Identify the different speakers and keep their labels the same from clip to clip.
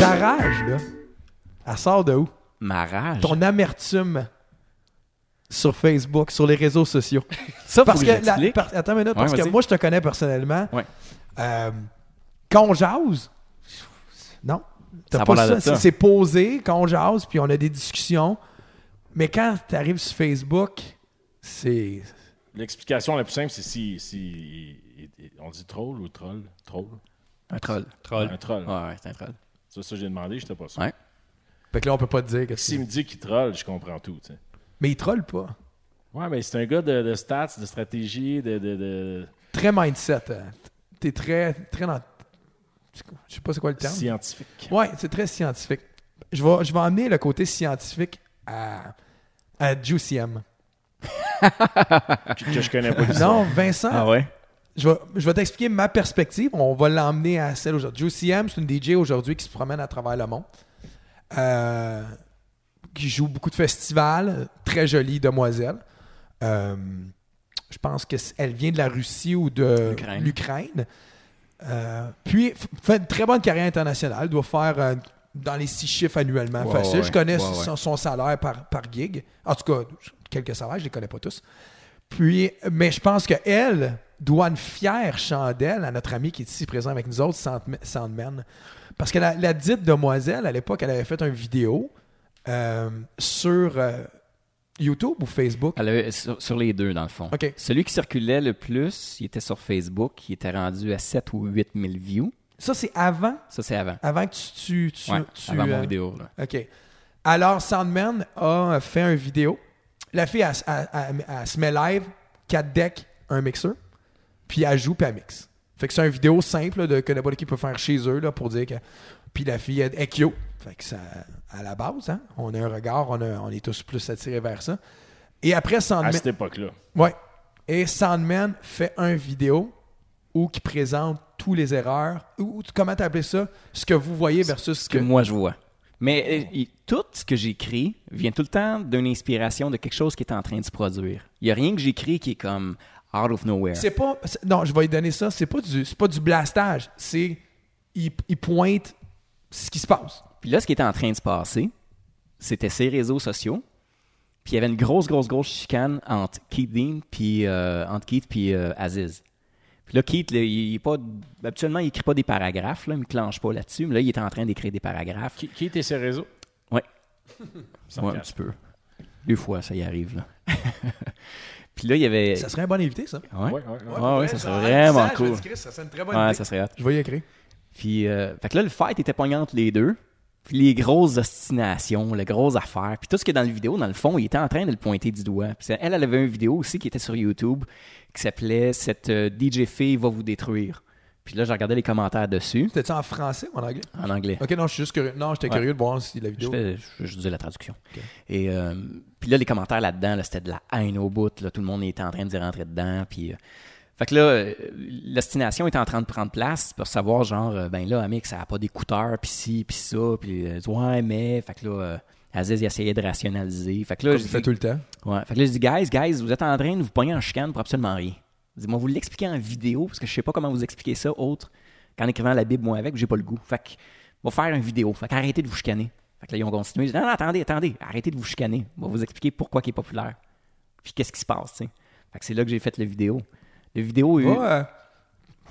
Speaker 1: rage, là, elle sort de où?
Speaker 2: Ma rage.
Speaker 1: Ton amertume sur Facebook, sur les réseaux sociaux.
Speaker 2: Ça, faut
Speaker 1: parce que,
Speaker 2: je
Speaker 1: la-
Speaker 2: l'explique.
Speaker 1: par- attends une minute, parce
Speaker 2: Ouais,
Speaker 1: que
Speaker 2: vas-y.
Speaker 1: moi, je te connais personnellement.
Speaker 2: Ouais.
Speaker 1: Euh, quand on jase, non. T'as
Speaker 2: Ça a
Speaker 1: pas
Speaker 2: pas l'air
Speaker 1: ça.
Speaker 2: de
Speaker 1: C'est-
Speaker 2: ça.
Speaker 1: C'est posé quand on jase, puis on a des discussions. Mais quand t'arrives sur Facebook, c'est.
Speaker 3: L'explication la plus simple, c'est si, si- il- il- On dit troll ou troll Troll.
Speaker 2: Un troll.
Speaker 3: Un troll.
Speaker 2: Ouais, ouais, c'est un troll.
Speaker 3: Ça, ça, j'ai demandé, j'étais pas sûr.
Speaker 2: Ouais.
Speaker 1: Fait que là, on peut pas te dire que
Speaker 3: S'il
Speaker 1: c'est.
Speaker 3: me dit qu'il troll, je comprends tout. tu sais.
Speaker 1: Mais il troll pas.
Speaker 3: Ouais, mais c'est un gars de, de stats, de stratégie, de. de- de-
Speaker 1: Très mindset. hein. T'es très, très dans. Je sais pas c'est quoi le terme.
Speaker 3: scientifique.
Speaker 1: Ouais, c'est très scientifique. Je vais, je vais emmener le côté scientifique à, à Juicy M.
Speaker 3: Que, que je connais pas l'histoire.
Speaker 1: Non, Vincent,
Speaker 2: Ah, ouais?
Speaker 1: je vais, je vais t'expliquer ma perspective. On va l'emmener à celle aujourd'hui. Juicy M, c'est une DJ aujourd'hui qui se promène à travers le monde. Euh, qui joue beaucoup de festivals. Très jolie demoiselle. Euh, je pense qu'elle vient de la Russie ou de
Speaker 2: L'Ukraine.
Speaker 1: l'Ukraine. Euh, puis, f- fait une très bonne carrière internationale. Doit faire euh, dans les six chiffres annuellement.
Speaker 2: Ouais,
Speaker 1: facile.
Speaker 2: ouais,
Speaker 1: je connais
Speaker 2: ouais,
Speaker 1: son, son salaire par, par gig. En tout cas, quelques salaires, je les connais pas tous. Puis, mais je pense qu'elle doit une fière chandelle à notre ami qui est ici présent avec nous autres, Sound- Soundman. Parce que la, la dite demoiselle, à l'époque, elle avait fait une vidéo euh, sur euh, YouTube ou Facebook.
Speaker 2: Elle avait- sur, sur les deux, dans le fond.
Speaker 1: OK.
Speaker 2: Celui qui circulait le plus, il était sur Facebook. Il était rendu à 7 ou 8 000 views.
Speaker 1: Ça, c'est avant,
Speaker 2: Ça, c'est avant.
Speaker 1: avant que tu... tu, tu,
Speaker 2: Ouais,
Speaker 1: tu,
Speaker 2: avant
Speaker 1: euh,
Speaker 2: mon vidéo. Là.
Speaker 1: OK. Alors, Sandman a fait une vidéo. La fille, elle, elle- elle- elle se met live, 4 decks, un mixeur, puis elle joue, puis elle mixe. Fait que c'est une vidéo simple là, de, que n'importe qui peut faire chez eux là, pour dire que. Puis la fille elle est cute. Fait que ça, à la base, hein, on a un regard, on, a- on est tous plus attirés vers ça. Et après,
Speaker 3: À
Speaker 1: Sandman.
Speaker 3: cette époque-là.
Speaker 1: Ouais. Et Sandman fait un vidéo où qui présente tous les erreurs, ou ou- comment t'appelles ça, ce que vous voyez versus ce
Speaker 2: que
Speaker 1: que.
Speaker 2: moi je vois. Mais euh, il- tout ce que j'écris vient tout le temps d'une inspiration de quelque chose qui est en train de se produire. Il n'y a rien que j'écris qui est comme out of nowhere.
Speaker 1: C'est pas. c'est- Non, je vais lui donner ça. C'est pas du, c'est pas du blastage. C'est. Il, il pointe ce qui se passe.
Speaker 2: Puis là, ce qui était en train de se passer, c'était ses réseaux sociaux. Puis il y avait une grosse, grosse, grosse chicane entre Keith Dean puis euh, entre Keith puis euh, Aziz. Puis là, Keith, là, il est pas. Habituellement, il écrit pas des paragraphes, là, il me clenche pas là-dessus, mais là, il était en train d'écrire des paragraphes.
Speaker 3: Qui, qui était ses réseaux
Speaker 2: Ouais.
Speaker 3: Sans
Speaker 2: Ouais, un
Speaker 3: cap.
Speaker 2: petit peu. Deux fois, ça y arrive, là. puis là, il y avait.
Speaker 1: Ça serait un bon invité, ça.
Speaker 2: Ouais.
Speaker 3: Ouais, ouais, ouais.
Speaker 2: Ah ouais, ça serait vraiment cool.
Speaker 1: ça serait une très bonne
Speaker 2: Ouais, ça serait hot.
Speaker 1: Je vais y écrire.
Speaker 2: Puis, euh, fait que là, le fight était pognant entre les deux. Puis les grosses ostinations, les grosses affaires. Puis tout ce qui est dans le vidéo, dans le fond, il était en train de le pointer du doigt. Puis ça- elle, elle avait une vidéo aussi qui était sur YouTube qui s'appelait « Cette euh, DJ fille va vous détruire ». Puis là, j'ai regardé les commentaires dessus,
Speaker 1: C'était-tu en français ou en anglais?
Speaker 2: en anglais.
Speaker 1: Ok, non, je suis juste curieux. Non, j'étais
Speaker 2: Ouais.
Speaker 1: curieux de voir si la
Speaker 2: Je,
Speaker 1: vidéo.
Speaker 2: fais, je, je dis la traduction.
Speaker 1: Ok.
Speaker 2: Et euh, puis là, les commentaires là-dedans, là, c'était de la haine au bout. Là. Tout le monde était en train de dire rentrer dedans. Puis, euh, fait que là, euh, l'ostination était en train de prendre place pour savoir, genre, euh, ben là, Amix, ça n'a pas d'écouteurs, puis ci, puis ça. Puis, euh, ouais, mais. Fait que là, euh, Aziz, il essayait de rationaliser. Fait que là,
Speaker 1: Comme
Speaker 2: je
Speaker 1: je fais
Speaker 2: dis,
Speaker 1: tout le temps.
Speaker 2: ouais, fait que là, je dis, guys, guys, vous êtes en train de vous pogner en chicane pour absolument rien. Je dis, moi, vous l'expliquez en vidéo, parce que je sais pas comment vous expliquer ça autre qu'en écrivant la Bible, moi, avec, j'ai pas le goût. Fait que, on va faire une vidéo. Fait qu'arrêtez de vous chicaner. Fait que là, ils ont continué. Je dis, non, non, attendez, attendez, arrêtez de vous chicaner. On va vous expliquer pourquoi il est populaire. Puis qu'est-ce qui se passe, tu sais. Fait que c'est là que j'ai fait la vidéo. La vidéo a eu-
Speaker 1: Va, euh,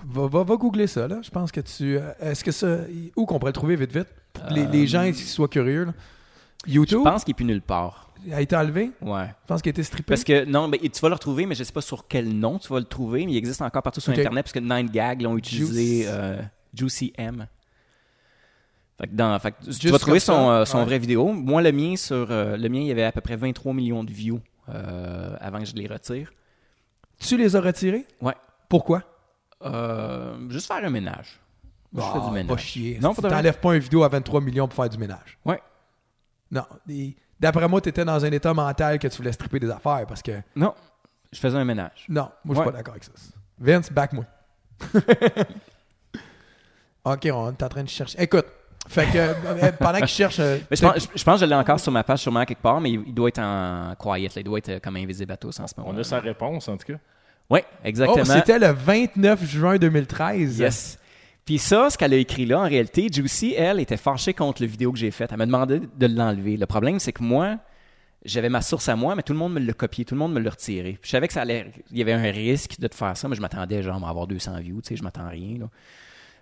Speaker 1: va, va, va googler ça, là. Je pense que tu. euh, Est-ce que ça. Où qu'on pourrait le trouver vite, vite? Pour les, les gens qui soient curieux, là.
Speaker 2: Euh, je
Speaker 1: YouTube
Speaker 2: pense qu'il est plus nulle part.
Speaker 1: a été enlevé.
Speaker 2: Ouais.
Speaker 1: Je pense qu'il a été strippé.
Speaker 2: Parce que, non, mais tu vas le retrouver, mais je sais pas sur quel nom tu vas le trouver, mais il existe encore partout sur
Speaker 1: Ok.
Speaker 2: Internet, parce que Nine Gag l'ont utilisé,
Speaker 1: Juice.
Speaker 2: euh, Juicy M. Fait que dans, fait que tu- tu
Speaker 1: Juste
Speaker 2: vas trouver
Speaker 1: comme
Speaker 2: son,
Speaker 1: ça,
Speaker 2: euh, son
Speaker 1: ouais.
Speaker 2: vrai vidéo. Moi, le mien, sur, euh, le mien, il y avait à peu près 23 millions de views euh, avant que je les retire.
Speaker 1: Tu les as retirés?
Speaker 2: Ouais.
Speaker 1: Pourquoi?
Speaker 2: Euh, juste faire un ménage. Moi, je fais
Speaker 1: Ah,
Speaker 2: du
Speaker 1: Pas
Speaker 2: ménage.
Speaker 1: chier.
Speaker 2: Non,
Speaker 1: Non,
Speaker 2: pour de vrai.
Speaker 1: t'enlèves pas une vidéo à 23 millions pour faire du ménage.
Speaker 2: Ouais.
Speaker 1: Non. Et D'après moi, t'étais dans un état mental que tu voulais stripper des affaires parce que.
Speaker 2: Non, je faisais un ménage.
Speaker 1: Non, moi, je suis
Speaker 2: Ouais.
Speaker 1: pas d'accord avec ça. Vince, back-moi. ok, on est en train de chercher. Écoute, fait que euh, pendant que je cherche. euh,
Speaker 2: Mais je, pense, je- je pense que je l'ai encore sur ma page, sûrement quelque part, mais il, il doit être en quiet. là. Il doit être euh, comme invisible à tous en ce moment.
Speaker 3: On a sa réponse, en tout cas.
Speaker 2: Oui,
Speaker 1: Oh,
Speaker 2: exactement.
Speaker 1: c'était le 29 juin 2013.
Speaker 2: Yes. Puis ça, ce qu'elle a écrit là, en réalité, Juicy, elle, était fâchée contre le vidéo que j'ai faite. Elle m'a demandé de l'enlever. Le problème, c'est que moi, j'avais ma source à moi, mais tout le monde me l'a copié, tout le monde me l'a retiré. Puis je savais que ça allait, il y avait un risque de te faire ça, mais je m'attendais genre à avoir 200 views, tu sais, je m'attends à rien. Là.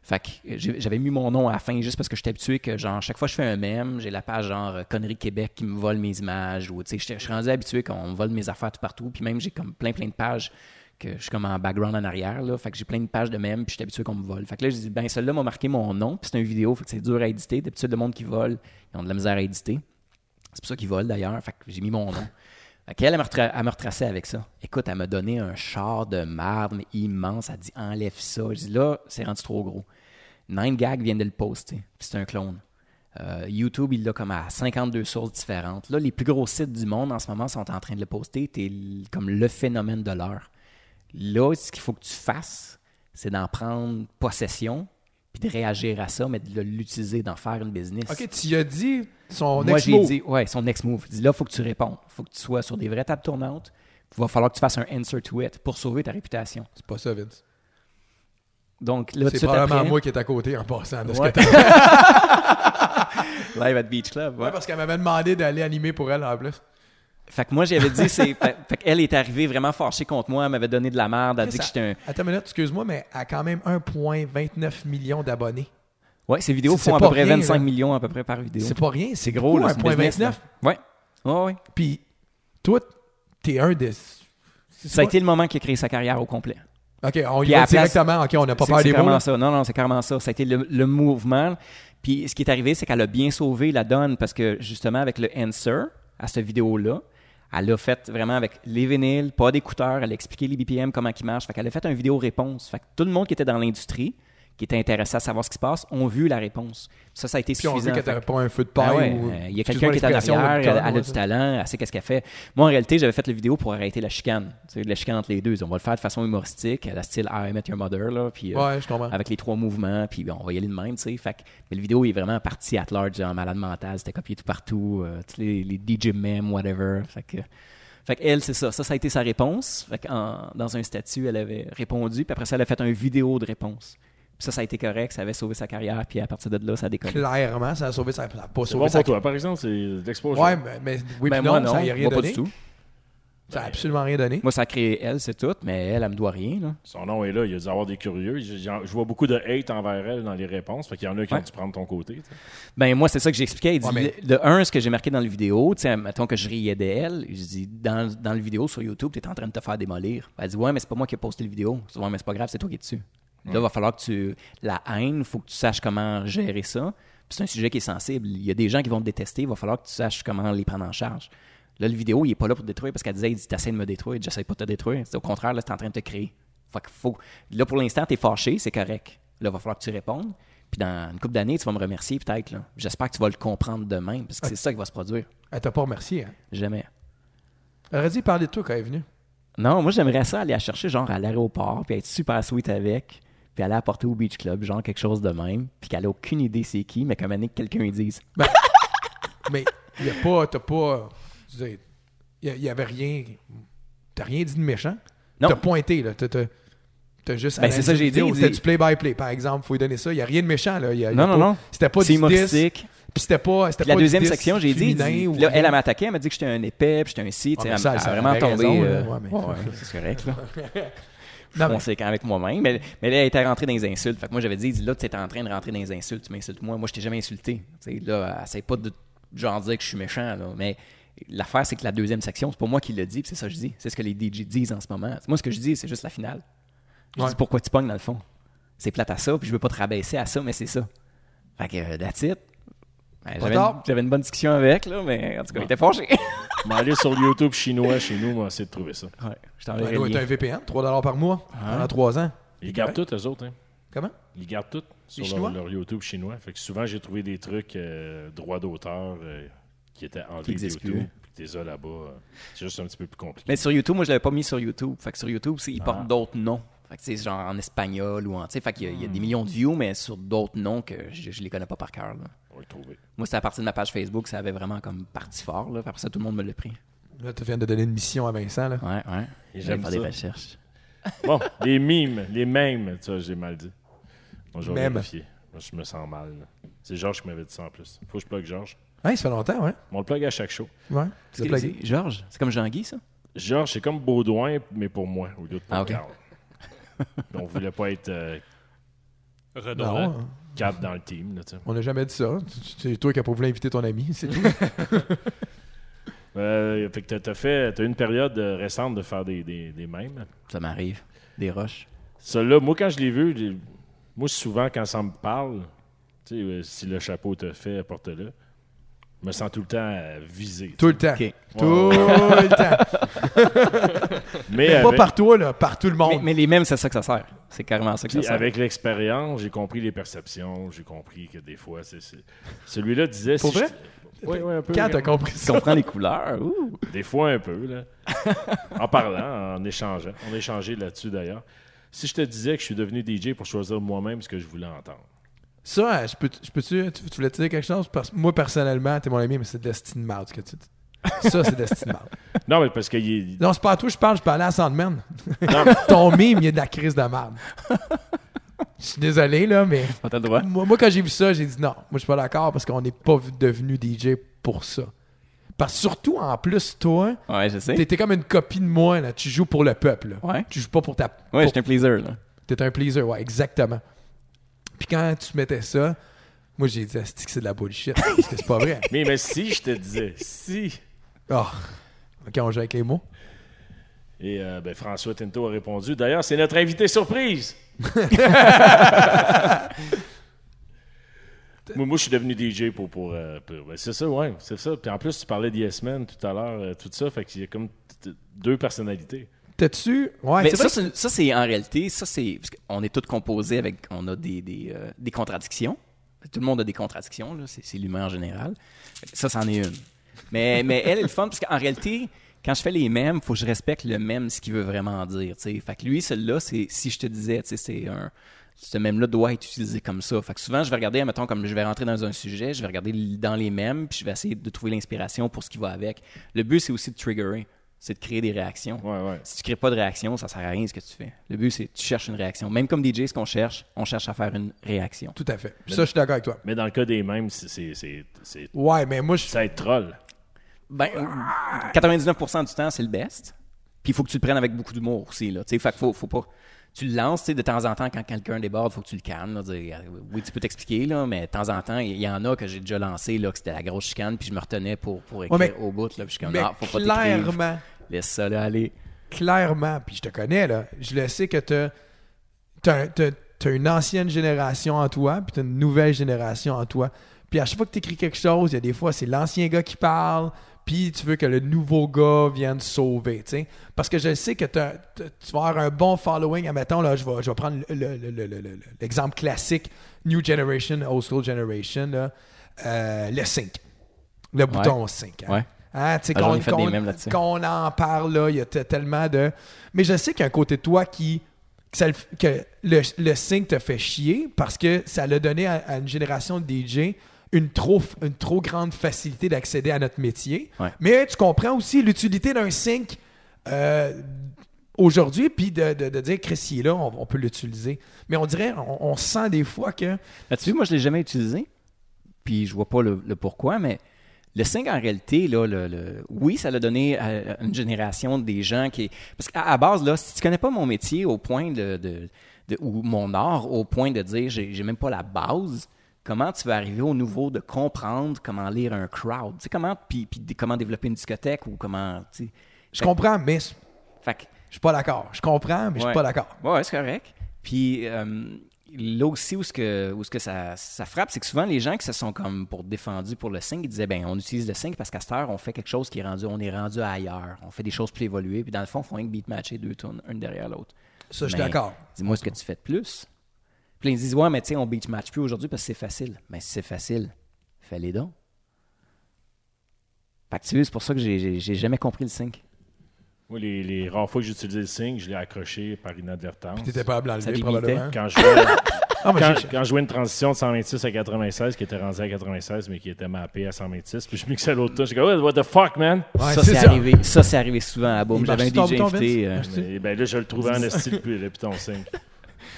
Speaker 2: Fait que euh, j'ai- j'avais mis mon nom à la fin juste parce que j'étais habitué que, genre, chaque fois que je fais un mème, j'ai la page, genre, euh, Conneries Québec qui me vole mes images ou, tu sais, j'étais- je suis rendu habitué qu'on me vole mes affaires tout partout. Puis même, j'ai comme plein, plein de pages que je suis comme en background en arrière, là. Fait que j'ai plein de pages de mèmes, puis j'étais habitué qu'on me vole. Fait que là, j'ai dit, ben, celle-là m'a marqué mon nom, puis c'est une vidéo, fait que c'est dur à éditer. D'habitude, le monde qui vole, ils ont de la misère à éditer. C'est pour ça qu'ils volent d'ailleurs. Fait que j'ai mis mon nom. Fait qu'elle, elle, me retra- elle me retraçait avec ça. Écoute, elle m'a donné un char de marde mais immense. Elle dit enlève ça. Je dis là, c'est rendu trop gros. Nine Gag vient de le poster. Puis c'est un clone. Euh, YouTube, il l'a comme à 52 sources différentes. Là, les plus gros sites du monde en ce moment sont en train de le poster. T'es l- comme le phénomène de l'heure. Là, ce qu'il faut que tu fasses, c'est d'en prendre possession, puis de réagir à ça, mais de l'utiliser, d'en faire une business.
Speaker 1: Ok, tu y as dit son
Speaker 2: Moi, j'ai
Speaker 1: ex-mot.
Speaker 2: dit, ouais, son next move. Dis là, faut que tu répondes. faut que tu sois sur des vraies tables tournantes. Il va falloir que tu fasses un answer to it pour sauver ta réputation.
Speaker 1: C'est pas ça, Vince.
Speaker 2: Donc, là, tout de
Speaker 1: C'est
Speaker 2: suite
Speaker 1: probablement
Speaker 2: après-
Speaker 1: moi qui est à côté en passant de ce
Speaker 2: Ouais.
Speaker 1: que t'as fait.
Speaker 2: Live at Beach Club. ouais.
Speaker 1: Ouais, parce qu'elle m'avait demandé d'aller animer pour elle en plus.
Speaker 2: Fait que moi, j'avais dit, c'est. fait, fait qu'elle est arrivée vraiment fâchée contre moi. Elle m'avait donné de la merde. Elle a dit
Speaker 1: Ça-
Speaker 2: que j'étais un.
Speaker 1: Attends une minute, excuse-moi, mais elle a quand même 1,29 million d'abonnés.
Speaker 2: Ouais, ces vidéos
Speaker 1: C'est
Speaker 2: font à
Speaker 1: pas
Speaker 2: peu près
Speaker 1: rien,
Speaker 2: 25
Speaker 1: là.
Speaker 2: millions à peu près par vidéo.
Speaker 1: C'est pas rien, c'est
Speaker 2: gros,
Speaker 1: gros,
Speaker 2: là. c'est une business,
Speaker 1: 1,29.
Speaker 2: là. Ouais. Ouais, ouais.
Speaker 1: Puis toi, t'es un des.
Speaker 2: Ça a été le moment qui a créé sa carrière au complet.
Speaker 1: Ok, on y
Speaker 2: Puis à
Speaker 1: va
Speaker 2: la place-
Speaker 1: directement. Ok, on n'a pas
Speaker 2: C'est-
Speaker 1: peur
Speaker 2: C'est
Speaker 1: des mots.
Speaker 2: carrément
Speaker 1: là.
Speaker 2: ça. Non, non, c'est carrément ça. Ça a été le, le mouvement. Puis ce qui est arrivé, c'est qu'elle a bien sauvé la donne parce que justement, avec le answer à cette vidéo-là, elle a fait vraiment avec les vinyles, pas d'écouteurs, elle a expliqué les BPM, comment ils marchent. Fait qu'elle a fait une vidéo réponse. Fait que tout le monde qui était dans l'industrie, qui était intéressé à savoir ce qui se passe, ont vu la réponse. Ça, ça a été
Speaker 1: Puis on
Speaker 2: suffisant.
Speaker 1: veut que
Speaker 2: Fait
Speaker 1: t'as pas un feu de
Speaker 2: ah
Speaker 1: paille.
Speaker 2: ouais,
Speaker 1: ou-
Speaker 2: euh, Il y a
Speaker 1: excuse-moi
Speaker 2: quelqu'un qui est à
Speaker 1: l'expression,
Speaker 2: l'arrière,
Speaker 1: le
Speaker 2: elle,
Speaker 1: cadre,
Speaker 2: elle a
Speaker 1: ouais,
Speaker 2: du
Speaker 1: ça.
Speaker 2: talent, elle sait qu'est-ce qu'elle fait. Moi, en réalité, j'avais fait la vidéo pour arrêter la chicane. Tu sais, la chicane entre les deux. On va le faire de façon humoristique, à la style I Met Your Mother, là, puis euh,
Speaker 1: Ouais, je comprends.
Speaker 2: avec les trois mouvements, puis on va y aller de même, tu sais. Fait que- mais la vidéo est vraiment partie at large, en malade mental, c'était copié tout partout, euh, tous les, les DJ memes, whatever. Fait que, fait que elle, c'est ça. Ça, ça a été sa réponse. Fait que en- dans un statut, elle avait répondu, puis après ça, elle a fait une vidéo de réponse. Puis ça, ça a été correct, ça avait sauvé sa carrière, puis à partir de là, ça a décollé.
Speaker 1: Clairement, ça a sauvé sa. Ça a pas
Speaker 3: C'est
Speaker 1: sauvé
Speaker 3: bon
Speaker 1: sa.
Speaker 3: pour toi, par exemple, c'est de l'exposure.
Speaker 1: Ouais, mais, mais oui,
Speaker 2: Ben,
Speaker 1: puis non, ça y a rien
Speaker 2: moi pas
Speaker 1: donné.
Speaker 2: du tout.
Speaker 1: Ça a absolument rien donné.
Speaker 2: Moi, ça a créé elle, c'est tout, mais elle, elle me doit rien. Là.
Speaker 3: Son nom est là, il a dû avoir des curieux. Je, je vois beaucoup de hate envers elle dans les réponses. Fait qu'il y en a qui
Speaker 2: Ouais.
Speaker 3: ont dû prendre ton côté. tu sais.
Speaker 2: Ben, moi, c'est ça que j'expliquais. Il dit,
Speaker 1: Ouais, mais-
Speaker 2: le- De un, ce que j'ai marqué dans le vidéo, tu sais, mettons que je riais d'elle, je dis, dans, dans le vidéo sur YouTube, tu es en train de te faire démolir. Elle dit, ouais, mais c'est pas moi qui ai posté le vidéo. Je dis, Ouais, mais c'est pas grave, c'est toi qui es dessus. Là, il va falloir que tu. La haine, faut que tu saches comment gérer ça. Puis c'est un sujet qui est sensible. Il y a des gens qui vont te détester, il va falloir que tu saches comment les prendre en charge. Là, le vidéo, il est pas là pour te détruire parce qu'elle disait, il dit, t'essaies de me détruire, j'essaie pas de te détruire. C'est au contraire, là, t'es en train de te créer. Fait que faut... Là, pour l'instant, t'es fâché, c'est correct. Là, il va falloir que tu répondes. Puis dans une couple d'années, tu vas me remercier peut-être. là. J'espère que tu vas le comprendre demain parce que c'est ça qui va se produire.
Speaker 1: Elle t'a pas remercié. Hein.
Speaker 2: Jamais.
Speaker 1: Elle aurait dit parler de toi quand elle est venue.
Speaker 2: Non, moi, j'aimerais ça aller la chercher, genre, à l'aéroport, puis être super sweet avec, puis aller apporter au Beach Club, genre, quelque chose de même, puis qu'elle ait aucune idée c'est qui, mais qu'à un moment donné, que quelqu'un lui dise.
Speaker 1: Mais il y a pas. T'as pas. je veux dire, Il y a- il y avait rien. T'as rien dit de méchant.
Speaker 2: Non.
Speaker 1: T'as pointé, là. T'as- T'as t'as juste.
Speaker 2: Ben, c'est ça que j'ai dit, il dit-
Speaker 1: C'était du play-by-play, par exemple. Faut lui donner ça. Il y a rien de méchant, là. Il y a- il y a
Speaker 2: Non, non,
Speaker 1: pas-
Speaker 2: non.
Speaker 1: C'était pas
Speaker 2: Oh, C'est
Speaker 1: du diss, Puis
Speaker 2: humoristique.
Speaker 1: c'était pas. c'était
Speaker 2: Puis la
Speaker 1: pas du
Speaker 2: deuxième
Speaker 1: diss
Speaker 2: section, j'ai dit,
Speaker 1: féminin
Speaker 2: dit-
Speaker 1: ou
Speaker 2: là, elle,
Speaker 1: rien.
Speaker 2: elle m'attaquait, elle m'a dit que j'étais un épais, puis j'étais un ci, tu
Speaker 1: Ouais,
Speaker 2: sais,
Speaker 1: mais
Speaker 2: elle
Speaker 1: ça,
Speaker 2: elle
Speaker 1: ça
Speaker 2: a vraiment
Speaker 1: avait
Speaker 2: tombé.
Speaker 1: raison,
Speaker 2: euh,
Speaker 1: là. Ouais, mais-
Speaker 2: ouais, ouais, c'est correct, là.
Speaker 1: Non, mais-
Speaker 2: On sait quand avec moi-même, mais, mais là, elle était rentrée dans les insultes. Fait que moi, j'avais dit, là, tu es en train de rentrer dans les insultes, tu m'insultes moi. Moi, je t'ai jamais insulté. Tu sais, là, essaye pas de genre dire que je suis méchant, là. Mais l'affaire, c'est que la deuxième section, c'est pas moi qui le dis, puis c'est ça que je dis. C'est ce que les DJ disent en ce moment. Moi, ce que je dis, c'est juste la finale. Je
Speaker 1: Ouais.
Speaker 2: dis pourquoi tu pognes, dans le fond. C'est plate à ça, puis je veux pas te rabaisser à ça, mais c'est ça. Fait que, euh, that's it. Ben, j'avais une-
Speaker 1: tard.
Speaker 2: J'avais une bonne discussion avec, là, mais en tout cas, il était fâché.
Speaker 3: Mais aller sur YouTube chinois chez nous, moi, essayer de trouver ça.
Speaker 2: ouais, je t'enverrai
Speaker 1: Elle
Speaker 2: le
Speaker 1: doit être
Speaker 2: lien.
Speaker 1: un VPN, 3 par mois,
Speaker 2: Ah.
Speaker 1: pendant 3 ans.
Speaker 3: Ils gardent
Speaker 2: ben-
Speaker 3: tout, eux autres. Hein.
Speaker 1: Comment?
Speaker 3: Ils gardent tout
Speaker 1: Les
Speaker 3: sur leur,
Speaker 1: Chinois?
Speaker 3: leur YouTube chinois. Fait que souvent, j'ai trouvé des trucs euh, droits d'auteur euh, qui étaient
Speaker 2: Qui
Speaker 3: enlevés de
Speaker 2: existent
Speaker 3: YouTube.
Speaker 2: plus. hein.
Speaker 3: Puis t'es ça là-bas. euh, c'est juste un petit peu plus compliqué.
Speaker 2: Mais sur YouTube, moi, je l'avais pas mis sur YouTube. Fait que sur YouTube, c'est- ils
Speaker 3: Ah.
Speaker 2: portent d'autres noms. Fait que c'est genre en espagnol ou en. tu sais, Fait qu'il y a- il y, a des millions de views, mais sur d'autres noms que je, je les connais pas par cœur. là.
Speaker 3: On va le trouver.
Speaker 2: Moi, c'était à partir de ma page Facebook, ça avait vraiment comme parti fort. Là. Fait Après ça, tout le monde me l'a pris.
Speaker 1: Là, tu viens de donner une mission à Vincent, là.
Speaker 2: Ouais, ouais.
Speaker 3: Et
Speaker 2: J'allais
Speaker 3: j'aime
Speaker 2: faire
Speaker 3: ça.
Speaker 2: des recherches.
Speaker 3: Bon, les mimes, les mêmes, ça, j'ai mal dit. Moi, je vais
Speaker 1: Même.
Speaker 3: vérifier. Moi, je me sens mal. là. C'est Georges qui m'avait dit ça en plus. Faut que je plug Georges.
Speaker 1: Hein, ça fait longtemps, ouais.
Speaker 3: On le plug à chaque show.
Speaker 1: Ouais. Tu l'as
Speaker 2: C'est-
Speaker 1: plugué.
Speaker 2: c'est- Georges, c'est comme Jean-Guy, ça?
Speaker 3: Georges, c'est comme Baudouin, mais pour moi, au lieu de pour
Speaker 2: Ah, ok.
Speaker 3: Carl. Mais on voulait pas être euh,
Speaker 4: Redondant.
Speaker 1: Non, hein.
Speaker 3: quatre dans le team. Là, tu sais.
Speaker 1: on n'a jamais dit ça. C'est toi qui as pas voulu inviter ton ami, c'est tout.
Speaker 3: Euh, fait que t'as- t'as fait, t'as eu une période euh, récente de faire des, des, des mèmes.
Speaker 2: Ça m'arrive. Des roches.
Speaker 3: Celui-là, moi, quand je l'ai vu, j'ai- moi, souvent, quand ça me parle, tu sais, euh, si le chapeau te fait, porte-le. Je me sens tout le temps euh, visé. tu
Speaker 1: Tout le temps.
Speaker 2: Ok.
Speaker 1: Tout le temps.
Speaker 3: sais. Mais,
Speaker 1: Pas
Speaker 3: avec,
Speaker 1: par toi, là, par tout le
Speaker 2: Mais,
Speaker 1: monde.
Speaker 2: mais les mêmes, c'est ça que ça sert. C'est carrément ça que ça
Speaker 3: puis
Speaker 2: sert.
Speaker 3: avec l'expérience, j'ai compris les perceptions, j'ai compris que des fois, c'est. c'est- Celui-là disait.
Speaker 1: Pour
Speaker 3: si
Speaker 1: vrai?
Speaker 3: je- Ouais, ouais, un peu.
Speaker 1: Quand t'as compris
Speaker 2: Tu
Speaker 1: ça?
Speaker 2: comprends les couleurs. ouh.
Speaker 3: Des fois, un peu, là. en parlant, en échangeant. On a échangé là-dessus, d'ailleurs. Si je te disais que je suis devenu DJ pour choisir moi-même ce que je voulais entendre.
Speaker 1: Ça, hein, je peux, je peux tu, tu voulais te dire quelque chose? Parce que moi, personnellement, t'es mon ami, mais c'est de la stine marde ce que tu dis. Ça, c'est de la stine marde.
Speaker 3: Non, mais parce que il est-
Speaker 1: Non, c'est pas à toi, je parle, je parlais à Sandman.
Speaker 3: Non,
Speaker 1: Ton mime, il est de la crise de marde. Je suis désolé, là, mais
Speaker 2: Ah, T'as le droit.
Speaker 1: moi, moi, quand j'ai vu ça, j'ai dit non, moi, je suis pas d'accord parce qu'on n'est pas devenu DJ pour ça. Parce que surtout, en plus, toi,
Speaker 2: Ouais, je sais.
Speaker 1: t'es t'es comme une copie de moi, là. Tu joues pour le peuple. là.
Speaker 2: Ouais.
Speaker 1: Tu joues pas pour ta.
Speaker 2: Ouais,
Speaker 1: pour
Speaker 2: j'étais un plaisir, là.
Speaker 1: T'es un pleaser, ouais, exactement. Puis quand tu mettais ça, moi j'ai dit, Asti, que c'est de la bullshit, parce que c'est pas vrai.
Speaker 3: mais, mais si je te disais, si.
Speaker 2: Ah.
Speaker 1: Oh, ok, on joue avec les mots.
Speaker 3: Et euh, ben, François Tinto a répondu. D'ailleurs, c'est notre invité surprise. moi, moi, je suis devenu DJ pour. pour, euh, pour- ben, c'est ça, ouais, c'est ça. Puis en plus, tu parlais d'Yes Man tout à l'heure, euh, tout ça. Fait qu'il y a comme t- t- deux personnalités.
Speaker 1: T'as-tu. Ouais,
Speaker 2: Mais
Speaker 1: c'est
Speaker 2: ça,
Speaker 1: vrai.
Speaker 2: c'est- ça, c'est en réalité, ça, c'est. parce qu'on est tous composés avec. On a des, des, euh, des contradictions. Tout le monde a des contradictions, là. C'est, c'est l'humain en général. Ça, c'en est une. Mais, mais elle est le fun, parce qu'en réalité, quand je fais les mêmes, faut que je respecte le même, ce qu'il veut vraiment dire, tu sais. Fait que lui, celui-là, c'est. Si je te disais, tu sais, c'est un. Ce même-là doit être utilisé comme ça. Fait que souvent, je vais regarder, mettons, comme je vais rentrer dans un sujet, je vais regarder dans les mêmes, puis je vais essayer de trouver l'inspiration pour ce qui va avec. Le but, c'est aussi de triggerer, c'est de créer des réactions.
Speaker 3: Ouais, ouais.
Speaker 2: Si tu crées pas de réaction, ça sert à rien ce que tu fais. Le but, c'est que tu cherches une réaction. Même comme DJ, ce qu'on cherche, on cherche à faire une réaction.
Speaker 1: Tout à fait. Ça, je suis d'accord avec toi.
Speaker 3: Mais dans le cas des mêmes, c'est- c'est- c'est c'est-
Speaker 1: Ouais, mais moi, je.
Speaker 3: ça être troll.
Speaker 2: Ben, 99% du temps, c'est le best. Puis il faut que tu le prennes avec beaucoup d'humour aussi. Là. Tu sais, Fait que faut, faut pas. Tu le lances, tu sais, de temps en temps, quand quelqu'un déborde, faut que tu le calmes. là, dire, euh, oui, tu peux t'expliquer, là, mais de temps en temps, il y en a que j'ai déjà lancé, là, que c'était la grosse chicane, puis je me retenais pour, pour écrire
Speaker 1: Ouais, mais-
Speaker 2: au bout. Là, puis je suis comme,
Speaker 1: Mais
Speaker 2: Ah, faut pas t'écrire.
Speaker 1: clairement,
Speaker 2: Laisse ça là, aller.
Speaker 1: clairement, puis je te connais, là, je le sais que t'as. T'as, t'as- t'as une ancienne génération en toi, puis t'as une nouvelle génération en toi. Puis à chaque fois que t'écris quelque chose, il y a des fois, c'est l'ancien gars qui parle, puis tu veux que le nouveau gars vienne sauver, tu sais. Parce que je sais que t'as- t'as- tu vas avoir un bon following. Admettons, là, je vais, je vais prendre le- le- le- le- le- le- l'exemple classique New Generation, Old School Generation, là. Euh, le sync. Le bouton sync. hein.
Speaker 2: Ouais.
Speaker 1: Hein, tu sais,
Speaker 2: Ah, j'en
Speaker 1: qu'on,
Speaker 2: ai fait des
Speaker 1: qu'on-
Speaker 2: mèmes là-dessus.
Speaker 1: qu'on en parle, là, il y a t- tellement de... Mais je sais qu'il y a un côté de toi qui... Que, ça le f- que le, le sync te fait chier parce que ça l'a donné à, à une génération de DJ une trop, f- une trop grande facilité d'accéder à notre métier.
Speaker 2: Ouais.
Speaker 1: Mais tu comprends aussi l'utilité d'un sync euh, aujourd'hui, puis de, de- de dire, Chris, il est là, on, on peut l'utiliser. Mais on dirait, on, on sent des fois que...
Speaker 2: Là-dessus, moi, je l'ai jamais utilisé. Puis je vois pas le, le pourquoi, mais le 5, en réalité, là, le, le- oui, ça l'a donné à une génération des gens qui. Parce qu'à à base, là, si tu connais pas mon métier au point de. de- de- ou mon art au point de dire j'ai j'ai même pas la base, comment tu vas arriver au niveau de comprendre comment lire un crowd? Tu sais, comment. Puis, puis comment développer une discothèque ou comment. tu sais.
Speaker 1: Je
Speaker 2: Ben
Speaker 1: comprends, mais je
Speaker 2: Fait que-
Speaker 1: suis pas d'accord. Je comprends, mais je suis
Speaker 2: Ouais.
Speaker 1: pas d'accord.
Speaker 2: Ouais, ouais, c'est correct. Puis euh, là aussi, où ce que, où ce que ça, ça frappe, c'est que souvent, les gens qui se sont comme pour défendus pour le 5, ils disaient, ben on utilise le 5 parce qu'à cette heure, on fait quelque chose qui est rendu, on est rendu ailleurs. On fait des choses plus évoluées. Puis dans le fond, on fait un beat matcher deux tunes, une derrière l'autre.
Speaker 1: Ça, je suis
Speaker 2: Ben,
Speaker 1: d'accord.
Speaker 2: Dis-moi ce que tu fais de plus. Puis là, ils disent, ouais, mais tu sais, on beat match plus aujourd'hui parce que c'est facile. Mais si c'est facile, fais-les donc. Fait que tu vois, c'est pour ça que j'ai- j'ai j'ai jamais compris le 5.
Speaker 3: Moi, les, les rares fois que j'utilisais le signe, je l'ai accroché par inadvertance.
Speaker 1: T'étais pas à blanc
Speaker 2: Ça débilitait.
Speaker 1: probablement.
Speaker 3: Quand je jouais-
Speaker 1: Ah, mais
Speaker 3: quand,
Speaker 1: j'ai-
Speaker 3: quand je jouais une transition de 126 à 96, qui était rendue à 96, mais qui était mappée à 126, puis je mixais l'autre touche, je suis comme, Oh, what the fuck, man?
Speaker 1: Ouais,
Speaker 2: ça,
Speaker 1: c'est
Speaker 2: c'est
Speaker 1: ça.
Speaker 2: arrivé, ça, c'est arrivé souvent à Boom.
Speaker 1: Il marche
Speaker 2: J'avais un
Speaker 1: sur
Speaker 2: DJ
Speaker 1: ton bouton,
Speaker 2: invité.
Speaker 1: Vince?
Speaker 2: euh,
Speaker 1: Merci.
Speaker 3: Et ben là, je le trouvais en esti depuis le Python 5.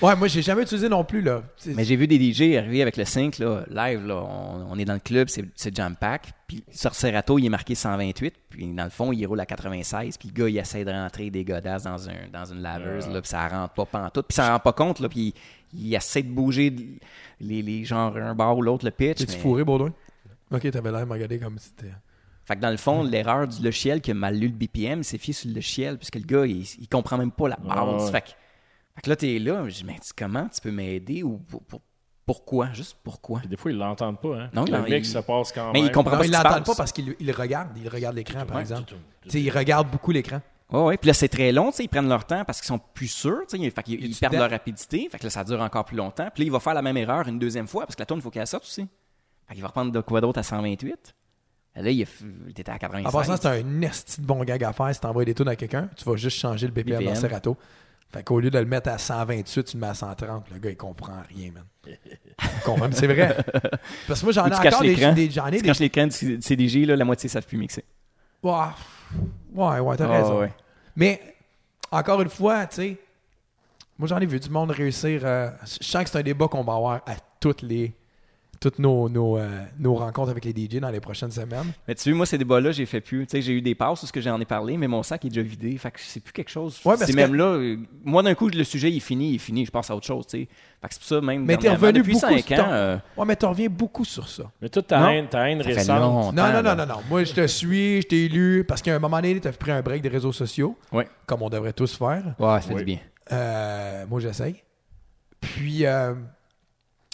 Speaker 1: Ouais, moi, j'ai jamais utilisé non plus, là. C'est-
Speaker 2: Mais j'ai vu des DJ arriver avec le sync, là, live, là, on, on est dans le club, c'est- c'est jam pack, puis sur Serato, il est marqué 128, puis dans le fond, il roule à 96, puis le gars, il essaie de rentrer des godasses dans, un, dans une laveuse, là, puis ça rentre pas pantoute, puis ça rend pas compte, là, puis il, il essaie de bouger les, les genre un bar ou l'autre, le pitch.
Speaker 1: T'es-tu
Speaker 2: mais-
Speaker 1: fourré, Baudouin? Ok, t'avais l'air de me regarder comme si t'étais.
Speaker 2: Fait que dans le
Speaker 1: Mm.
Speaker 2: fond, l'erreur du logiciel qui a mal lu le BPM, c'est fié sur le logiciel, puisque le gars, il, il comprend même pas la base.
Speaker 3: Ouais, ouais.
Speaker 2: Fait, que, fait que là, t'es là, je dis, mais tu- comment tu peux m'aider ou pour- pour- pourquoi? Juste pourquoi?
Speaker 3: Puis des fois, ils l'entendent pas. Hein?
Speaker 2: Non,
Speaker 3: le
Speaker 2: non,
Speaker 3: mix
Speaker 2: il-
Speaker 3: se passe quand
Speaker 2: Mais
Speaker 3: même.
Speaker 2: il comprend
Speaker 1: Non,
Speaker 2: pas
Speaker 1: ils
Speaker 2: ce qui se
Speaker 1: l'entendent
Speaker 2: passe.
Speaker 1: pas parce qu'ils le regardent. Ils regardent l'écran, par
Speaker 2: Ouais,
Speaker 1: exemple.
Speaker 3: tout,
Speaker 1: Tu
Speaker 3: tout.
Speaker 1: sais, ils regardent beaucoup l'écran.
Speaker 2: Ouais, ouais. Puis là, c'est très long, tu sais, ils prennent leur temps parce qu'ils sont plus sûrs, tu sais, fait qu'ils
Speaker 1: Et
Speaker 2: ils
Speaker 1: tu
Speaker 2: perdent
Speaker 1: te-
Speaker 2: leur rapidité, fait que là, ça dure encore plus longtemps. Puis là, il va faire la même erreur une deuxième fois parce que la tourne, il faut qu'elle sorte aussi. Fait qu'il va reprendre de quoi d'autre à 128. Là, il était à 96.
Speaker 1: En passant, c'est un esti de bon gag à faire. Si t'envoies des tunes à quelqu'un, tu vas juste changer le BPM, dans
Speaker 2: BPM.
Speaker 1: Serato. Fait qu'au lieu de le mettre à 128, tu le mets à 130. Le gars, il comprend rien, man. Il comprend, mais c'est vrai. Parce que moi, j'en
Speaker 2: Ou
Speaker 1: ai
Speaker 2: tu caches
Speaker 1: encore des,
Speaker 2: l'écran.
Speaker 1: des- J'en ai
Speaker 2: Tu
Speaker 1: des.
Speaker 2: caches l'écran du CDG, là, la moitié savent plus mixer.
Speaker 1: Ouah, pff, Ouais, ouais, t'as
Speaker 2: Ah,
Speaker 1: raison.
Speaker 2: ouais.
Speaker 1: Mais encore une fois, tu sais, moi j'en ai vu du monde réussir. euh, je sens que c'est un débat qu'on va avoir à toutes les toutes nos, nos, euh, nos rencontres avec les DJ dans les prochaines semaines.
Speaker 2: Mais tu sais, moi, ces débats-là, j'ai fait plus. Tu sais, j'ai eu des passes où ce que j'en ai parlé, mais mon sac est déjà vidé. Fait que c'est plus quelque chose.
Speaker 1: Ouais, parce
Speaker 2: c'est
Speaker 1: que-
Speaker 2: même là. euh, Moi, d'un coup, le sujet, il est fini, il est fini. Je passe à autre chose, tu sais. Fait que c'est pour ça, même.
Speaker 1: Mais t'es
Speaker 2: dernièrement,
Speaker 1: revenu
Speaker 2: depuis
Speaker 1: beaucoup
Speaker 2: cinq
Speaker 1: sur
Speaker 2: ans.
Speaker 1: ton-
Speaker 2: euh,
Speaker 1: Ouais, mais tu reviens beaucoup sur ça.
Speaker 3: Mais toute ta
Speaker 2: Non.
Speaker 3: haine, ta haine
Speaker 2: ça fait
Speaker 3: récente.
Speaker 2: longtemps,
Speaker 1: Non, non, non,
Speaker 2: là.
Speaker 1: non, non. Moi, je te suis, je t'ai élu, parce qu'à un moment donné, t'as pris un break des réseaux sociaux,
Speaker 2: Ouais.
Speaker 1: comme on devrait tous faire.
Speaker 2: Ouais, ça fait
Speaker 3: Oui.
Speaker 2: du bien.
Speaker 1: Euh, moi, j'essaye. Puis, euh,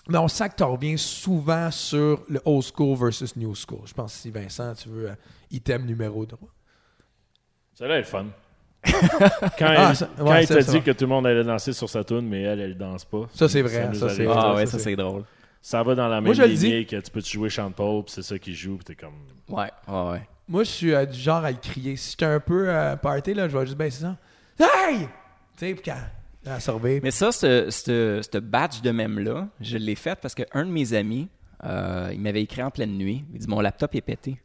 Speaker 1: mais on sent que tu reviens souvent sur le old school versus new school. Je pense que si Vincent, tu veux, euh, item numéro 3.
Speaker 3: Celle-là est le fun. quand
Speaker 1: Ah,
Speaker 3: elle,
Speaker 1: ça-
Speaker 3: quand
Speaker 1: ouais,
Speaker 3: elle
Speaker 1: ça,
Speaker 3: t'a
Speaker 1: ça
Speaker 3: dit
Speaker 1: va.
Speaker 3: que tout le monde allait danser sur sa tune, mais elle, elle danse pas.
Speaker 1: Ça, c'est vrai,
Speaker 3: nous
Speaker 1: ça,
Speaker 3: allait-
Speaker 1: c'est-
Speaker 3: Ah,
Speaker 2: Ah,
Speaker 1: ça,
Speaker 2: ouais,
Speaker 1: ça,
Speaker 2: ça,
Speaker 1: c'est-
Speaker 2: c'est drôle.
Speaker 3: Ça va dans la même
Speaker 1: Moi, je le dis.
Speaker 3: lignée que tu peux te jouer Chante Paul, puis c'est ça qui joue, puis t'es comme.
Speaker 2: Ouais, ouais, ouais.
Speaker 1: Moi, je suis euh, du genre à le crier. Si j'étais un peu euh, party, là, je vais juste baisser ça. Hey! Tu sais, puis quand la sorbet.
Speaker 2: Mais ça, ce, ce, ce batch de mèmes-là, je l'ai fait parce qu'un de mes amis, euh, il m'avait écrit en pleine nuit. Il dit Mon laptop est pété.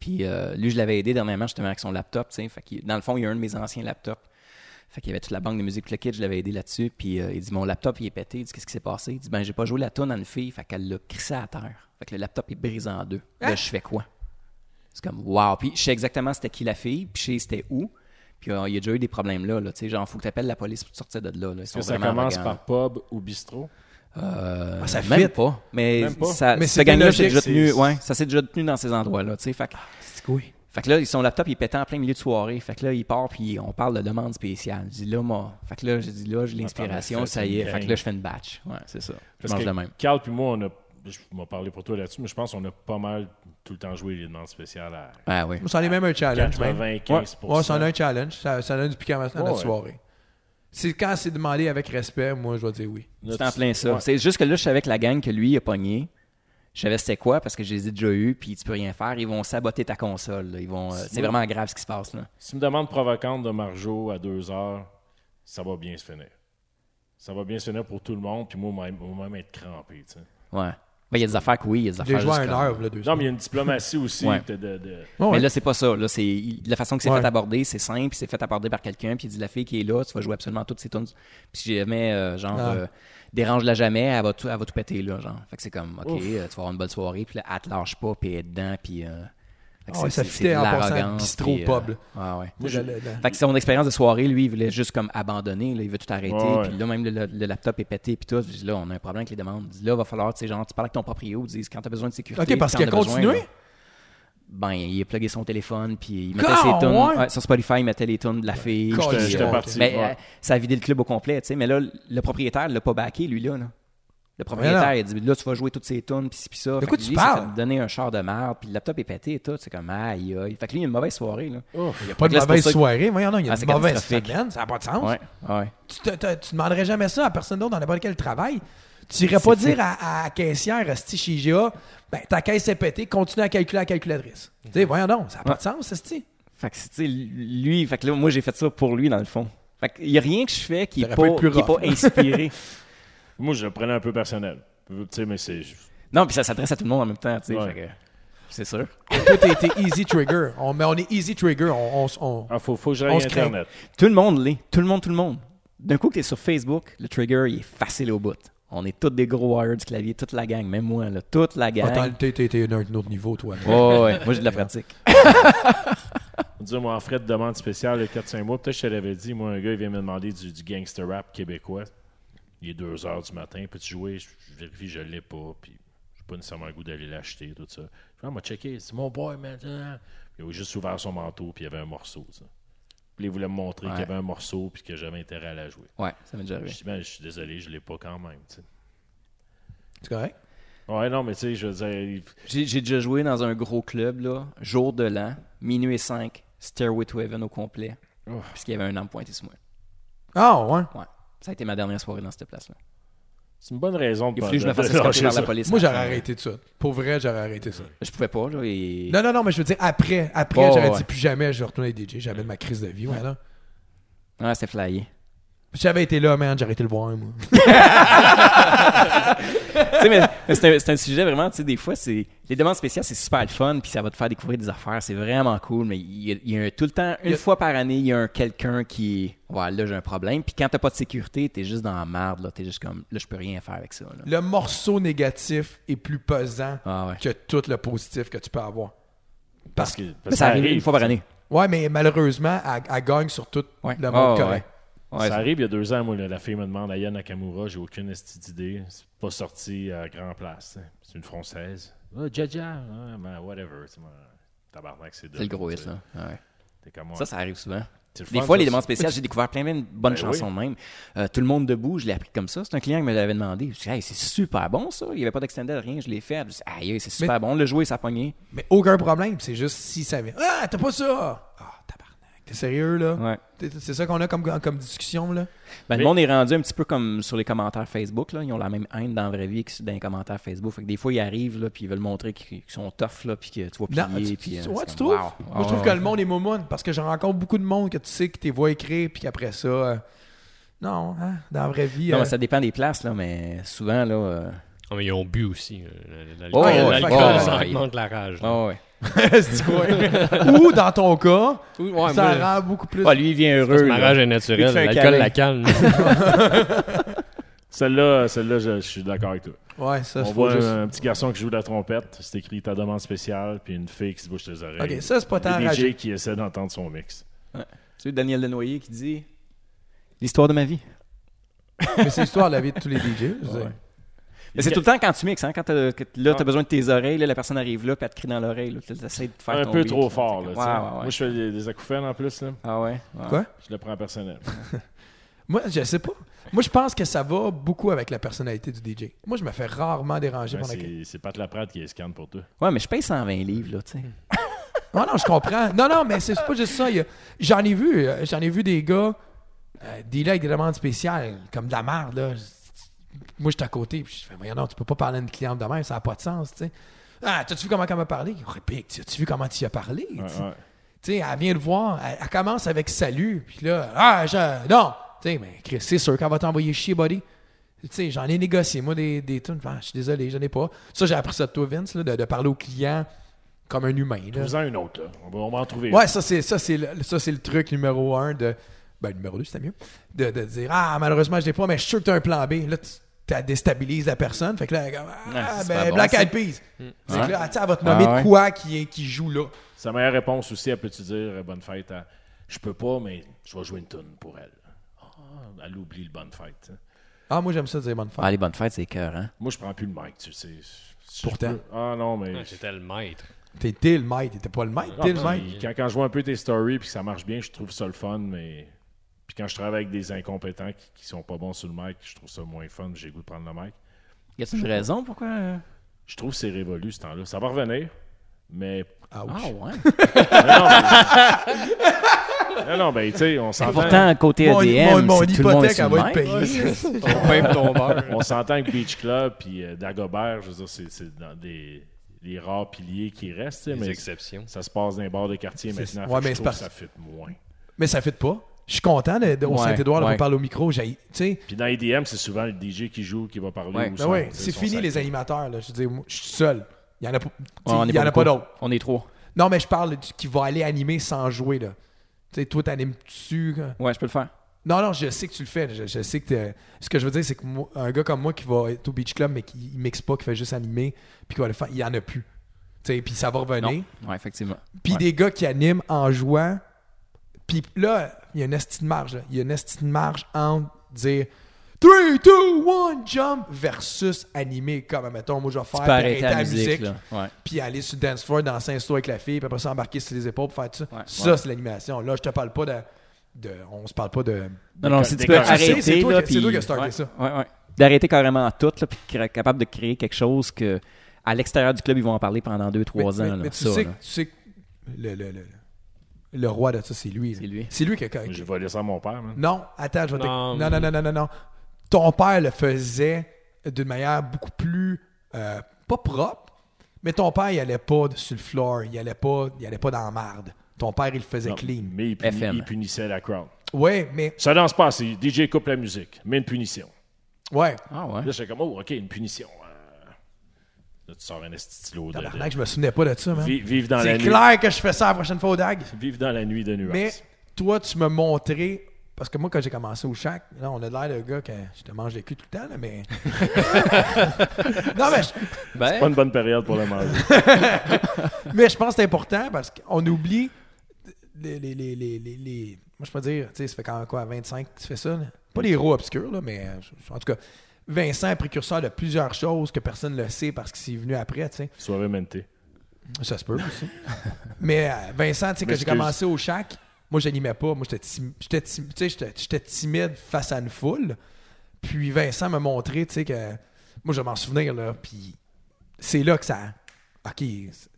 Speaker 2: Puis euh, lui, je l'avais aidé dernièrement justement avec son laptop. tu sais. Fait qu'il- dans le fond, il y a un de mes anciens laptops. Fait qu'il y avait toute la banque de musique, tout le kit, je l'avais aidé là-dessus. Puis euh, il dit Mon laptop, il est pété. Il dit Qu'est-ce qui s'est passé Il dit Ben, j'ai pas joué la tonne à une fille. Fait qu'elle l'a crissé à terre. Fait que le laptop est brisé en deux.
Speaker 1: Hein?
Speaker 2: Là, je fais quoi C'est comme Waouh. Puis je sais exactement c'était qui la fille, puis je sais c'était où. Puis euh, il y a déjà eu des problèmes là. là tu sais, genre, faut que tu appelles la police pour te sortir de là. là. Ils
Speaker 3: Est-ce que
Speaker 2: sont
Speaker 3: ça
Speaker 2: vraiment
Speaker 3: commence
Speaker 2: arrogants,
Speaker 3: par pub ou bistrot?
Speaker 2: euh,
Speaker 1: Ah, ça
Speaker 2: même
Speaker 1: fit.
Speaker 2: pas. Mais,
Speaker 3: Même pas.
Speaker 2: Ça,
Speaker 1: Mais
Speaker 2: ce
Speaker 1: c'est
Speaker 2: gang-là, c'est
Speaker 1: logique,
Speaker 2: déjà tenu.
Speaker 1: c'est-
Speaker 2: Ouais, ça s'est déjà tenu dans ces endroits-là. tu sais. Fait, que-
Speaker 1: C'est oui.
Speaker 2: fait que là, son laptop, il pète en plein milieu de soirée. Fait que là, il part, puis on parle de demande spéciale. Je dis là, moi. Fait que là, j'ai dit là, j'ai l'inspiration,
Speaker 3: parfait,
Speaker 2: ça
Speaker 3: c'est
Speaker 2: y est.
Speaker 3: une
Speaker 2: Fait que
Speaker 3: gang.
Speaker 2: là, je fais une batch. Ouais, c'est ça. Je mange le même.
Speaker 3: Carl puis moi, on a. Je vais parler pour toi là-dessus, mais je pense qu'on a pas mal tout le temps joué les demandes spéciales à
Speaker 2: Ah oui.
Speaker 1: Moi, c'en est même un challenge, même.
Speaker 3: 95
Speaker 1: Ouais, ça en a un challenge. Ça, ça en a du piquant à notre
Speaker 3: Ouais.
Speaker 1: soirée. C'est quand c'est demandé avec respect, moi, je vais dire oui.
Speaker 2: C'est en plein ça. C'est juste que là, je savais que la gang que lui il a pogné, je savais c'était quoi parce que je les ai déjà eu, puis tu peux rien faire. Ils vont saboter ta console. là. Ils vont. euh, c'est vraiment grave ce qui se passe là.
Speaker 3: Si tu me demandes provocante de Marjo à 2 heures, ça va bien se finir. Ça va bien se finir pour tout le monde, puis moi, moi- moi-même être crampé. tu sais.
Speaker 2: Ouais. Ben, il y a des affaires que oui, il y a des affaires.
Speaker 1: J'ai joué à
Speaker 2: juste
Speaker 1: une
Speaker 2: comme-
Speaker 1: heure, là, deux
Speaker 3: Non, mais il y a une diplomatie aussi.
Speaker 2: Ouais.
Speaker 3: de- de- de-
Speaker 1: semaines. Ouais,
Speaker 2: Mais
Speaker 1: ouais.
Speaker 2: là, c'est pas ça. Là, c'est il- la façon que c'est
Speaker 1: Ouais.
Speaker 2: fait aborder, c'est simple, c'est fait aborder par quelqu'un, puis il dit la fille qui est là, tu vas jouer absolument toutes ses tunes. Puis si jamais euh, genre
Speaker 1: Ah.
Speaker 2: euh, dérange-la jamais, elle va tout, elle va tout péter là, genre. Fait que c'est comme ok, euh, tu vas avoir une bonne soirée, puis là, elle te lâche pas, puis elle est dedans, puis. euh,
Speaker 1: Ah
Speaker 2: fait que c'est-
Speaker 1: ouais, ça
Speaker 2: c'est-
Speaker 1: fitait
Speaker 2: c'est de
Speaker 1: en passant
Speaker 2: l'arrogance,
Speaker 1: bistrot
Speaker 2: puis, euh,
Speaker 1: pub,
Speaker 2: ouais, ouais.
Speaker 1: Moi, je- le- le-
Speaker 2: Fait que son expérience de soirée, lui, il voulait juste comme abandonner. Là, il veut tout arrêter.
Speaker 3: Ouais, ouais.
Speaker 2: Puis là, même le, le- le laptop est pété. Puis tout. Je dis, là, on a un problème avec les demandes. Je dis, là, va falloir, tu sais, genre, tu parles avec ton proprio. Dis, quand t'as besoin de sécurité.
Speaker 1: Ok, parce
Speaker 2: quand
Speaker 1: qu'il a
Speaker 2: t'as besoin,
Speaker 1: continué?
Speaker 2: là, ben, il a plugué son téléphone. Puis il mettait
Speaker 1: Quand,
Speaker 2: ses tunes.
Speaker 1: ouais?
Speaker 2: Ouais, sur Spotify, il mettait les tunes de la fille.
Speaker 1: Quand
Speaker 2: puis,
Speaker 1: j'étais- j'étais
Speaker 3: parti,
Speaker 2: Mais
Speaker 3: ouais.
Speaker 2: euh, ça a vidé le club au complet. tu sais. Mais là, le propriétaire l'a pas backé, lui, là. là. Le propriétaire, il dit, là, tu vas jouer toutes ces tunes, puis ci, puis ça. Fait
Speaker 1: quoi
Speaker 2: que
Speaker 1: tu
Speaker 2: lui, ça
Speaker 1: parles?
Speaker 2: fait donner un char de merde, puis le laptop est pété et tout. C'est comme, aïe, aïe. Fait que lui, il a une mauvaise soirée, là.
Speaker 1: Il n'y a pas de
Speaker 2: Fait que là, c'est pour
Speaker 1: mauvaise
Speaker 2: ça que-
Speaker 1: soirée. Voyons, non, il y a
Speaker 2: Ah,
Speaker 1: une
Speaker 2: c'est
Speaker 1: mauvaise
Speaker 2: catastrophique.
Speaker 1: semaine. Ça n'a pas de sens.
Speaker 2: Ouais, ouais.
Speaker 1: Tu ne demanderais jamais ça à personne d'autre dans n'importe quel travail. Tu n'irais pas dire à, à la caissière, à Sti chez IGA, ben, ta caisse est pétée, continue à calculer à la calculatrice. Tu sais, voyons, non, ça n'a pas de sens, Sti.
Speaker 2: Fait que, tu sais, lui, fait que là, moi, j'ai fait ça pour lui, dans le fond. Fait que, il y a rien que je fais qui est
Speaker 1: T'aurais
Speaker 2: pas,
Speaker 1: pu être plus
Speaker 2: qui est pas
Speaker 1: rough.
Speaker 2: inspiré.
Speaker 3: Moi, je le prenais un peu personnel. Tu sais, mais c'est. je-
Speaker 2: non, puis ça s'adresse à tout le monde en même temps, tu sais.
Speaker 3: Ouais.
Speaker 2: fait que, c'est sûr.
Speaker 1: Toi, t'es t'es easy trigger. On, mais on est easy trigger. On, on, on-
Speaker 3: Ah, faut, faut que
Speaker 1: On
Speaker 3: j'aille
Speaker 1: se craint.
Speaker 3: Internet.
Speaker 2: Tout le monde l'est. Tout le monde, tout le monde. D'un coup que t'es sur Facebook, le trigger, il est facile au bout. On est tous des gros warriors du clavier, toute la gang, même moi, là, toute la gang.
Speaker 1: Attends, Ah, t'es, t'es- t'es d'un autre niveau, toi. là.
Speaker 2: Ouais, ouais, moi j'ai de la pratique.
Speaker 3: On dit, moi, en frais de demande spéciale, le 4-5 mois, peut-être que je te l'avais dit, moi, un gars, il vient me demander du, du gangster rap québécois. Il est 2 h du matin, peux-tu jouer Je, je vérifie, je l'ai pas, puis j'ai pas nécessairement le goût d'aller l'acheter, tout ça. Je vais ah, m'a checké, c'est mon boy maintenant. Puis il a juste ouvert son manteau, puis il y avait un morceau, ça. Puis il voulait me montrer qu'il y avait un morceau, puis que j'avais intérêt à la jouer.
Speaker 2: Ouais, ça m'est déjà
Speaker 3: Je
Speaker 2: arrivé.
Speaker 3: dis, ben, je suis désolé, je l'ai pas quand même, tu sais.
Speaker 1: C'est correct?
Speaker 3: Ouais, non, mais tu sais, je veux dire, il-
Speaker 2: J'ai j'ai déjà joué dans un gros club, là, jour de l'an, minuit 5, Stairway to Heaven au complet,
Speaker 3: Oh.
Speaker 2: puisqu'il y avait un homme pointé sur moi.
Speaker 1: Ah, ouais.
Speaker 2: Ouais. Ça a été ma dernière soirée dans cette place-là.
Speaker 3: c'est une bonne raison de
Speaker 2: Il a
Speaker 3: pas
Speaker 2: fallu que je me
Speaker 3: de- de
Speaker 2: fasse escorter
Speaker 3: lâcher
Speaker 2: par
Speaker 3: ça.
Speaker 2: la police.
Speaker 1: Moi,
Speaker 2: à la
Speaker 1: j'aurais
Speaker 2: fin.
Speaker 1: arrêté de ça. Pour vrai, j'aurais arrêté ça.
Speaker 2: Je pouvais pas, là. Et...
Speaker 1: Non, non, non, mais je veux dire, après, après,
Speaker 2: Oh,
Speaker 1: j'aurais
Speaker 2: ouais.
Speaker 1: dit plus jamais, je vais retourner DJ, j'avais de ma crise de vie, ouais, là.
Speaker 2: Ouais, c'était flyé.
Speaker 1: Si j'avais été là, man, j'aurais été le voir, moi.
Speaker 2: tu sais, mais, mais c'est un, c'est un sujet vraiment, tu sais, des fois, c'est les demandes spéciales, c'est super le fun, puis ça va te faire découvrir des affaires, c'est vraiment cool, mais il y a, il y a un- tout le temps,
Speaker 1: Il
Speaker 2: une
Speaker 1: y a-
Speaker 2: fois par année, il y a un quelqu'un qui, ouais, là, j'ai un problème, puis quand t'as pas de sécurité, t'es juste dans la merde, là, t'es juste comme, là, je peux rien faire avec ça, là.
Speaker 1: Le morceau négatif est plus pesant
Speaker 2: Ah ouais.
Speaker 1: que tout le positif que tu peux avoir.
Speaker 3: Parce que, parce
Speaker 2: Mais ça
Speaker 3: que
Speaker 2: arrive une fois par année.
Speaker 1: Ouais, mais malheureusement, elle, elle gagne sur tout
Speaker 2: Ouais.
Speaker 1: le
Speaker 2: Ah,
Speaker 1: monde correct.
Speaker 2: ouais. Ouais,
Speaker 3: ça
Speaker 2: c'est-
Speaker 3: arrive il y a deux ans, moi, là, la fille me demande Aya Nakamura, j'ai aucune esti d'idée. C'est pas sorti à grand place. hein. C'est une française. Ah, Jaja, ah, ben, whatever. tu sais, moi, Tabarnak, c'est
Speaker 2: C'est le gros hit, là. Ouais. Ça,
Speaker 3: Ça,
Speaker 2: ça arrive souvent.
Speaker 3: C'est le
Speaker 2: Des
Speaker 3: fun,
Speaker 2: fois,
Speaker 3: ça,
Speaker 2: les
Speaker 3: ça.
Speaker 2: demandes spéciales, j'ai découvert plein de bonnes
Speaker 3: Ben
Speaker 2: chansons de même. Euh, Tout le monde debout, je l'ai appris comme ça. C'est un client qui me l'avait demandé. Je dis, hey, c'est super bon ça. Il n'y avait pas d'extended, rien, je l'ai fait. Je dis, aïe, c'est super bon. Le jouer, ça a pogné.
Speaker 1: Mais aucun problème, c'est juste si ça vient. Ah, t'as pas ça! Ah, tabarnak. T'es sérieux, là?
Speaker 2: Ouais.
Speaker 1: T'es- C'est ça qu'on a comme, comme discussion, là?
Speaker 2: Ben,
Speaker 3: Mais-
Speaker 2: Le monde est rendu un petit peu comme sur les commentaires Facebook. Là. Ils ont la même haine dans la vraie vie que dans les commentaires Facebook. Fait que des fois, ils arrivent là, puis ils veulent montrer qu'ils qu'ils sont tough, là, puis que tu vois plier.
Speaker 1: Non, tu,
Speaker 2: puis,
Speaker 1: tu-
Speaker 2: euh,
Speaker 1: ouais,
Speaker 2: c'est
Speaker 1: tu trouves?
Speaker 2: comme, wow.
Speaker 1: Moi,
Speaker 2: Ah,
Speaker 1: je trouve
Speaker 2: ouais.
Speaker 1: que le monde est moumoune parce que je rencontre beaucoup de monde que tu sais que t'es vois écrire puis qu'après ça, euh, non, hein, dans la vraie vie.
Speaker 2: Non,
Speaker 1: euh,
Speaker 2: mais ça dépend des places, là, mais souvent, là. euh,
Speaker 4: Ah, mais ils ont bu aussi. euh, l'al-
Speaker 2: Oh,
Speaker 4: L'alcool,
Speaker 1: ouais,
Speaker 4: l'alcool,
Speaker 1: ouais,
Speaker 4: ça
Speaker 2: ouais.
Speaker 4: augmente la rage. là.
Speaker 2: ah, ouais.
Speaker 1: c'est quoi? Ou dans ton cas,
Speaker 4: Oui, ouais,
Speaker 1: ça
Speaker 4: moi,
Speaker 1: rend beaucoup plus.
Speaker 2: Ah, lui, il vient
Speaker 4: parce que
Speaker 2: heureux.
Speaker 4: ma
Speaker 2: là.
Speaker 4: rage est
Speaker 2: Il te
Speaker 4: naturelle.
Speaker 2: fait un
Speaker 4: L'alcool la calme. Ah,
Speaker 3: Celle-là, celle-là je, je suis d'accord avec toi.
Speaker 1: Ouais, ça,
Speaker 3: On
Speaker 1: faut
Speaker 3: voit euh,
Speaker 1: juste-
Speaker 3: un petit garçon qui joue de la trompette. C'est écrit ta demande spéciale, puis une fille qui se bouche les oreilles.
Speaker 1: Ok, ça, c'est pas tant
Speaker 3: Le DJ
Speaker 1: enragé.
Speaker 3: qui essaie d'entendre son mix.
Speaker 2: Tu sais, Daniel Denoyer qui dit L'histoire de ma vie.
Speaker 1: Mais c'est l'histoire de la vie de tous les DJ. je veux dire.
Speaker 2: Mais c'est tout le temps quand tu mixes, hein, quand t'as- que là, t'as besoin de tes oreilles, là, la personne arrive là, puis elle te crie dans l'oreille, là, puis elle essaie de te faire
Speaker 3: Un
Speaker 2: ton
Speaker 3: peu
Speaker 2: beat,
Speaker 3: trop
Speaker 2: là.
Speaker 3: fort. Là,
Speaker 2: Ouais,
Speaker 3: tu sais.
Speaker 2: ouais, ouais.
Speaker 3: Moi, je fais des, des acouphènes en plus. Là.
Speaker 2: Ah ouais? ouais.
Speaker 1: Quoi?
Speaker 3: Je le prends personnel.
Speaker 1: Moi, je sais pas. Moi, je pense que ça va beaucoup avec la personnalité du DJ. Moi, je me fais rarement déranger
Speaker 3: Ouais,
Speaker 1: pendant que.
Speaker 3: Ben, c'est- c'est Pat Laprade qui est scanne pour toi.
Speaker 2: Ouais, mais je paye 120 livres, là, tu sais.
Speaker 1: Non, non, je comprends. Non, non, mais c'est c'est pas juste ça. il y a- J'en ai vu. euh, J'en ai vu des gars euh, dealer avec des demandes spéciales, comme de la merde, là. Moi, j'étais à côté, puis je fais, voyons, non, tu peux pas parler à une cliente de même, ça n'a pas de sens, tu sais. Ah, t'as-tu vu comment elle m'a parlé? Répique, t'as-tu vu comment tu y as parlé?
Speaker 3: Ouais,
Speaker 1: Tu sais.
Speaker 3: ouais.
Speaker 1: Tu sais, elle vient le voir, elle, elle commence avec salut, puis là, ah, je- non! Tu sais, mais Chris, c'est sûr qu'elle va t'envoyer chier, buddy. Tu sais, j'en ai négocié, moi, des, des tunes. Ah, je suis désolé, j'en ai pas. Ça, j'ai appris ça de toi, Vince, là, de, de parler au client comme un humain. là.
Speaker 3: Vous en une autre. Là. On va, on va en trouver.
Speaker 1: Ouais, ça, c'est, ça, c'est, le, ça, c'est le truc numéro un de. Ben, numéro deux, c'était mieux. De, de dire, ah, malheureusement, je l'ai pas, mais je suis sûr que t'as un plan B. Là, tu tu déstabilises la personne. Fait que là, elle est comme, ah,
Speaker 2: Ouais, c'est
Speaker 1: ben,
Speaker 2: pas bon,
Speaker 1: Black
Speaker 2: ça.
Speaker 1: Eyed Peas. C'est que
Speaker 2: Ouais.
Speaker 1: là, tu sais, elle va te
Speaker 2: Ah,
Speaker 1: nommer
Speaker 2: ouais.
Speaker 1: de quoi qui, est- qui joue là.
Speaker 3: Sa meilleure réponse aussi, elle peut-tu dire euh, bonne fête à je peux pas, mais je vais jouer une tune pour elle. Ah, elle oublie le bonne fête. hein.
Speaker 1: Ah, moi, j'aime ça dire bonne fête.
Speaker 2: Ah, les bonnes fêtes, c'est cœur, hein?
Speaker 3: Moi, je prends plus le mic, tu sais. Si je
Speaker 1: Pourtant.
Speaker 3: peux- Ah non, mais.
Speaker 4: Ah, J'étais le maître.
Speaker 1: T'étais le maître, t'étais pas le maître,
Speaker 3: Ah,
Speaker 1: t'es
Speaker 2: ben,
Speaker 1: le
Speaker 3: puis
Speaker 1: maître.
Speaker 3: quand, quand je vois un peu tes stories puis que ça marche bien, je trouve ça le fun, mais. Puis quand je travaille avec des incompétents qui, qui sont pas bons sur le mic, je trouve ça moins fun, j'ai le goût de prendre le mic.
Speaker 2: Y a-tu une raison pourquoi? euh?
Speaker 3: Je trouve que c'est révolu ce temps-là. Ça va revenir, mais.
Speaker 1: Ouch.
Speaker 2: Ah, ouais.
Speaker 3: Non, non, mais- non, non, ben, tu sais, on s'entend.
Speaker 2: Pourtant, côté
Speaker 1: Mon, mon-
Speaker 2: ADM,
Speaker 1: mon
Speaker 2: c'est tout le monde
Speaker 1: hypothèque,
Speaker 2: est sur
Speaker 1: elle
Speaker 2: le
Speaker 1: va être
Speaker 2: même.
Speaker 1: payée.
Speaker 4: Même tombeur.
Speaker 3: On s'entend que Beach Club puis euh, Dagobert, je veux dire, c'est, c'est dans des les rares piliers qui restent, tu sais,
Speaker 4: Des
Speaker 3: mais
Speaker 4: exceptions.
Speaker 3: ça se passe dans les bars de quartier
Speaker 1: C'est-
Speaker 3: maintenant.
Speaker 1: ouais,
Speaker 3: fait que
Speaker 1: mais c'est
Speaker 3: je trouve
Speaker 1: parce-
Speaker 3: que ça fit moins.
Speaker 1: Mais ça fait pas. Je suis content de, de- au
Speaker 2: Ouais,
Speaker 1: Saint-Édouard, là,
Speaker 2: ouais.
Speaker 1: on parle au micro. j'ai- Tu sais,
Speaker 3: Puis dans les DM, c'est souvent le DJ qui joue, qui va parler.
Speaker 2: Ouais.
Speaker 3: ou
Speaker 1: ben
Speaker 3: ça,
Speaker 1: ouais,
Speaker 3: tu sais,
Speaker 1: c'est
Speaker 3: son
Speaker 1: fini
Speaker 3: sac.
Speaker 1: les animateurs. Là. Je veux dire, moi, je suis seul. Il y en a, pas- tu sais,
Speaker 2: Ouais, on est
Speaker 1: il y en a
Speaker 2: beaucoup.
Speaker 1: pas d'autres.
Speaker 2: On est trois.
Speaker 1: Non, mais je parle du- qui va aller animer sans jouer, là. Tu sais, toi, t'animes-tu? quand-
Speaker 2: Ouais, je peux le faire.
Speaker 1: Non, non, je sais que tu le fais. Je, je sais que t'es- ce que je veux dire, c'est que moi- un gars comme moi qui va être au Beach Club, mais qui ne mixe pas, qui fait juste animer, puis qui va le faire, il n'y en a plus. Tu sais, Puis ça va revenir.
Speaker 2: Non. Ouais, effectivement.
Speaker 1: Puis
Speaker 2: Ouais.
Speaker 1: des gars qui animent en jouant. Puis là, il y a une estime de marge. là. Il y a une estime de marge entre dire 3, 2, 1, jump versus animer. Comme, mettons, moi, je vais faire puis
Speaker 2: Tu peux arrêter la musique, là. Ouais.
Speaker 1: puis aller sur le dance floor, danser un slow avec la fille, puis après ça, embarquer sur les épaules pour faire tout ça.
Speaker 2: Ouais,
Speaker 1: ça,
Speaker 2: ouais.
Speaker 1: c'est l'animation. Là, je te parle pas de. de on se parle pas de.
Speaker 2: Non, non, si tu peux
Speaker 3: décor-
Speaker 1: C'est- c'est
Speaker 2: arrêter,
Speaker 1: toi
Speaker 2: là,
Speaker 1: qui- c'est toi
Speaker 2: puis-
Speaker 1: qui as starté
Speaker 2: ouais,
Speaker 1: ça.
Speaker 2: ouais, ouais. D'arrêter carrément tout, là, puis de cra- capable de créer quelque chose que, à l'extérieur du club, ils vont en parler pendant 2-3 ans.
Speaker 1: mais,
Speaker 2: là,
Speaker 1: mais tu,
Speaker 2: ça,
Speaker 1: sais, que-
Speaker 2: là.
Speaker 1: tu sais que le, le, le, le roi de ça, c'est lui. là.
Speaker 2: C'est lui.
Speaker 1: C'est lui qui a. qui-
Speaker 3: J'ai volé ça à mon père, man.
Speaker 1: Non, attends, je vais te-
Speaker 4: Non.
Speaker 1: non, non, non, non, non, non. Ton père le faisait d'une manière beaucoup plus euh, pas propre, mais ton père, il allait pas sur le floor, il allait pas, il allait pas dans la marde. Ton père, il le faisait
Speaker 3: Non,
Speaker 1: clean.
Speaker 3: Mais il, puni-
Speaker 2: FM.
Speaker 3: il punissait la crowd.
Speaker 1: Ouais, mais
Speaker 3: Ça danse pas assez. DJ coupe la musique. Mais une punition.
Speaker 1: ouais.
Speaker 2: Ah ouais.
Speaker 3: Là, j'étais comme, oh, OK, une punition. Euh, Là, tu sors un esti de stylo. De, de-
Speaker 1: Tabarnak, je me souvenais pas de ça, man.
Speaker 3: Vi- vive dans la
Speaker 1: C'est
Speaker 3: nuit.
Speaker 1: clair que je fais ça la prochaine fois au DAG.
Speaker 3: Vive dans la nuit de nuance.
Speaker 1: Mais toi, tu m'as montré. Parce que moi, quand j'ai commencé au shack, là, on a l'air de gars que je te mange les culs tout le temps, là, mais. non, mais je,
Speaker 3: Pas une bonne période pour le manger.
Speaker 1: Mais je pense que c'est important parce qu'on oublie les, les, les, les, les- les- Moi, je peux dire, tu sais, ça fait quand même quoi, 25 que tu fais ça? là? Pas les roues obscures, là, mais euh, en tout cas, Vincent est précurseur de plusieurs choses que personne ne le sait parce qu'il est venu après, tu sais.
Speaker 3: Soirée menté.
Speaker 1: Ça se peut aussi. mais euh, Vincent, tu sais, quand j'ai
Speaker 3: M'excuse.
Speaker 1: commencé au shack, moi, j'animais pas. Moi, j'étais tim- j'étais tim- tu sais, j'étais- j'étais timide face à une foule. Puis Vincent m'a montré, tu sais, que moi, je vais m'en souvenir, là. Puis c'est là que ça. OK,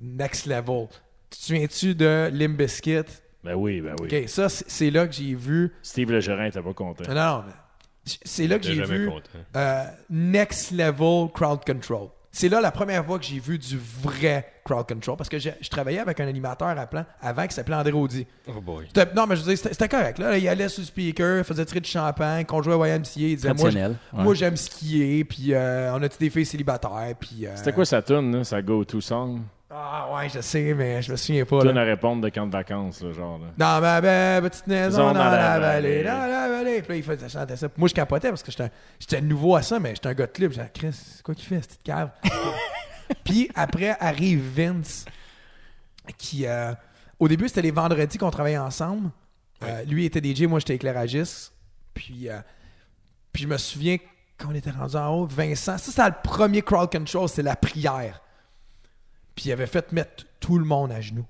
Speaker 1: next level. Tu te souviens-tu de Limbiskit?
Speaker 3: Ben oui, ben oui.
Speaker 1: OK, Euh, ça, c'est c'est là que j'ai vu.
Speaker 3: Steve le gérant était pas content.
Speaker 1: Non, non, mais c'est là que
Speaker 4: J'étais
Speaker 1: j'ai
Speaker 4: jamais
Speaker 1: vu
Speaker 4: content.
Speaker 1: euh, next level crowd control. C'est là la première fois que j'ai vu du vrai crowd control parce que je, je travaillais avec un animateur à plan avant qui s'appelait André Audi.
Speaker 4: Oh boy.
Speaker 1: C'était- Non, mais je veux dire, c'était c'était correct. Là. Il allait sur le speaker, faisait tirer du champagne, qu'on jouait à YMCA. Il disait Ben, Moi,
Speaker 2: Traditionnel,
Speaker 1: je-
Speaker 2: ouais.
Speaker 1: moi, j'aime skier, puis euh, on a-tu des filles célibataires, puis. euh,
Speaker 3: C'était quoi sa tune, là, sa go-to song?
Speaker 1: Ah, ouais, je sais, mais je me souviens pas.
Speaker 3: Tune
Speaker 1: là.
Speaker 3: à répondre de camp de vacances, là, genre. Là.
Speaker 1: Dans ma belle petite maison, dans, la, vallée, dans
Speaker 3: vallée.
Speaker 1: la vallée. Puis là, il faisait chanter ça. Puis moi, je capotais parce que j'étais un- j'étais nouveau à ça, mais j'étais un gars de club. J'ai dit, Chris, c'est quoi qu'il fait, cette petite cave? Puis après, arrive Vince, qui, euh, au début, c'était les vendredis qu'on travaillait ensemble. Euh, lui était DJ, moi, j'étais éclairagiste. Puis, euh, puis je me souviens qu'on était rendu en haut, Vincent, ça, c'était le premier crowd control, c'est la prière. Puis il avait fait mettre tout le monde à genoux.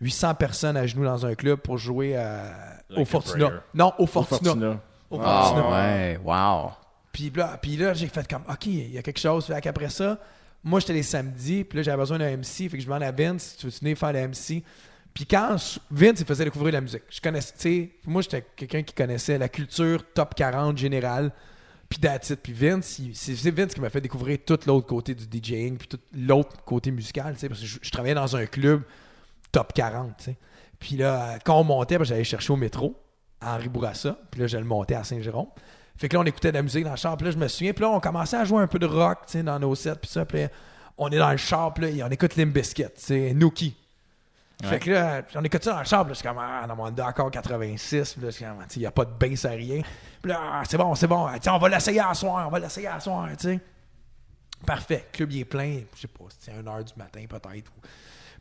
Speaker 1: 800 personnes à genoux dans un club pour jouer euh, au
Speaker 3: a
Speaker 1: Fortuna.
Speaker 3: prayer.
Speaker 1: Non, au
Speaker 3: Au
Speaker 1: Fortuna.
Speaker 3: Fortuna.
Speaker 1: Au
Speaker 2: Ah
Speaker 1: Fortuna.
Speaker 2: ouais, wow.
Speaker 1: Puis là, puis là j'ai fait comme, OK, il y a quelque chose. Fait qu'après ça, moi, j'étais les samedis, puis là, j'avais besoin d'un MC. Fait que je demande à Vince, tu veux venir faire le MC? Puis quand je- Vince, il faisait découvrir la musique. Je connaissais, tu sais, moi, j'étais quelqu'un qui connaissait la culture top 40 générale, puis d'attitude. Puis Vince, il- c'est c'est Vince qui m'a fait découvrir tout l'autre côté du DJing, puis tout l'autre côté musical, tu sais, parce que je, je travaillais dans un club top 40, tu sais. Puis là, quand on montait, ben, j'allais chercher au métro, à Henri Bourassa, puis là, je le montais à Saint-Jérôme. Fait que là, on écoutait de la musique dans le char. Puis là, je me souviens. Puis là, on commençait à jouer un peu de rock, tu sais, dans nos sets. Puis ça, puis là, on est dans le char. Puis là, et on écoute Limbiskit, tu sais, Nookie. Fait que là, on écoute ça dans le char. Puis là, je suis comme, ah, dans mon d'accord 86. Puis là, je suis comme, tu sais, il n'y a pas de bass à rien. Puis là, ah, c'est bon, c'est bon. Tu sais, on va l'essayer à soir. On va l'essayer à soir, tu sais. Parfait. Club, il est plein. Je sais pas, c'est 1h du matin, peut-être. ou-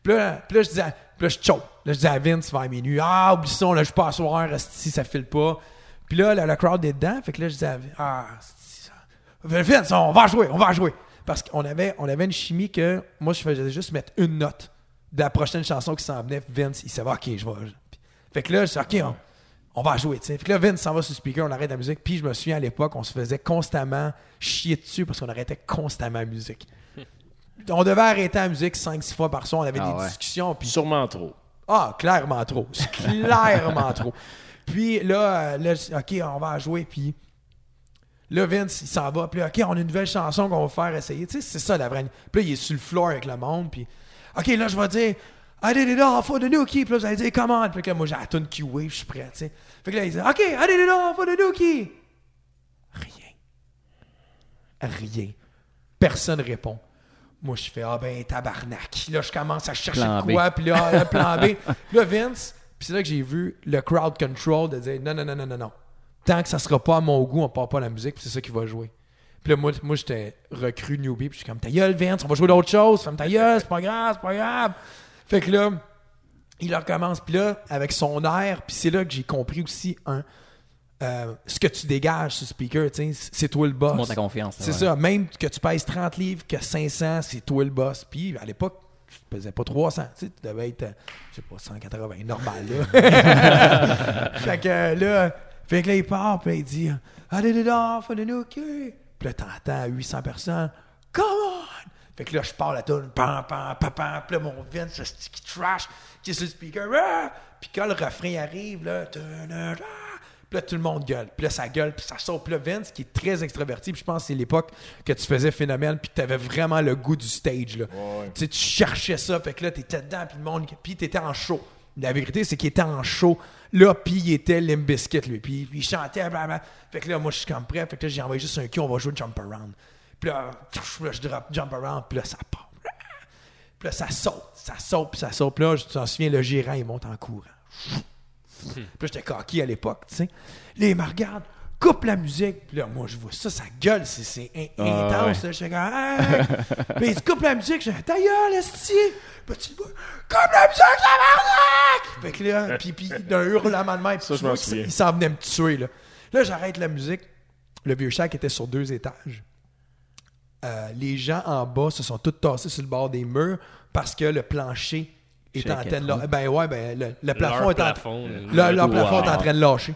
Speaker 1: Puis là, puis là, je disais, à- puis là, je choke. Là, je disais à Vince vers minuit, ah, oublie ça, là, je passe au soir, si ça file pas. Puis là, le, le crowd est dedans. Fait que là, je disais, à Vin- ah, asti, ça- Vince, on va jouer, on va jouer. Parce qu'on avait, on avait une chimie que moi, je faisais juste mettre une note de la prochaine chanson qui s'en venait. Vince, il savait, OK, je vais. Puis- Fait que là, je dis, OK, on, on va jouer, tu sais. Fait que là, Vince s'en va sur le speaker, on arrête la musique. Puis je me souviens, à l'époque, on se faisait constamment chier dessus parce qu'on arrêtait constamment la musique. On devait arrêter la musique 5-6 fois par soir. On avait
Speaker 2: Ah
Speaker 1: des
Speaker 2: ouais.
Speaker 1: discussions. Puis
Speaker 3: Sûrement trop.
Speaker 1: ah, clairement trop. C'est clairement trop. Puis là, euh, là, je- OK, on va jouer. Puis là, Vince, il s'en va. Puis là, OK, on a une nouvelle chanson qu'on va faire essayer. Tu sais, c'est ça la vraie. Puis là, il est sur le floor avec le monde. Puis OK, là, je vais dire. I did it all for the nookie. Puis là, vous allez dire, come on. Puis là, moi, j'ai la tune qui wave, je suis prêt, tu sais. Fait que là, il dit, OK, I did it all for the nookie. Rien. Rien. Personne répond. Moi, je fais, ah ben, tabarnak. Là, je commence à chercher
Speaker 2: Plan
Speaker 1: de quoi, puis là, ah, le plan B. Puis là, Vince, puis c'est là que j'ai vu le crowd control de dire, non, non, non, non, non, non. tant que ça sera pas à mon goût, on part pas à la musique, puis c'est ça qui va jouer. Puis là, moi, moi j'étais recru newbie, puis je suis comme, ta gueule, Vince, on va jouer d'autres choses, ferme ta gueule, c'est pas grave, c'est pas grave. Fait que là, il recommence, puis là, avec son air, puis c'est là que j'ai compris aussi, un, euh, ce que tu dégages sur le speaker, tu sais, c'est toi le boss.
Speaker 2: Tu montes ta confiance, là,
Speaker 1: C'est
Speaker 2: ouais.
Speaker 1: ça, même que tu pèses 30 livres, que 500, c'est toi le boss. Puis à l'époque, tu pesais pas 300, tu sais, tu devais être, euh, je sais pas, 180, normal, là. fait que là, fait que là, il part, puis il dit Allez dehors, fais nous Puis là, t'entends 800 personnes Come on Fait que là, je pars la toune, pam, pam, pam, pam. Puis là, mon Vince, ce sticky trash, qui est sur le speaker, Ah! puis quand le refrain arrive, là, Ta-da-da! puis là, tout le monde gueule. Puis là, ça gueule, puis ça saute. Puis là, Vince, qui est très extraverti, puis je pense que c'est l'époque que tu faisais phénomène, puis tu avais vraiment le goût du stage, là. Tu sais, tu cherchais ça, fait que là, t'étais dedans, puis le monde, puis t'étais en show. La vérité, c'est qu'il était en show. Là, puis il était Limp Bizkit, lui. Puis il chantait, blablabla. Fait que là, moi, je suis comme prêt. Fait que là, j'ai envoyé juste un cul, on va jouer Jump Around. Puis là, tchouf, là, je drop Jump Around, puis là, ça part. Puis là, ça saute, ça saute, puis ça saute. Puis là, je t'en souviens, le gérant, il monte en courant. Puis là, j'étais coquille à l'époque, tu sais. Là, il me regarde, coupe la musique. Puis là, moi, je vois ça, ça gueule, c'est, c'est in-
Speaker 3: Ah,
Speaker 1: intense. là. J'étais comme, hey! Puis il dit, coupe la musique. Je dis, ta gueule, esti! Puis tu le vois, coupe la musique, la Fait que là, puis, puis d'un hurlement de main, puis
Speaker 3: Ça,
Speaker 1: tu
Speaker 3: je m'en
Speaker 1: vois que
Speaker 3: souviens.
Speaker 1: il s'en venait me tuer, là. Là, j'arrête la musique. Le vieux shack était sur deux étages. Euh, les gens en bas se sont tous tassés sur le bord des murs parce que le plancher est
Speaker 2: Check
Speaker 1: en
Speaker 2: it
Speaker 1: train de lâ-
Speaker 2: out.
Speaker 1: Ben ouais, ben le, le plafond
Speaker 4: Leur
Speaker 1: est en
Speaker 4: plafond, là.
Speaker 1: le- leur
Speaker 2: Wow.
Speaker 1: plafond est en train de lâcher.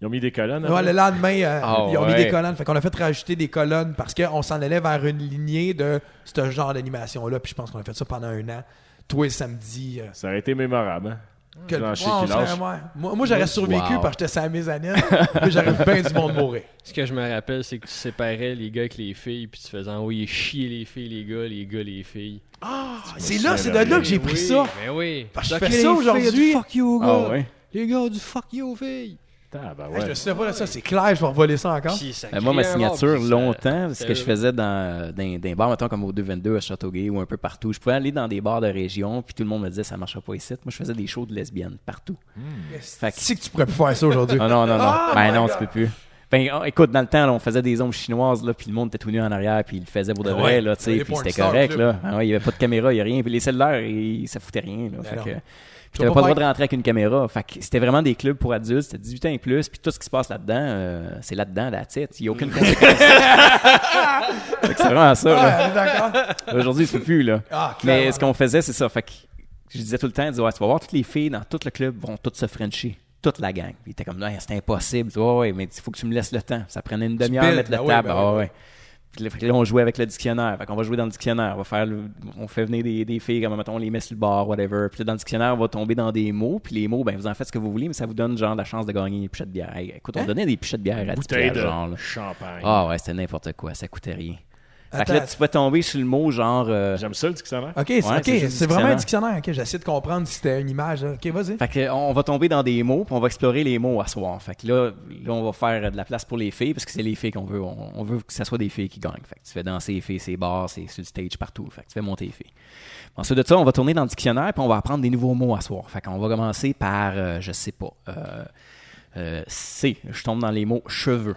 Speaker 3: Ils ont mis des colonnes.
Speaker 1: Ouais,
Speaker 3: hein?
Speaker 1: le lendemain, euh,
Speaker 4: Ah,
Speaker 1: ils ont mis
Speaker 4: ouais.
Speaker 1: des colonnes. Fait qu'on a fait rajouter des colonnes parce qu'on s'en allait vers une lignée de ce genre d'animation-là. Puis je pense qu'on a fait ça pendant un an. Tous les samedis. euh,
Speaker 3: Ça aurait été mémorable. hein?
Speaker 4: Mmh.
Speaker 1: que-
Speaker 3: Plancher
Speaker 1: Ouais, on
Speaker 3: qui lâche.
Speaker 1: serait- ouais. Moi, moi, j'aurais survécu
Speaker 2: Wow.
Speaker 1: parce que j'étais sur la mezzanine. mais j'aurais vu bien du monde mourir.
Speaker 4: Ce que je me rappelle, c'est que tu séparais les gars avec les filles, puis tu faisais envoyer chier les filles, les gars, les gars, les filles. Ben
Speaker 1: C'est là,
Speaker 3: souviens
Speaker 1: c'est de
Speaker 3: de
Speaker 1: là
Speaker 3: rien.
Speaker 1: que j'ai pris
Speaker 4: Oui,
Speaker 1: ça.
Speaker 4: Mais oui.
Speaker 1: Parce que je
Speaker 4: Fuck
Speaker 1: fais
Speaker 4: les
Speaker 1: ça
Speaker 4: filles,
Speaker 1: aujourd'hui.
Speaker 4: du Fuck you aux
Speaker 2: Ah
Speaker 4: gars.
Speaker 2: ouais.
Speaker 4: Les gars, du fuck you aux filles.
Speaker 3: Tabarouette.
Speaker 1: Je me souviens pas de ça. C'est clair, je vais revoler ça encore.
Speaker 4: Puis ça
Speaker 2: Euh, moi, ma
Speaker 4: criait à mort,
Speaker 2: signature,
Speaker 4: puis ça- Euh.
Speaker 2: longtemps, ce
Speaker 4: ça-
Speaker 2: que je faisais dans, dans, dans des bars, mettons, comme au 222 à Châteauguay ou un peu partout, je pouvais aller dans des bars de région, puis tout le monde me disait ça marchera pas ici. Moi, je faisais des shows de lesbiennes partout. Fait que-
Speaker 1: Si que tu pourrais plus faire ça aujourd'hui.
Speaker 2: non, non, non, non.
Speaker 1: Oh my
Speaker 2: ben non,
Speaker 1: God.
Speaker 2: tu peux plus. Ben oh, écoute, dans le temps, là, on faisait des ombres chinoises, là, puis le monde était tout nu en arrière, puis il le faisait pour de vrai,
Speaker 1: Ben Ouais.
Speaker 2: là, tu
Speaker 1: Il y
Speaker 2: sais,
Speaker 1: avait
Speaker 2: puis
Speaker 1: pas un
Speaker 2: c'était
Speaker 1: star
Speaker 2: correct,
Speaker 1: club.
Speaker 2: là. Ah ouais, il y avait pas de caméra, il y a rien, puis les cellulaires, ils, ça foutait rien, là.
Speaker 1: Ben
Speaker 2: Fait
Speaker 1: non.
Speaker 2: que-
Speaker 1: Tu
Speaker 2: puis t'avais
Speaker 1: vas
Speaker 2: pas
Speaker 1: pas
Speaker 2: le droit
Speaker 1: faire-
Speaker 2: de rentrer avec une caméra. Fait que c'était vraiment des clubs pour adultes, c'était 18 ans et plus, puis tout ce qui se passe là-dedans, euh, c'est là-dedans, la tête. Il n'y a aucune conséquence. Fait que c'est vraiment ça, là.
Speaker 1: Ah, d'accord.
Speaker 2: Aujourd'hui, je peux plus, là.
Speaker 1: Ah, clairement.
Speaker 2: Mais ce qu'on faisait, c'est ça. Fait que je disais tout le temps, je disais, ouais, tu vas voir, toutes les filles dans tout le club vont toutes se frencher. Toute la gang. Puis Il était comme, non, c'est impossible. Je dis, ouais, ouais, mais il faut que tu me laisses le temps. Ça prenait une demi-heure à
Speaker 1: piles,
Speaker 2: mettre le
Speaker 1: ben oui,
Speaker 2: table.
Speaker 1: ben
Speaker 2: Ah,
Speaker 1: oui.
Speaker 2: ouais. Puis là, fait que là, on jouait avec le dictionnaire. Fait qu'on va jouer dans le dictionnaire. On, va faire le- on fait venir des, des filles, comme mettons, on les met sur le bar, whatever. Puis là, dans le dictionnaire, on va tomber dans des mots. Puis les mots, ben, vous en faites ce que vous voulez, mais ça vous donne, genre, la chance de gagner des pichettes de bière. Hey, écoute, on donnait des pichettes de bière à 10
Speaker 3: Bouteille de
Speaker 2: piastres, genre, là.
Speaker 3: champagne.
Speaker 2: Ah ouais, c'était n'importe quoi, ça coûtait rien. Fait que
Speaker 1: Attends.
Speaker 2: là, tu pouvais tomber sur le mot genre. euh,
Speaker 3: J'aime ça le dictionnaire.
Speaker 1: Ok, c'est
Speaker 2: Ouais,
Speaker 1: ok,
Speaker 2: c'est juste
Speaker 1: c'est vraiment un dictionnaire. Ok, j'essaie de comprendre si c'était une image. là. Ok, vas-y.
Speaker 2: Fait que, euh, on va tomber dans des mots, puis on va explorer les mots à soir. Fait que là, là, on va faire euh, de la place pour les filles, parce que c'est les filles qu'on veut. On, on veut que ça soit des filles qui gagnent. Fait que tu fais danser les filles, c'est bars, c'est sur le stage partout. Fait que tu fais monter les filles. Ensuite de ça, on va tourner dans le dictionnaire, puis on va apprendre des nouveaux mots à soir. Fait qu'on va commencer par, euh, je sais pas, euh, euh, C. Je tombe dans les mots cheveux.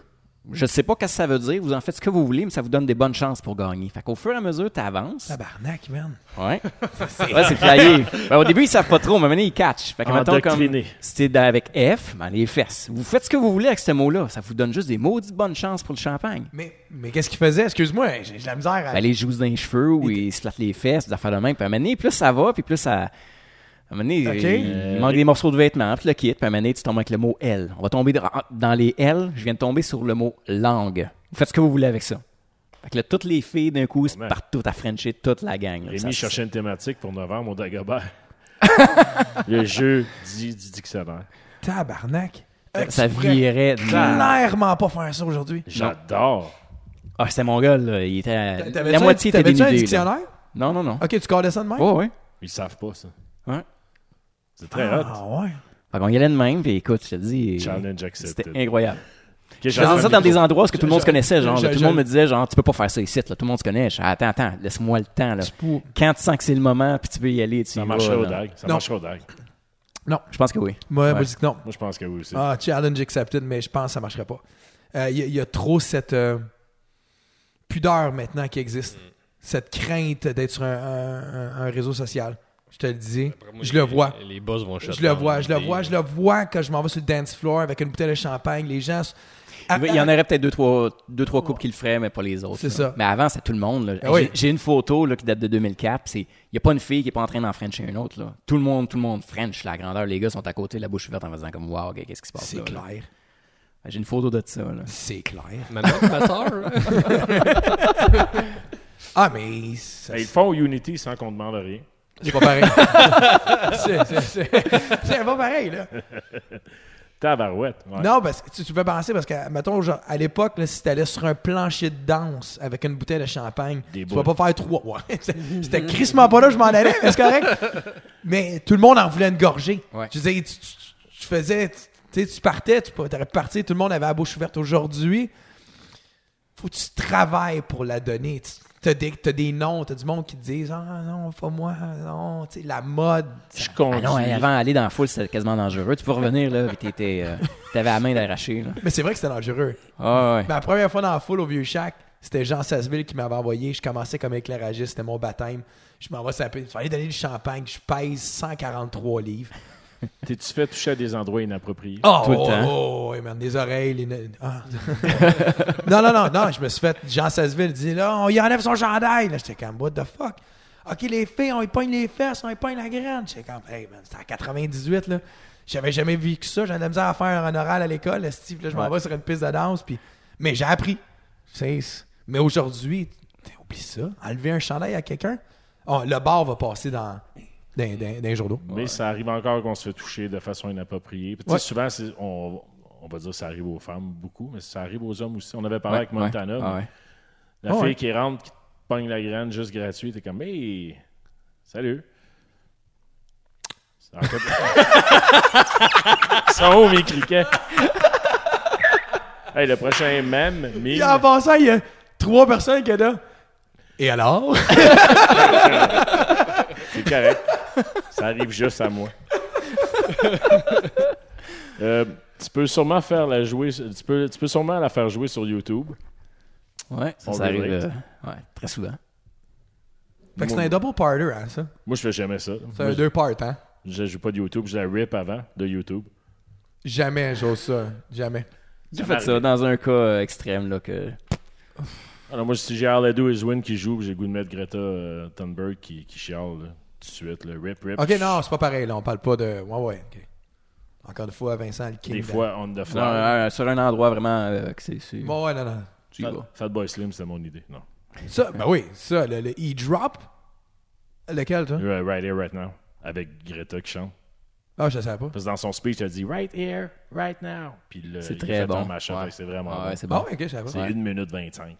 Speaker 2: Je sais pas ce que ça veut dire, vous en faites ce que vous voulez, mais ça vous donne des bonnes chances pour gagner. Fait qu'au fur et à mesure, tu avances.
Speaker 1: Tabarnak, man.
Speaker 2: Ouais. ouais, c'est flyé. Ben, au début, ils savent pas trop, mais maintenant, ils catchent. Fait que, mettons, comme,
Speaker 3: Endoctriné.
Speaker 2: si t'es dans- avec F, ben, les fesses. Vous faites ce que vous voulez avec ce mot-là. Ça vous donne juste des maudites bonnes chances pour le champagne.
Speaker 1: Mais, mais qu'est-ce qu'il faisait? Excuse-moi, j'ai j'ai de la misère à.
Speaker 2: Ben, les joues dans les cheveux, ou ils se flattent les fesses, des affaires de même. Puis, à un moment donné, plus ça va, puis plus ça... À un moment donné,
Speaker 1: Ok.
Speaker 2: il- il
Speaker 3: Euh,
Speaker 2: manque des morceaux de vêtements, puis le kit, puis à un moment donné, tu tombes avec le mot L. On va tomber dans- dans les L, je viens de tomber sur le mot langue. Vous faites ce que vous voulez avec ça. Fait que là, toutes les filles, d'un coup, se
Speaker 3: man.
Speaker 2: partent toutes à Frencher, toute la gang. là.
Speaker 3: Rémi
Speaker 2: Ça-
Speaker 3: cherchait une thématique pour novembre au Dagobert. le jeu dit du dictionnaire.
Speaker 1: Tabarnak. Euh,
Speaker 2: ça
Speaker 1: tu pourrais
Speaker 2: virait de
Speaker 1: Clairement pas faire ça aujourd'hui.
Speaker 3: J'adore.
Speaker 2: Ah, c'était mon gars, là. Il était à-
Speaker 1: T'avais-tu
Speaker 2: La
Speaker 1: un-
Speaker 2: moitié était
Speaker 1: T'avais-tu un
Speaker 2: dénudée. là.
Speaker 1: dictionnaire?
Speaker 2: Non, non, non.
Speaker 1: Ok, tu gardais ça de même?
Speaker 2: Oh, ouais.
Speaker 3: Ils savent pas ça.
Speaker 2: ouais.
Speaker 3: C'est très hot.
Speaker 1: ah ouais.
Speaker 2: Fait qu'on y allait de même, puis écoute, je te dis.
Speaker 3: Challenge
Speaker 2: C'était
Speaker 3: accepted.
Speaker 2: incroyable.
Speaker 3: Ok,
Speaker 2: Je faisais ça dans des endroits où ce que tout le monde
Speaker 1: je-
Speaker 2: se connaissait. Genre,
Speaker 1: je-
Speaker 2: là, tout
Speaker 1: je-
Speaker 2: le monde me disait, genre, tu peux pas faire ça ici, là. Tout le monde se connaît. Je dis, attends, attends, Ben, laisse-moi le temps, là. Quand tu sens que c'est le moment, puis tu peux y aller, tu
Speaker 3: Ça
Speaker 2: y
Speaker 3: marcherait
Speaker 2: vas,
Speaker 3: au
Speaker 2: là.
Speaker 3: dag. Ça
Speaker 1: Non.
Speaker 3: marcherait au dag.
Speaker 1: Non.
Speaker 2: Je pense que oui.
Speaker 1: Moi,
Speaker 2: Ouais.
Speaker 1: moi, je dis que non.
Speaker 3: Moi, je pense que oui aussi.
Speaker 1: Ah, challenge accepted, mais je pense que ça marcherait pas. Euh, Il y, a- il y a trop cette euh, pudeur maintenant qui existe.
Speaker 4: Mm.
Speaker 1: Cette crainte d'être sur un, un- un- un réseau social. Je te le dis.
Speaker 4: Après moi,
Speaker 1: Je
Speaker 4: les-
Speaker 1: le vois.
Speaker 4: Les boss vont shut
Speaker 1: Je le
Speaker 4: down,
Speaker 1: vois, je le
Speaker 4: les-
Speaker 1: vois, je le vois quand je m'en vais sur le dance floor avec une bouteille de champagne. Les gens.
Speaker 2: Il y en aurait peut-être deux trois, deux, trois couples qui le feraient, mais pas les autres.
Speaker 1: Ah, C'est
Speaker 2: là.
Speaker 1: ça.
Speaker 2: Mais avant, c'est tout le monde. là.
Speaker 1: Ah
Speaker 2: J'ai-
Speaker 1: oui.
Speaker 2: J'ai une photo là, qui date de 2004. Il n'y a pas une fille qui n'est pas en train d'en frencher une autre. Là. Tout le monde, tout le monde French, la grandeur. Les gars sont à côté, la bouche ouverte en faisant comme Wow, gars, qu'est-ce qui se passe
Speaker 1: C'est
Speaker 2: là? là?
Speaker 1: clair.
Speaker 2: J'ai une photo de ça. là.
Speaker 1: C'est clair.
Speaker 4: Maintenant, ma soeur.
Speaker 1: Ah, mais. ça-
Speaker 3: Hey, ils le font au Unity sans qu'on demande rien.
Speaker 1: C'est pas pareil. C'est- c'est- c'est c'est pas pareil, là.
Speaker 3: Tabarouette. Ouais.
Speaker 1: Non, parce que tu, tu peux penser, parce que, mettons, genre, à l'époque, là, si t'allais sur un plancher de danse avec une bouteille de champagne,
Speaker 3: Des
Speaker 1: tu vas
Speaker 3: boules.
Speaker 1: pas faire trois. Ouais. C'était- C'était crissement pas là, je m'en allais, mais c'est correct. Mais tout le monde en voulait une gorgée.
Speaker 2: Ouais.
Speaker 1: Tu disais, tu, tu- tu faisais, tu tu sais, tu partais, tu aurais pu partir, tout le monde avait la bouche ouverte aujourd'hui. Faut que tu travailles pour la donner. Tu- T'as des, t'as des noms, t'as du monde qui te disent Ah non, pas moi, non, tu sais, la mode.
Speaker 3: Je
Speaker 2: Ah
Speaker 3: conduis.
Speaker 2: non, hey, avant d'aller dans la foule, c'était quasiment dangereux. Tu peux revenir, là, puis t'étais, euh, t'avais la main d'arraché. là.
Speaker 1: Mais c'est vrai que c'était dangereux.
Speaker 2: Ah ouais.
Speaker 1: Ma première fois dans la foule au vieux shack, c'était Jean Sasseville qui m'avait envoyé. Je commençais comme éclairagiste, c'était mon baptême. Je m'en vais saper. Il fallait donner du champagne. Je pèse 143 livres.
Speaker 3: T'es-tu fait toucher à des endroits inappropriés?
Speaker 1: Oh,
Speaker 2: Tout le
Speaker 1: oh,
Speaker 2: temps.
Speaker 1: oh, et man, des oreilles. les ne- ah. non, non, non, non, je me suis fait. Jean Sasseville dit là, on y enlève son chandail. Là, j'étais comme, what the fuck? OK, les filles, on y pogne les fesses, on y pogne la graine. J'étais comme, hey, man, c'était en 98, là. J'avais jamais vu que ça. J'avais de la misère à faire un oral à l'école. là, Steve, là, je m'en
Speaker 2: Ouais.
Speaker 1: vais sur une piste de danse. Puis... Mais j'ai appris. C'est- Mais aujourd'hui, t'sais, oublie ça. Enlever un chandail à quelqu'un, oh, le bar va passer dans, dans, dans- dans les journaux.
Speaker 3: Mais ça arrive encore qu'on se fait toucher de façon inappropriée. Puis, tu sais,
Speaker 1: Ouais.
Speaker 3: Souvent, c'est- on, on va dire que ça arrive aux femmes beaucoup, mais ça arrive aux hommes aussi. On avait parlé
Speaker 2: Ouais,
Speaker 3: avec Montana.
Speaker 2: ouais,
Speaker 3: mais
Speaker 2: ah ouais.
Speaker 3: La
Speaker 1: Ah
Speaker 3: fille
Speaker 1: ouais.
Speaker 3: qui rentre, qui te pogne la graine juste gratuite, t'es comme Hey! Salut! En fait- Ils sont où mes cliquets? hey, le prochain meme, meme,
Speaker 1: Puis en passant, il y a trois personnes qui sont là. Et alors?
Speaker 3: c'est correct. Ça arrive juste à moi. Euh, tu peux sûrement faire la jouer. Tu peux, tu peux sûrement la faire jouer sur YouTube.
Speaker 2: Ah, Ouais, ça,
Speaker 3: On
Speaker 2: ça arrive
Speaker 3: devrait.
Speaker 2: euh, ouais, très souvent.
Speaker 1: Fait que c'est
Speaker 3: Moi-
Speaker 1: un double parter, hein, ça?
Speaker 3: Moi, je fais jamais ça.
Speaker 1: C'est
Speaker 3: Moi,
Speaker 1: un deux part, hein?
Speaker 3: Je, je joue pas de YouTube, je la rip avant de YouTube.
Speaker 1: Jamais j'ose ça. Jamais.
Speaker 2: J'ai
Speaker 3: Ça
Speaker 2: fait
Speaker 3: m'arrive.
Speaker 2: ça dans un cas euh, extrême là, que
Speaker 3: Alors moi, si j'ai Arledou et Zwin qui jouent, j'ai le goût de mettre Greta euh, Thunberg qui, qui chiale là, tout de suite, le rip, rip.
Speaker 1: Ok, non, c'est pas pareil, là. On parle pas de. Ouais, ouais, ok. Encore une fois, Vincent, le king.
Speaker 3: Des
Speaker 1: de-
Speaker 3: fois, on the
Speaker 2: Non,
Speaker 3: fly.
Speaker 2: non, non, sur un endroit vraiment euh, que c'est. c'est-
Speaker 1: Bon, ouais, non, non.
Speaker 2: tu y vas.
Speaker 3: Fatboy Slim, c'est mon idée. Non.
Speaker 1: Ça, ben oui, ça, le, le e-drop. Lequel, toi?
Speaker 3: Euh, Right here, right now. Avec Greta qui chante.
Speaker 1: Ah, je le savais pas.
Speaker 3: Parce que dans son speech, elle dit Right here, right now. Puis là,
Speaker 2: C'est
Speaker 3: il
Speaker 2: très
Speaker 3: fait
Speaker 2: bon.
Speaker 3: un machin,
Speaker 2: Ouais.
Speaker 3: fait que c'est vraiment
Speaker 2: Ah ouais,
Speaker 3: bon.
Speaker 2: c'est
Speaker 1: Bon,
Speaker 2: bon.
Speaker 1: ok, je savais
Speaker 3: C'est
Speaker 1: pas.
Speaker 3: 1 minute 25. Là.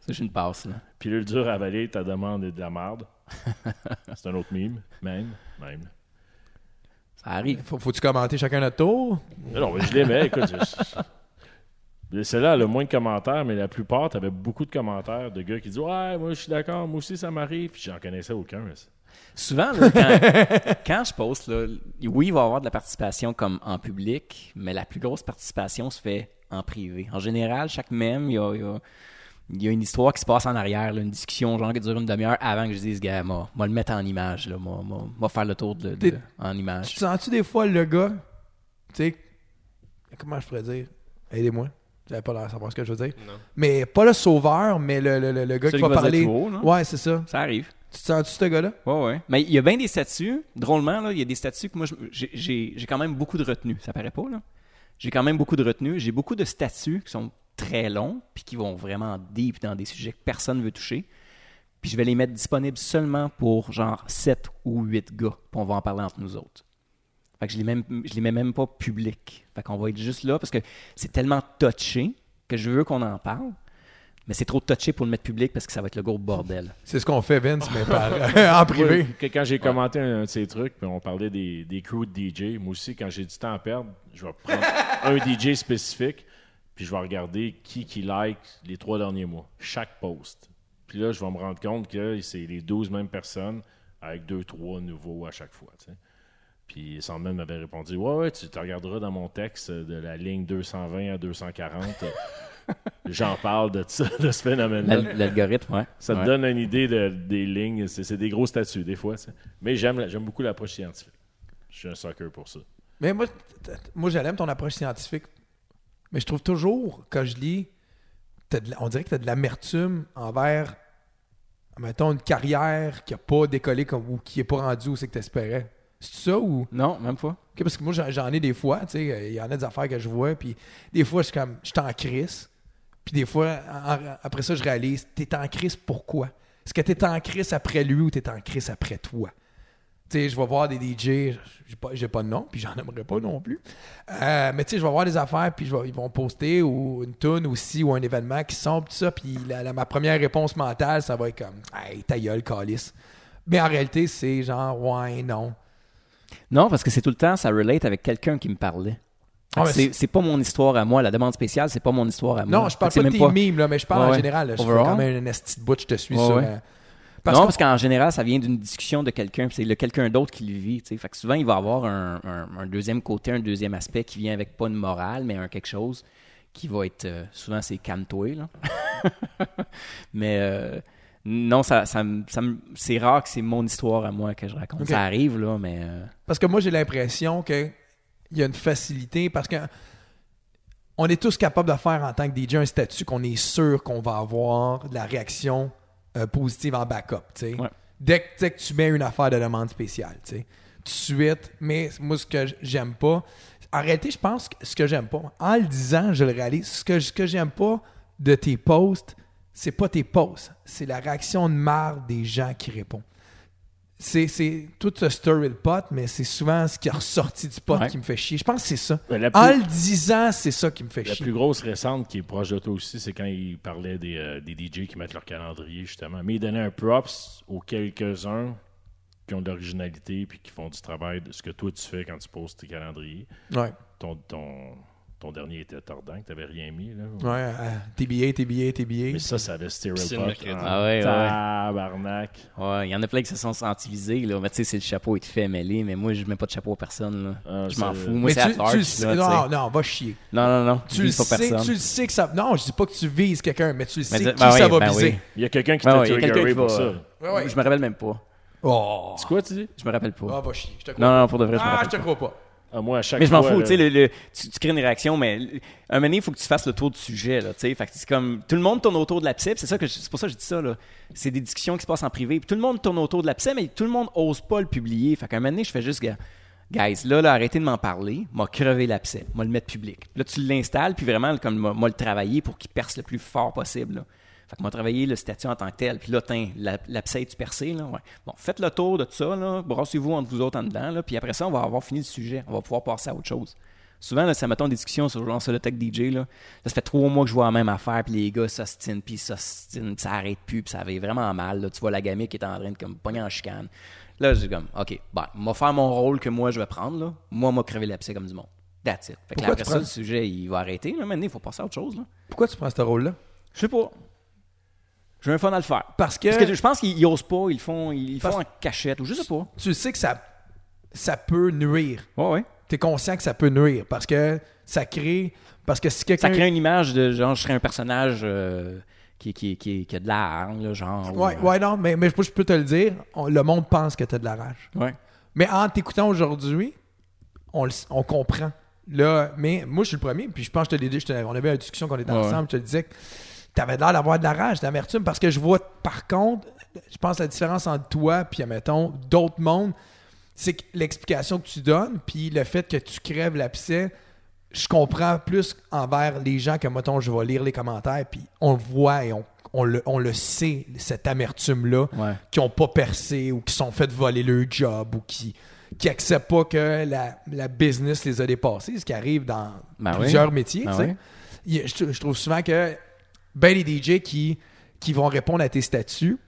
Speaker 2: Ça, j'ai une passe là.
Speaker 3: Pilule dure à avaler, ta demande est de la merde. c'est un autre mime. Même. Même.
Speaker 2: Ça arrive.
Speaker 1: Faut- Faut-tu commenter chacun notre tour?
Speaker 3: Mais Non, mais je l'aimais, écoute. je- je- Celle-là, le moins de commentaires, mais la plupart, t'avais beaucoup de commentaires de gars qui disent Ouais, moi je suis d'accord, moi aussi ça m'arrive. Puis j'en connaissais aucun. mais c'est-
Speaker 2: Souvent, là, quand, quand je poste, là, oui, il va y avoir de la participation comme en public, mais la plus grosse participation se fait en privé. En général, chaque mème, il y a, il y a- il y a une histoire qui se passe en arrière, là, une discussion genre qui dure une demi-heure avant que je dise, gars, moi, moi le mettre en image, là, moi, moi, moi faire le tour de, de-
Speaker 1: T'es-
Speaker 2: en image.
Speaker 1: Tu te sens-tu des fois le gars, tu sais, comment je pourrais dire, aidez-moi, j'avais pas l'air de savoir ce que je veux dire,
Speaker 4: Non.
Speaker 1: mais pas le sauveur, mais le, le- le- le gars
Speaker 2: Celui
Speaker 1: qui va
Speaker 2: qui va dire
Speaker 1: parler.
Speaker 2: tout haut, là.
Speaker 1: ouais, c'est ça.
Speaker 2: Ça arrive.
Speaker 1: Tu te sens-tu ce gars-là?
Speaker 2: Ouais, ouais. Mais il y a bien des statuts. Drôlement, là, il y a des statuts que moi, je- j'ai- j'ai j'ai quand même beaucoup de retenue. Ça paraît pas, là? J'ai quand même beaucoup de retenue. J'ai beaucoup de statuts qui sont très longs puis qui vont vraiment deep dans des sujets que personne ne veut toucher. Puis je vais les mettre disponibles seulement pour genre 7 ou 8 gars. Puis on va en parler entre nous autres. Fait que je les, même, je les mets même pas public. Fait qu'on va être juste là parce que c'est tellement touché que je veux qu'on en parle. Mais c'est trop touché pour le mettre public parce que ça va être le gros bordel.
Speaker 1: C'est ce qu'on fait, Vince, mais par- euh, en privé.
Speaker 3: Moi, que- quand j'ai commenté un, un de ces trucs, puis on parlait des, des crews de DJ, moi aussi, quand j'ai du temps à perdre, je vais prendre un DJ spécifique, puis je vais regarder qui qui like les trois derniers mois, chaque post. Puis là, je vais me rendre compte que c'est les 12 mêmes personnes avec deux, trois nouveaux à chaque fois. tu sais. Puis Sandman m'avait répondu Ouais, ouais, tu te regarderas dans mon texte euh, de la ligne 220 à 240. Euh, J'en parle de ça, de ce phénomène-là.
Speaker 2: L'al- L'algorithme, ouais.
Speaker 3: Ça te
Speaker 2: Ouais.
Speaker 3: donne une idée de- des lignes. C'est c'est des gros statuts, des fois. ça. Mais j'aime la- j'aime beaucoup l'approche scientifique. Je suis un sucker pour ça.
Speaker 1: Mais moi, t- t- moi j'aime ton approche scientifique. Mais je trouve toujours, quand je lis, t'as de la- on dirait que tu as de l'amertume envers, mettons, une carrière qui n'a pas décollé comme, ou qui n'est pas rendue où c'est que tu espérais. C'est ça ou.
Speaker 2: Non, même pas.
Speaker 1: Ok, parce que moi, j'en- j'en ai des fois, tu sais, euh, il y en a des affaires que je vois, puis des fois, je suis comme, je suis en crise, puis des fois, en- en- après ça, je réalise, t'es en crise pourquoi? Est-ce que t'es en crise après lui ou t'es en crise après toi? Tu sais, je vais voir des DJ, j'ai pas, j'ai pas de nom, puis j'en aimerais pas non plus. Euh, mais tu sais, je vais voir des affaires, puis je vais- ils vont poster ou une tune aussi ou un événement qui sont, tout ça, puis la- la- ma première réponse mentale, ça va être comme, hey, ta gueule, calice. Mais en réalité, c'est genre, ouais, non.
Speaker 2: Non, parce que c'est tout le temps, ça relate avec quelqu'un qui me parlait.
Speaker 1: Ah, mais
Speaker 2: c'est c'est pas mon histoire à moi. La demande spéciale, c'est pas mon histoire à moi.
Speaker 1: Non, je parle
Speaker 2: Fait
Speaker 1: pas
Speaker 2: que
Speaker 1: de
Speaker 2: c'est
Speaker 1: tes
Speaker 2: même
Speaker 1: mimes, là, mais je parle
Speaker 2: Ouais,
Speaker 1: en
Speaker 2: ouais.
Speaker 1: général. là, je suis
Speaker 2: Overall.
Speaker 1: quand même un esti de bout, je te suis
Speaker 2: Ouais,
Speaker 1: sur.
Speaker 2: ouais.
Speaker 1: euh, parce
Speaker 2: non,
Speaker 1: que-
Speaker 2: parce qu'en général, ça vient d'une discussion de quelqu'un, puis c'est le quelqu'un d'autre qui le vit. tu sais. Fait que souvent, il va avoir un, un- un deuxième côté, un deuxième aspect qui vient avec pas une morale, mais un quelque chose qui va être. euh, souvent, c'est calme-toi. là. mais euh, non, ça, ça, me- ça me- c'est rare que c'est mon histoire à moi que je raconte.
Speaker 1: Ok.
Speaker 2: Ça arrive, là, mais. euh,
Speaker 1: parce que moi, j'ai l'impression qu'il y a une facilité parce que on est tous capables de faire en tant que DJ un statut qu'on est sûr qu'on va avoir de la réaction euh, positive en backup. tu sais.
Speaker 2: Ouais.
Speaker 1: Dès, que, dès que tu mets une affaire de demande spéciale, tu sais, tout de suite, mais moi, ce que j- j'aime pas, en réalité, je pense que ce que j'aime pas, en le disant, je le réalise, ce que, ce que j'aime pas de tes posts, c'est pas tes posts, c'est la réaction de marre des gens qui répondent. C'est, c'est tout ce story le pot, mais c'est souvent ce qui est ressorti du pot
Speaker 2: Ouais.
Speaker 1: qui me fait chier. Je pense que c'est ça.
Speaker 3: Mais la
Speaker 1: En
Speaker 3: plus-
Speaker 1: le disant, c'est ça qui me fait
Speaker 3: La
Speaker 1: chier.
Speaker 3: plus grosse récente qui est proche de toi aussi, c'est quand il parlait des, euh, des DJ qui mettent leur calendrier, justement. Mais il donnait un props aux quelques-uns qui ont de l'originalité puis qui font du travail de ce que toi tu fais quand tu poses tes calendriers.
Speaker 1: Ouais.
Speaker 3: Ton, ton, ton dernier était tordant, que t'avais rien mis. Là.
Speaker 1: Ouais, euh, tes billets, tes billets, tes billets.
Speaker 3: Mais ça, ça avait stéréo
Speaker 4: Piscine mercredi.
Speaker 2: Ah ouais, ouais.
Speaker 3: Tabarnak.
Speaker 2: Ouais, il y en a plein qui se sont sentivisés, là. Mais tu sais, c'est le chapeau est fait mêler, mais moi, je mets pas de chapeau à personne, là.
Speaker 3: Ah,
Speaker 2: je m'en
Speaker 3: c'est-
Speaker 2: fous. Moi,
Speaker 1: Mais
Speaker 2: c'est à
Speaker 1: tu, tu le
Speaker 2: large,
Speaker 1: sais-
Speaker 2: là, tu
Speaker 1: non,
Speaker 2: sais.
Speaker 1: non, va chier.
Speaker 2: Non, non, non.
Speaker 1: Tu le,
Speaker 2: vise pas
Speaker 1: sais,
Speaker 2: personne.
Speaker 1: tu le sais que ça. Non, je dis pas que tu vises quelqu'un, mais tu le sais
Speaker 2: Mais dis-
Speaker 1: qui
Speaker 2: ben
Speaker 1: ça
Speaker 2: oui,
Speaker 1: va
Speaker 2: ben
Speaker 1: viser.
Speaker 2: oui.
Speaker 3: Il y a quelqu'un qui
Speaker 2: Ouais,
Speaker 3: t'a
Speaker 2: ouais, il y a quelqu'un
Speaker 3: triggeré
Speaker 2: qui
Speaker 3: pour
Speaker 2: va-
Speaker 3: ça.
Speaker 1: Ouais, ouais.
Speaker 2: Je me rappelle même pas.
Speaker 1: Oh.
Speaker 3: C'est quoi, tu dis?
Speaker 2: Je me rappelle pas.
Speaker 1: Ah, va chier. Je te crois.
Speaker 2: non, non, pour de vrai, je me
Speaker 1: ah,
Speaker 2: rappelle
Speaker 1: je te
Speaker 2: pas.
Speaker 1: crois pas.
Speaker 3: Ah, moi, à chaque
Speaker 2: Mais je m'en
Speaker 3: fois,
Speaker 2: fous,
Speaker 3: là-
Speaker 2: tu sais, le- le- tu, tu crées une réaction, mais l- un moment donné, il faut que tu fasses le tour du sujet, là, tu sais. Fait que c'est comme, tout le monde tourne autour de la psy, puis c'est ça que, je- c'est pour ça que je dis ça, là. C'est des discussions qui se passent en privé, puis tout le monde tourne autour de la psy, mais tout le monde ose pas le publier. Fait qu'un moment donné, je fais juste, gars, guys, là, là, arrêtez de m'en parler, m'a crevé la psy, m'a le mettre public. Là, tu l'installes, puis vraiment, comme, m'a m'a le travailler pour qu'il perce le plus fort possible, là. Fait que m'a travaillé le statut en tant que tel. Puis là, tiens, la, la psy est percée, là? Ouais. Bon, faites le tour de tout ça, là. Brassez-vous entre vous autres en dedans, là. Puis après ça, on va avoir fini le sujet. On va pouvoir passer à autre chose. Souvent, là, ça mettons des discussions sur genre sur le tech DJ, là. Là, ça fait trois mois que je vois la même affaire, puis les gars s'ostinent, puis s'ostinent, puis ça arrête plus, puis ça va vraiment mal, là. Tu vois la gamine qui est en train de comme pogner en chicane. Là, j'ai comme, OK, bon, m'a faire mon rôle que moi je vais prendre, là. Moi, m'a crevé la psy comme du monde. That's it. Fait que là,
Speaker 1: Pourquoi
Speaker 2: après
Speaker 1: tu
Speaker 2: ça,
Speaker 1: prends-
Speaker 2: le sujet, il va arrêter, là. Maintenant, il faut passer à autre chose, là.
Speaker 1: Pourquoi tu prends ce rôle-là?
Speaker 2: Je sais pas. J'ai un fun à le faire.
Speaker 1: Parce que,
Speaker 2: Parce que je pense qu'ils ils osent pas, ils le font, ils le
Speaker 1: Parce-
Speaker 2: font en cachette ou je sais pas.
Speaker 1: tu sais que ça, ça peut nuire.
Speaker 2: Ouais, ouais.
Speaker 1: Tu es conscient que ça peut nuire parce que ça crée. Parce que si
Speaker 2: Ça
Speaker 1: quelqu'un.
Speaker 2: crée une image de genre, je serais un personnage euh, qui, qui, qui, qui a de la hargne, là, genre.
Speaker 1: Ouais, ouais, non, mais, mais je je peux te le dire. on- le monde pense que tu as de la rage.
Speaker 2: euh, Ouais.
Speaker 1: Mais en t'écoutant aujourd'hui, on, le s- on comprend. Là, mais moi, je suis le premier, puis je pense que je te l'ai dit, je te- on avait une discussion qu'on était
Speaker 2: Ouais.
Speaker 1: ensemble, je te disais que tu avais l'air d'avoir de la rage, de l'amertume, parce que je vois, par contre, je pense la différence entre toi, puis, admettons, d'autres mondes, c'est que l'explication que tu donnes, puis le fait que tu crèves l'abcès, je comprends plus envers les gens que, mettons, je vais lire les commentaires, puis on le voit et on, on le, on le sait, cette amertume-là,
Speaker 2: Ouais.
Speaker 1: qui ont pas percé ou qui sont fait voler leur job ou qui qui acceptent pas que la, la business les a dépassés, ce qui arrive dans
Speaker 2: Ben
Speaker 1: plusieurs
Speaker 2: oui.
Speaker 1: métiers.
Speaker 2: Ben
Speaker 1: tu sais.
Speaker 2: oui.
Speaker 1: Il y a- je, je trouve souvent que ben les DJ qui, qui vont répondre à tes statuts,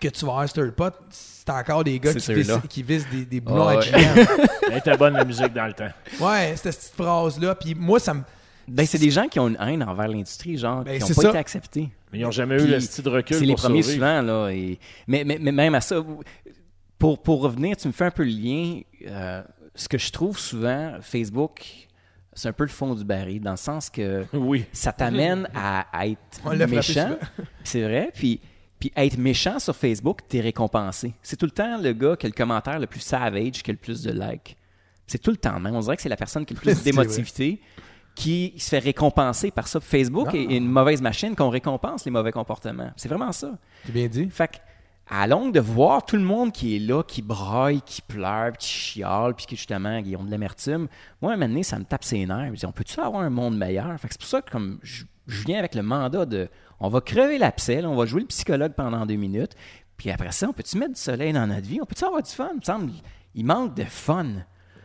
Speaker 1: que tu vas avoir sur le pot, c'est encore des gars
Speaker 2: C'est
Speaker 1: qui,
Speaker 2: ceux-là.
Speaker 1: vis- qui visent des, des boulons
Speaker 2: Ah
Speaker 1: à
Speaker 2: ouais.
Speaker 1: GM.
Speaker 3: Elle était bonne, la musique, dans le temps.
Speaker 1: ouais, cette petite phrase-là. Puis moi, ça me.
Speaker 2: Ben, c'est des gens qui ont une haine envers l'industrie, genre,
Speaker 1: Ben,
Speaker 2: qui
Speaker 1: c'est
Speaker 2: n'ont pas
Speaker 1: ça.
Speaker 2: été acceptés.
Speaker 3: Mais ils n'ont jamais eu
Speaker 2: Puis,
Speaker 3: le style de recul
Speaker 2: C'est les
Speaker 3: pour
Speaker 2: premiers
Speaker 3: sauver.
Speaker 2: souvent, là. et- Mais, mais- mais même à ça, vous- pour, pour revenir, tu me fais un peu le lien. euh, ce que je trouve souvent, Facebook, c'est un peu le fond du baril, dans le sens que
Speaker 3: Oui.
Speaker 2: ça t'amène à, à être
Speaker 1: On l'a frappé
Speaker 2: méchant. C'est vrai. Puis, puis être méchant sur Facebook, t'es récompensé. C'est tout le temps le gars qui a le commentaire le plus savage, qui a le plus de likes. C'est tout le temps, même. On dirait que c'est la personne qui a le plus
Speaker 1: C'est
Speaker 2: d'émotivité qui se fait récompenser par ça. Facebook
Speaker 1: Non.
Speaker 2: est une mauvaise machine qu'on récompense les mauvais comportements. C'est vraiment ça.
Speaker 1: C'est bien dit.
Speaker 2: Fait que, à longue, de voir tout le monde qui est là, qui braille, qui pleure, puis qui chiale, puis qui justement, qui ont de l'amertume, moi, à un moment donné, ça me tape ses nerfs. Je me dis, on peut-tu avoir un monde meilleur? Fait que c'est pour ça que comme je, je viens avec le mandat de on va crever l'abcès, là, on va jouer le psychologue pendant deux minutes, puis après ça, on peut-tu mettre du soleil dans notre vie? On peut-tu avoir du fun? Il me semble, il manque de fun.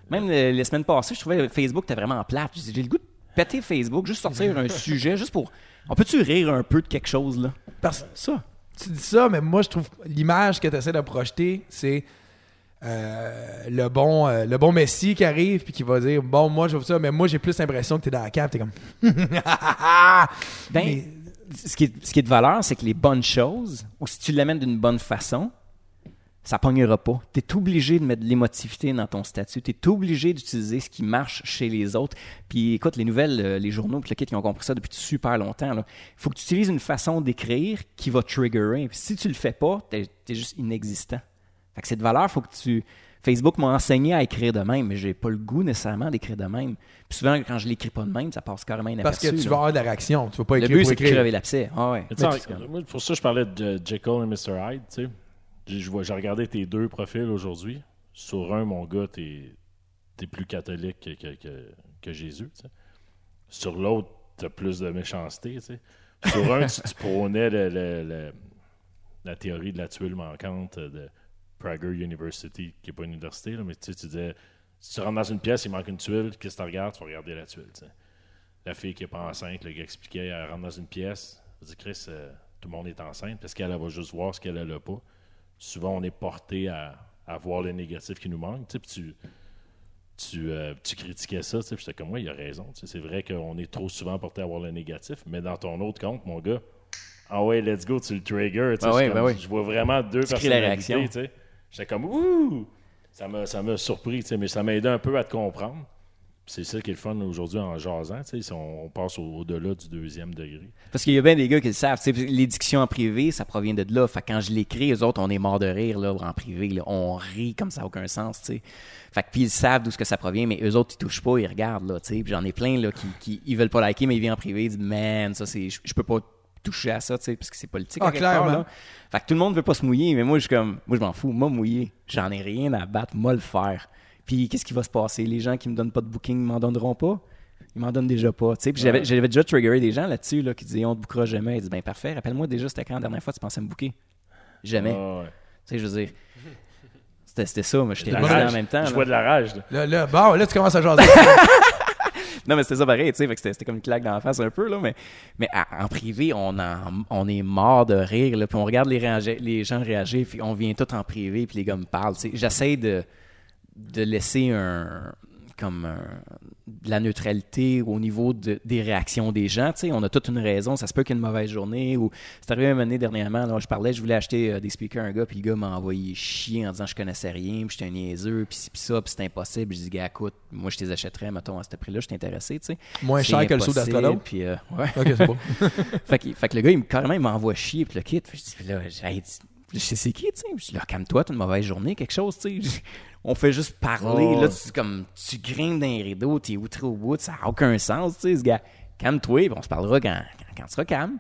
Speaker 2: Même le- les semaines passées, je trouvais que Facebook était vraiment plate. Je dis, J'ai le goût de péter Facebook, juste sortir un sujet, juste pour. On peut-tu rire un peu de quelque chose, là?
Speaker 1: Parce
Speaker 2: Ça.
Speaker 1: tu dis ça, mais moi, je trouve l'image que tu essaies de projeter, c'est euh, le, bon, euh, le bon Messi qui arrive puis qui va dire Bon, moi, je veux ça, mais moi, j'ai plus l'impression que tu es dans la cave. Tu comme.
Speaker 2: Ben,
Speaker 1: Mais-
Speaker 2: ce, qui est, ce qui est de valeur, c'est que les bonnes choses, ou si tu l'amènes d'une bonne façon, ça pognera pas. Tu es obligé de mettre de l'émotivité dans ton statut. Tu es obligé d'utiliser ce qui marche chez les autres. Puis écoute, les nouvelles, euh, les journaux, puis le kit, ils ont compris ça depuis super longtemps. Il faut que tu utilises une façon d'écrire qui va triggerer. Puis si tu le fais pas, tu es, juste inexistant. Fait que c'est de valeur, faut que tu. Facebook m'a enseigné à écrire de même, mais j'ai pas le goût nécessairement d'écrire de même. Puis souvent, quand je l'écris pas de même, ça passe carrément
Speaker 1: Parce que
Speaker 2: inaperçu.
Speaker 1: tu
Speaker 2: là.
Speaker 1: vas avoir de la réaction. Tu vas pas
Speaker 2: Le
Speaker 1: écrire
Speaker 2: but,
Speaker 1: pour
Speaker 2: c'est de
Speaker 1: écrire.
Speaker 2: crever l'abcès. Ah ouais.
Speaker 3: Mais tu sais,
Speaker 2: Mais tu-
Speaker 3: en- moi, pour ça, je parlais de Jekyll et Mr. Hyde. tu sais. J'ai- je vois- J'ai regardé tes deux profils aujourd'hui. Sur un, mon gars, t'es es plus catholique que, que, que- que Jésus. tu sais. Sur l'autre, t'as plus de méchanceté. tu sais. Sur un, tu, tu prônais le- le- le- la théorie de la tuile manquante de Prager University, qui n'est pas une université, là, mais tu sais, tu disais si tu rentres dans une pièce, il manque une tuile, qu'est-ce que tu regardes Tu vas regarder la tuile. tu sais. La fille qui n'est pas enceinte, le gars expliquait, elle rentre dans une pièce, elle dit Chris, euh, tout le monde est enceinte parce qu'elle elle va juste voir ce qu'elle a là pas. Souvent, on est porté à, à voir le négatif qui nous manque. tu sais, puis Tu, tu, euh, tu critiquais ça, tu sais, puis j'étais comme moi, il a raison. tu sais. C'est vrai qu'on est trop souvent porté à voir le négatif, mais dans ton autre compte, mon gars, ah ouais, let's go, tu le trigger. tu sais,
Speaker 2: Ah ouais,
Speaker 3: c'est
Speaker 2: ben
Speaker 3: comme-
Speaker 2: ouais.
Speaker 3: Je vois vraiment deux
Speaker 2: Tu crées la
Speaker 3: personnalités,
Speaker 2: réaction.
Speaker 3: tu sais. J'étais comme ouh, ça m'a ça m'a surpris, tu sais, mais ça m'a aidé un peu à te comprendre. Puis C'est ça qui est le fun aujourd'hui en jasant, tu sais, si on, on passe au- au-delà du deuxième degré.
Speaker 2: Parce qu'il y a bien des gars qui le savent. tu sais, Les dictions en privé, ça provient de là. Fait que quand je l'écris, eux autres, on est mort de rire là, en privé. là. On rit comme ça n'a aucun sens. tu sais. Fait que puis ils savent d'où ce que ça provient, mais eux autres, ils touchent pas, ils regardent. Là, tu sais. Puis j'en ai plein là, qui, qui ils veulent pas liker, mais ils viennent en privé. Ils disent Man, ça, c'est, je, je peux pas toucher à ça tu sais, parce que c'est politique.
Speaker 1: Ah,
Speaker 2: à quelque part,
Speaker 1: clairement.
Speaker 2: là. Fait que tout le monde veut pas se mouiller, mais moi, je suis comme, moi, je m'en fous. Moi, mouiller, j'en ai rien à battre. Moi, le faire. Puis qu'est-ce qui va se passer? Les gens qui me donnent pas de booking m'en donneront pas. Ils m'en donnent déjà pas. tu sais. Puis j'avais j'avais déjà triggeré des gens là-dessus là, qui disaient on te bookera jamais. Ils disent ben parfait, rappelle-moi déjà c'était quand la dernière fois tu pensais me booker. Jamais.
Speaker 3: Ah ouais.
Speaker 2: Tu sais, je veux dire. C'était c'était ça, mais j'étais
Speaker 3: De la
Speaker 2: rasé
Speaker 3: rage.
Speaker 2: en même temps.
Speaker 3: Je
Speaker 2: là.
Speaker 3: vois de la rage. là.
Speaker 1: Là, là, bon, là, tu commences à jaser.
Speaker 2: Non, mais c'était ça pareil, tu sais. fait que C'était c'était comme une claque dans la face un peu, là. Mais, mais à- en privé, on, en- on est mort de rire, là. Puis on regarde les, réagi- les gens réagir, puis on vient tout en privé, puis les gars me parlent, tu sais. J'essaie de, de laisser un. comme un- de la neutralité au niveau de- des réactions des gens, tu sais. On a toute une raison. Ça se peut qu'il y ait une mauvaise journée ou. C'est arrivé à un moment donné dernièrement, là, je parlais, je voulais acheter euh, des speakers à un gars, puis le gars m'a envoyé chier en disant que je connaissais rien, puis j'étais un niaiseux, puis ci, puis ça, puis c'est impossible. Je dis, gars, écoute, moi je te les achèterais, mettons, à ce prix-là, je suis intéressé, tu sais.
Speaker 1: Moins
Speaker 2: C'est
Speaker 1: cher que le saut
Speaker 2: impossible,
Speaker 1: d'astronaute.
Speaker 2: Puis, euh, ouais.
Speaker 1: ok, c'est bon.
Speaker 2: fait, que, fait que le gars, il, me- carrément, il m'envoie chier, puis le kit. Puis je dis, là, j'ai- je sais c'est qui, tu sais. Je dis, là, calme-toi, t'as une mauvaise journée, quelque chose, tu sais. On fait juste parler.
Speaker 3: Ouais.
Speaker 1: Oh.
Speaker 2: Là, tu, comme, tu grimpes dans les rideaux, t'es outré au bout, ça n'a aucun sens, tu sais, ce gars. Calme-toi, puis on se parlera quand, quand, quand tu seras calme.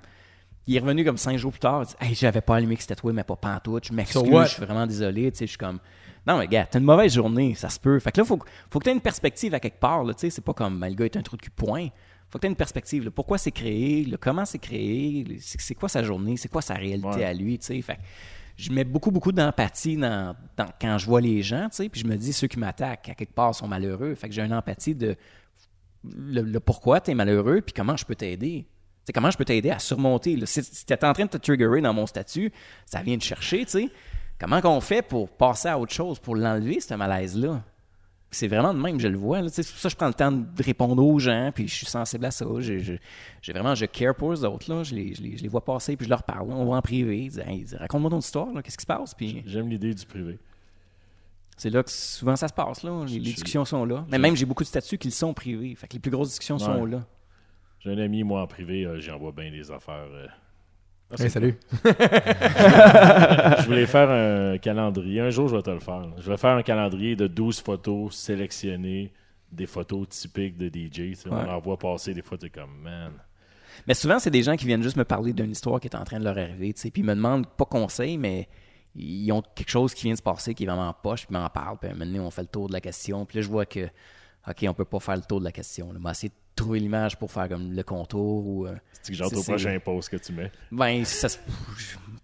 Speaker 2: Il est revenu comme cinq jours plus tard. Il dit Hey, j'avais pas allumé que c'était toi, mais pas pantoute. Je m'excuse,
Speaker 1: So what?
Speaker 2: je suis vraiment désolé. Tu sais, je suis comme Non, mais gars, t'as une mauvaise journée, ça se peut. Fait que là, faut, que- faut que t'aies une perspective à quelque part. là, Tu sais, c'est pas comme Ben, le gars est un trou de cul, point. Faut que t'aies une perspective. là. Pourquoi c'est créé là, Comment c'est créé le- C'est c'est quoi sa journée C'est quoi sa réalité
Speaker 3: Ouais.
Speaker 2: à lui tu sais. Fait que je mets beaucoup, beaucoup d'empathie dans, dans- quand je vois les gens. tu sais, Puis je me dis Ceux qui m'attaquent, à quelque part, sont malheureux. Fait que j'ai une empathie de le, le pourquoi tu es malheureux, puis comment je peux t'aider. C'est comment je peux t'aider à surmonter. là. Si, tu es en train de te triggerer dans mon statut, ça vient de chercher, tu sais. Comment qu'on fait pour passer à autre chose, pour l'enlever, ce malaise-là? C'est vraiment de même, je le vois. là. Tu sais, C'est pour ça que je prends le temps de répondre aux gens, puis je suis sensible à ça. J'ai je- j'ai vraiment, je care pour eux autres. Là. Je, les, je les- je les vois passer, puis je leur parle. On va en privé. Ils disent, Hey, raconte-moi ton histoire, là. qu'est-ce qui se passe? Puis...
Speaker 3: J'aime l'idée du privé.
Speaker 2: C'est là que souvent ça se passe, là. Les, les
Speaker 3: Je-
Speaker 2: discussions sont là. Mais
Speaker 3: je-
Speaker 2: même, j'ai beaucoup de statuts qui le sont privés. Fait que les plus grosses discussions
Speaker 3: Ouais.
Speaker 2: sont là.
Speaker 3: J'ai un ami, moi, en privé, euh, j'envoie bien des affaires. euh. Ah, c'est
Speaker 1: Hey, salut.
Speaker 2: Ah.
Speaker 3: Je voulais faire un calendrier. Un jour, je vais te le faire. là. Je vais faire un calendrier de 12 photos sélectionnées, des photos typiques de DJ. tu sais. On
Speaker 2: Ouais.
Speaker 3: en voit passer des fois, t'es comme, man.
Speaker 2: Mais souvent, c'est des gens qui viennent juste me parler d'une histoire qui est en train de leur arriver, tu sais, puis ils me demandent pas conseil, mais ils ont quelque chose qui vient de se passer qui est vraiment en poche, puis ils m'en parlent, puis à un moment donné, on fait le tour de la question, puis là, je vois que, OK, on peut pas faire le tour de la question, là. On va essayer de trouver l'image pour faire comme le contour ou... euh,
Speaker 3: C'est que j'entends
Speaker 2: C'est-
Speaker 3: au
Speaker 2: c'est-
Speaker 3: prochain post que tu mets.
Speaker 2: ben, ça se... Tu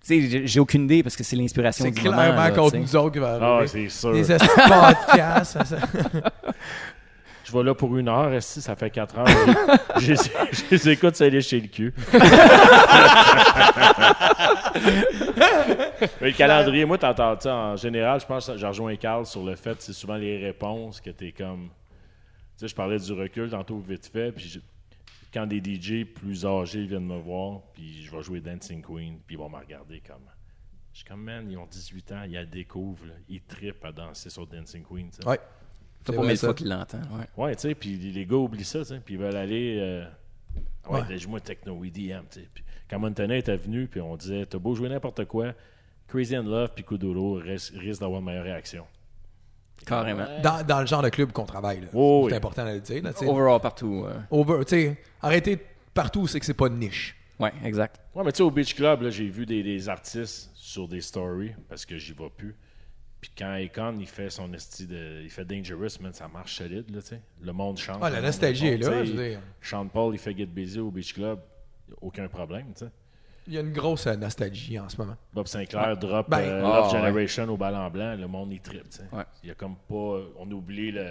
Speaker 2: sais, j'ai- j'ai aucune idée, parce que c'est l'inspiration
Speaker 1: C'est
Speaker 2: du moment, là,
Speaker 1: clairement
Speaker 2: tu
Speaker 1: contre
Speaker 2: sais.
Speaker 1: nous autres qui va
Speaker 3: Ah,
Speaker 1: arriver.
Speaker 3: c'est sûr.
Speaker 1: Des estis de podcasts. ça- ça-
Speaker 3: Je vais là pour une heure, si ça fait quatre heures. je, les- je les écoute, ça les chez le cul. Mais le calendrier, moi, t'entends ça. En général, je pense, que je rejoins Carl sur le fait, c'est souvent les réponses que t'es comme. Tu sais, je parlais du recul tantôt vite fait, puis je- quand des DJ plus âgés viennent me voir, puis je vais jouer Dancing Queen, puis ils vont me regarder comme. Je suis comme, man, ils ont 18 ans, ils la découvrent, là. ils trippent à danser sur Dancing Queen. tu sais.
Speaker 1: Ouais.
Speaker 2: T'as
Speaker 1: C'est
Speaker 2: pas
Speaker 1: vrai,
Speaker 2: mille
Speaker 1: ça.
Speaker 2: fois qu'ils l'entendent, ouais.
Speaker 3: Ouais, tu sais, puis les gars oublient ça, tu sais, puis ils veulent aller. euh, ouais, ben,
Speaker 1: Ouais.
Speaker 3: joue-moi techno EDM, tu sais. Puis Quand Montana était venu, puis on disait, t'as beau jouer n'importe quoi, Crazy in Love puis Kuduro risque risquent d'avoir une meilleure réaction.
Speaker 2: Carrément.
Speaker 1: Dans, dans le genre de club qu'on travaille. là.
Speaker 3: Oh,
Speaker 1: c'est
Speaker 3: oui. Oh.
Speaker 1: important de le dire. Là, tu sais.
Speaker 2: Overall, partout, euh,
Speaker 1: Over, tu sais, arrêtez partout où c'est que c'est pas de niche.
Speaker 2: ouais, exact.
Speaker 3: Ouais, mais tu sais, au Beach Club, là, j'ai vu des, des artistes sur des stories parce que j'y vais plus. Puis quand Akon, il fait son esti de. Il fait Dangerous, man, ça marche solide, là, tu sais. Le monde chante.
Speaker 1: Ah, la
Speaker 3: le monde
Speaker 1: nostalgie est
Speaker 3: chante,
Speaker 1: là,
Speaker 3: tu sais.
Speaker 1: je veux dire.
Speaker 3: Sean Paul, il fait Get Busy au Beach Club, aucun problème, tu sais.
Speaker 1: Il y a une grosse euh, nostalgie en ce moment.
Speaker 3: Bob Sinclair drop
Speaker 1: Ben,
Speaker 3: euh,
Speaker 2: ah,
Speaker 3: Love Generation au bal en blanc, le monde y tripe. tu sais.
Speaker 2: Ouais.
Speaker 3: Il y a comme pas. On oublie le.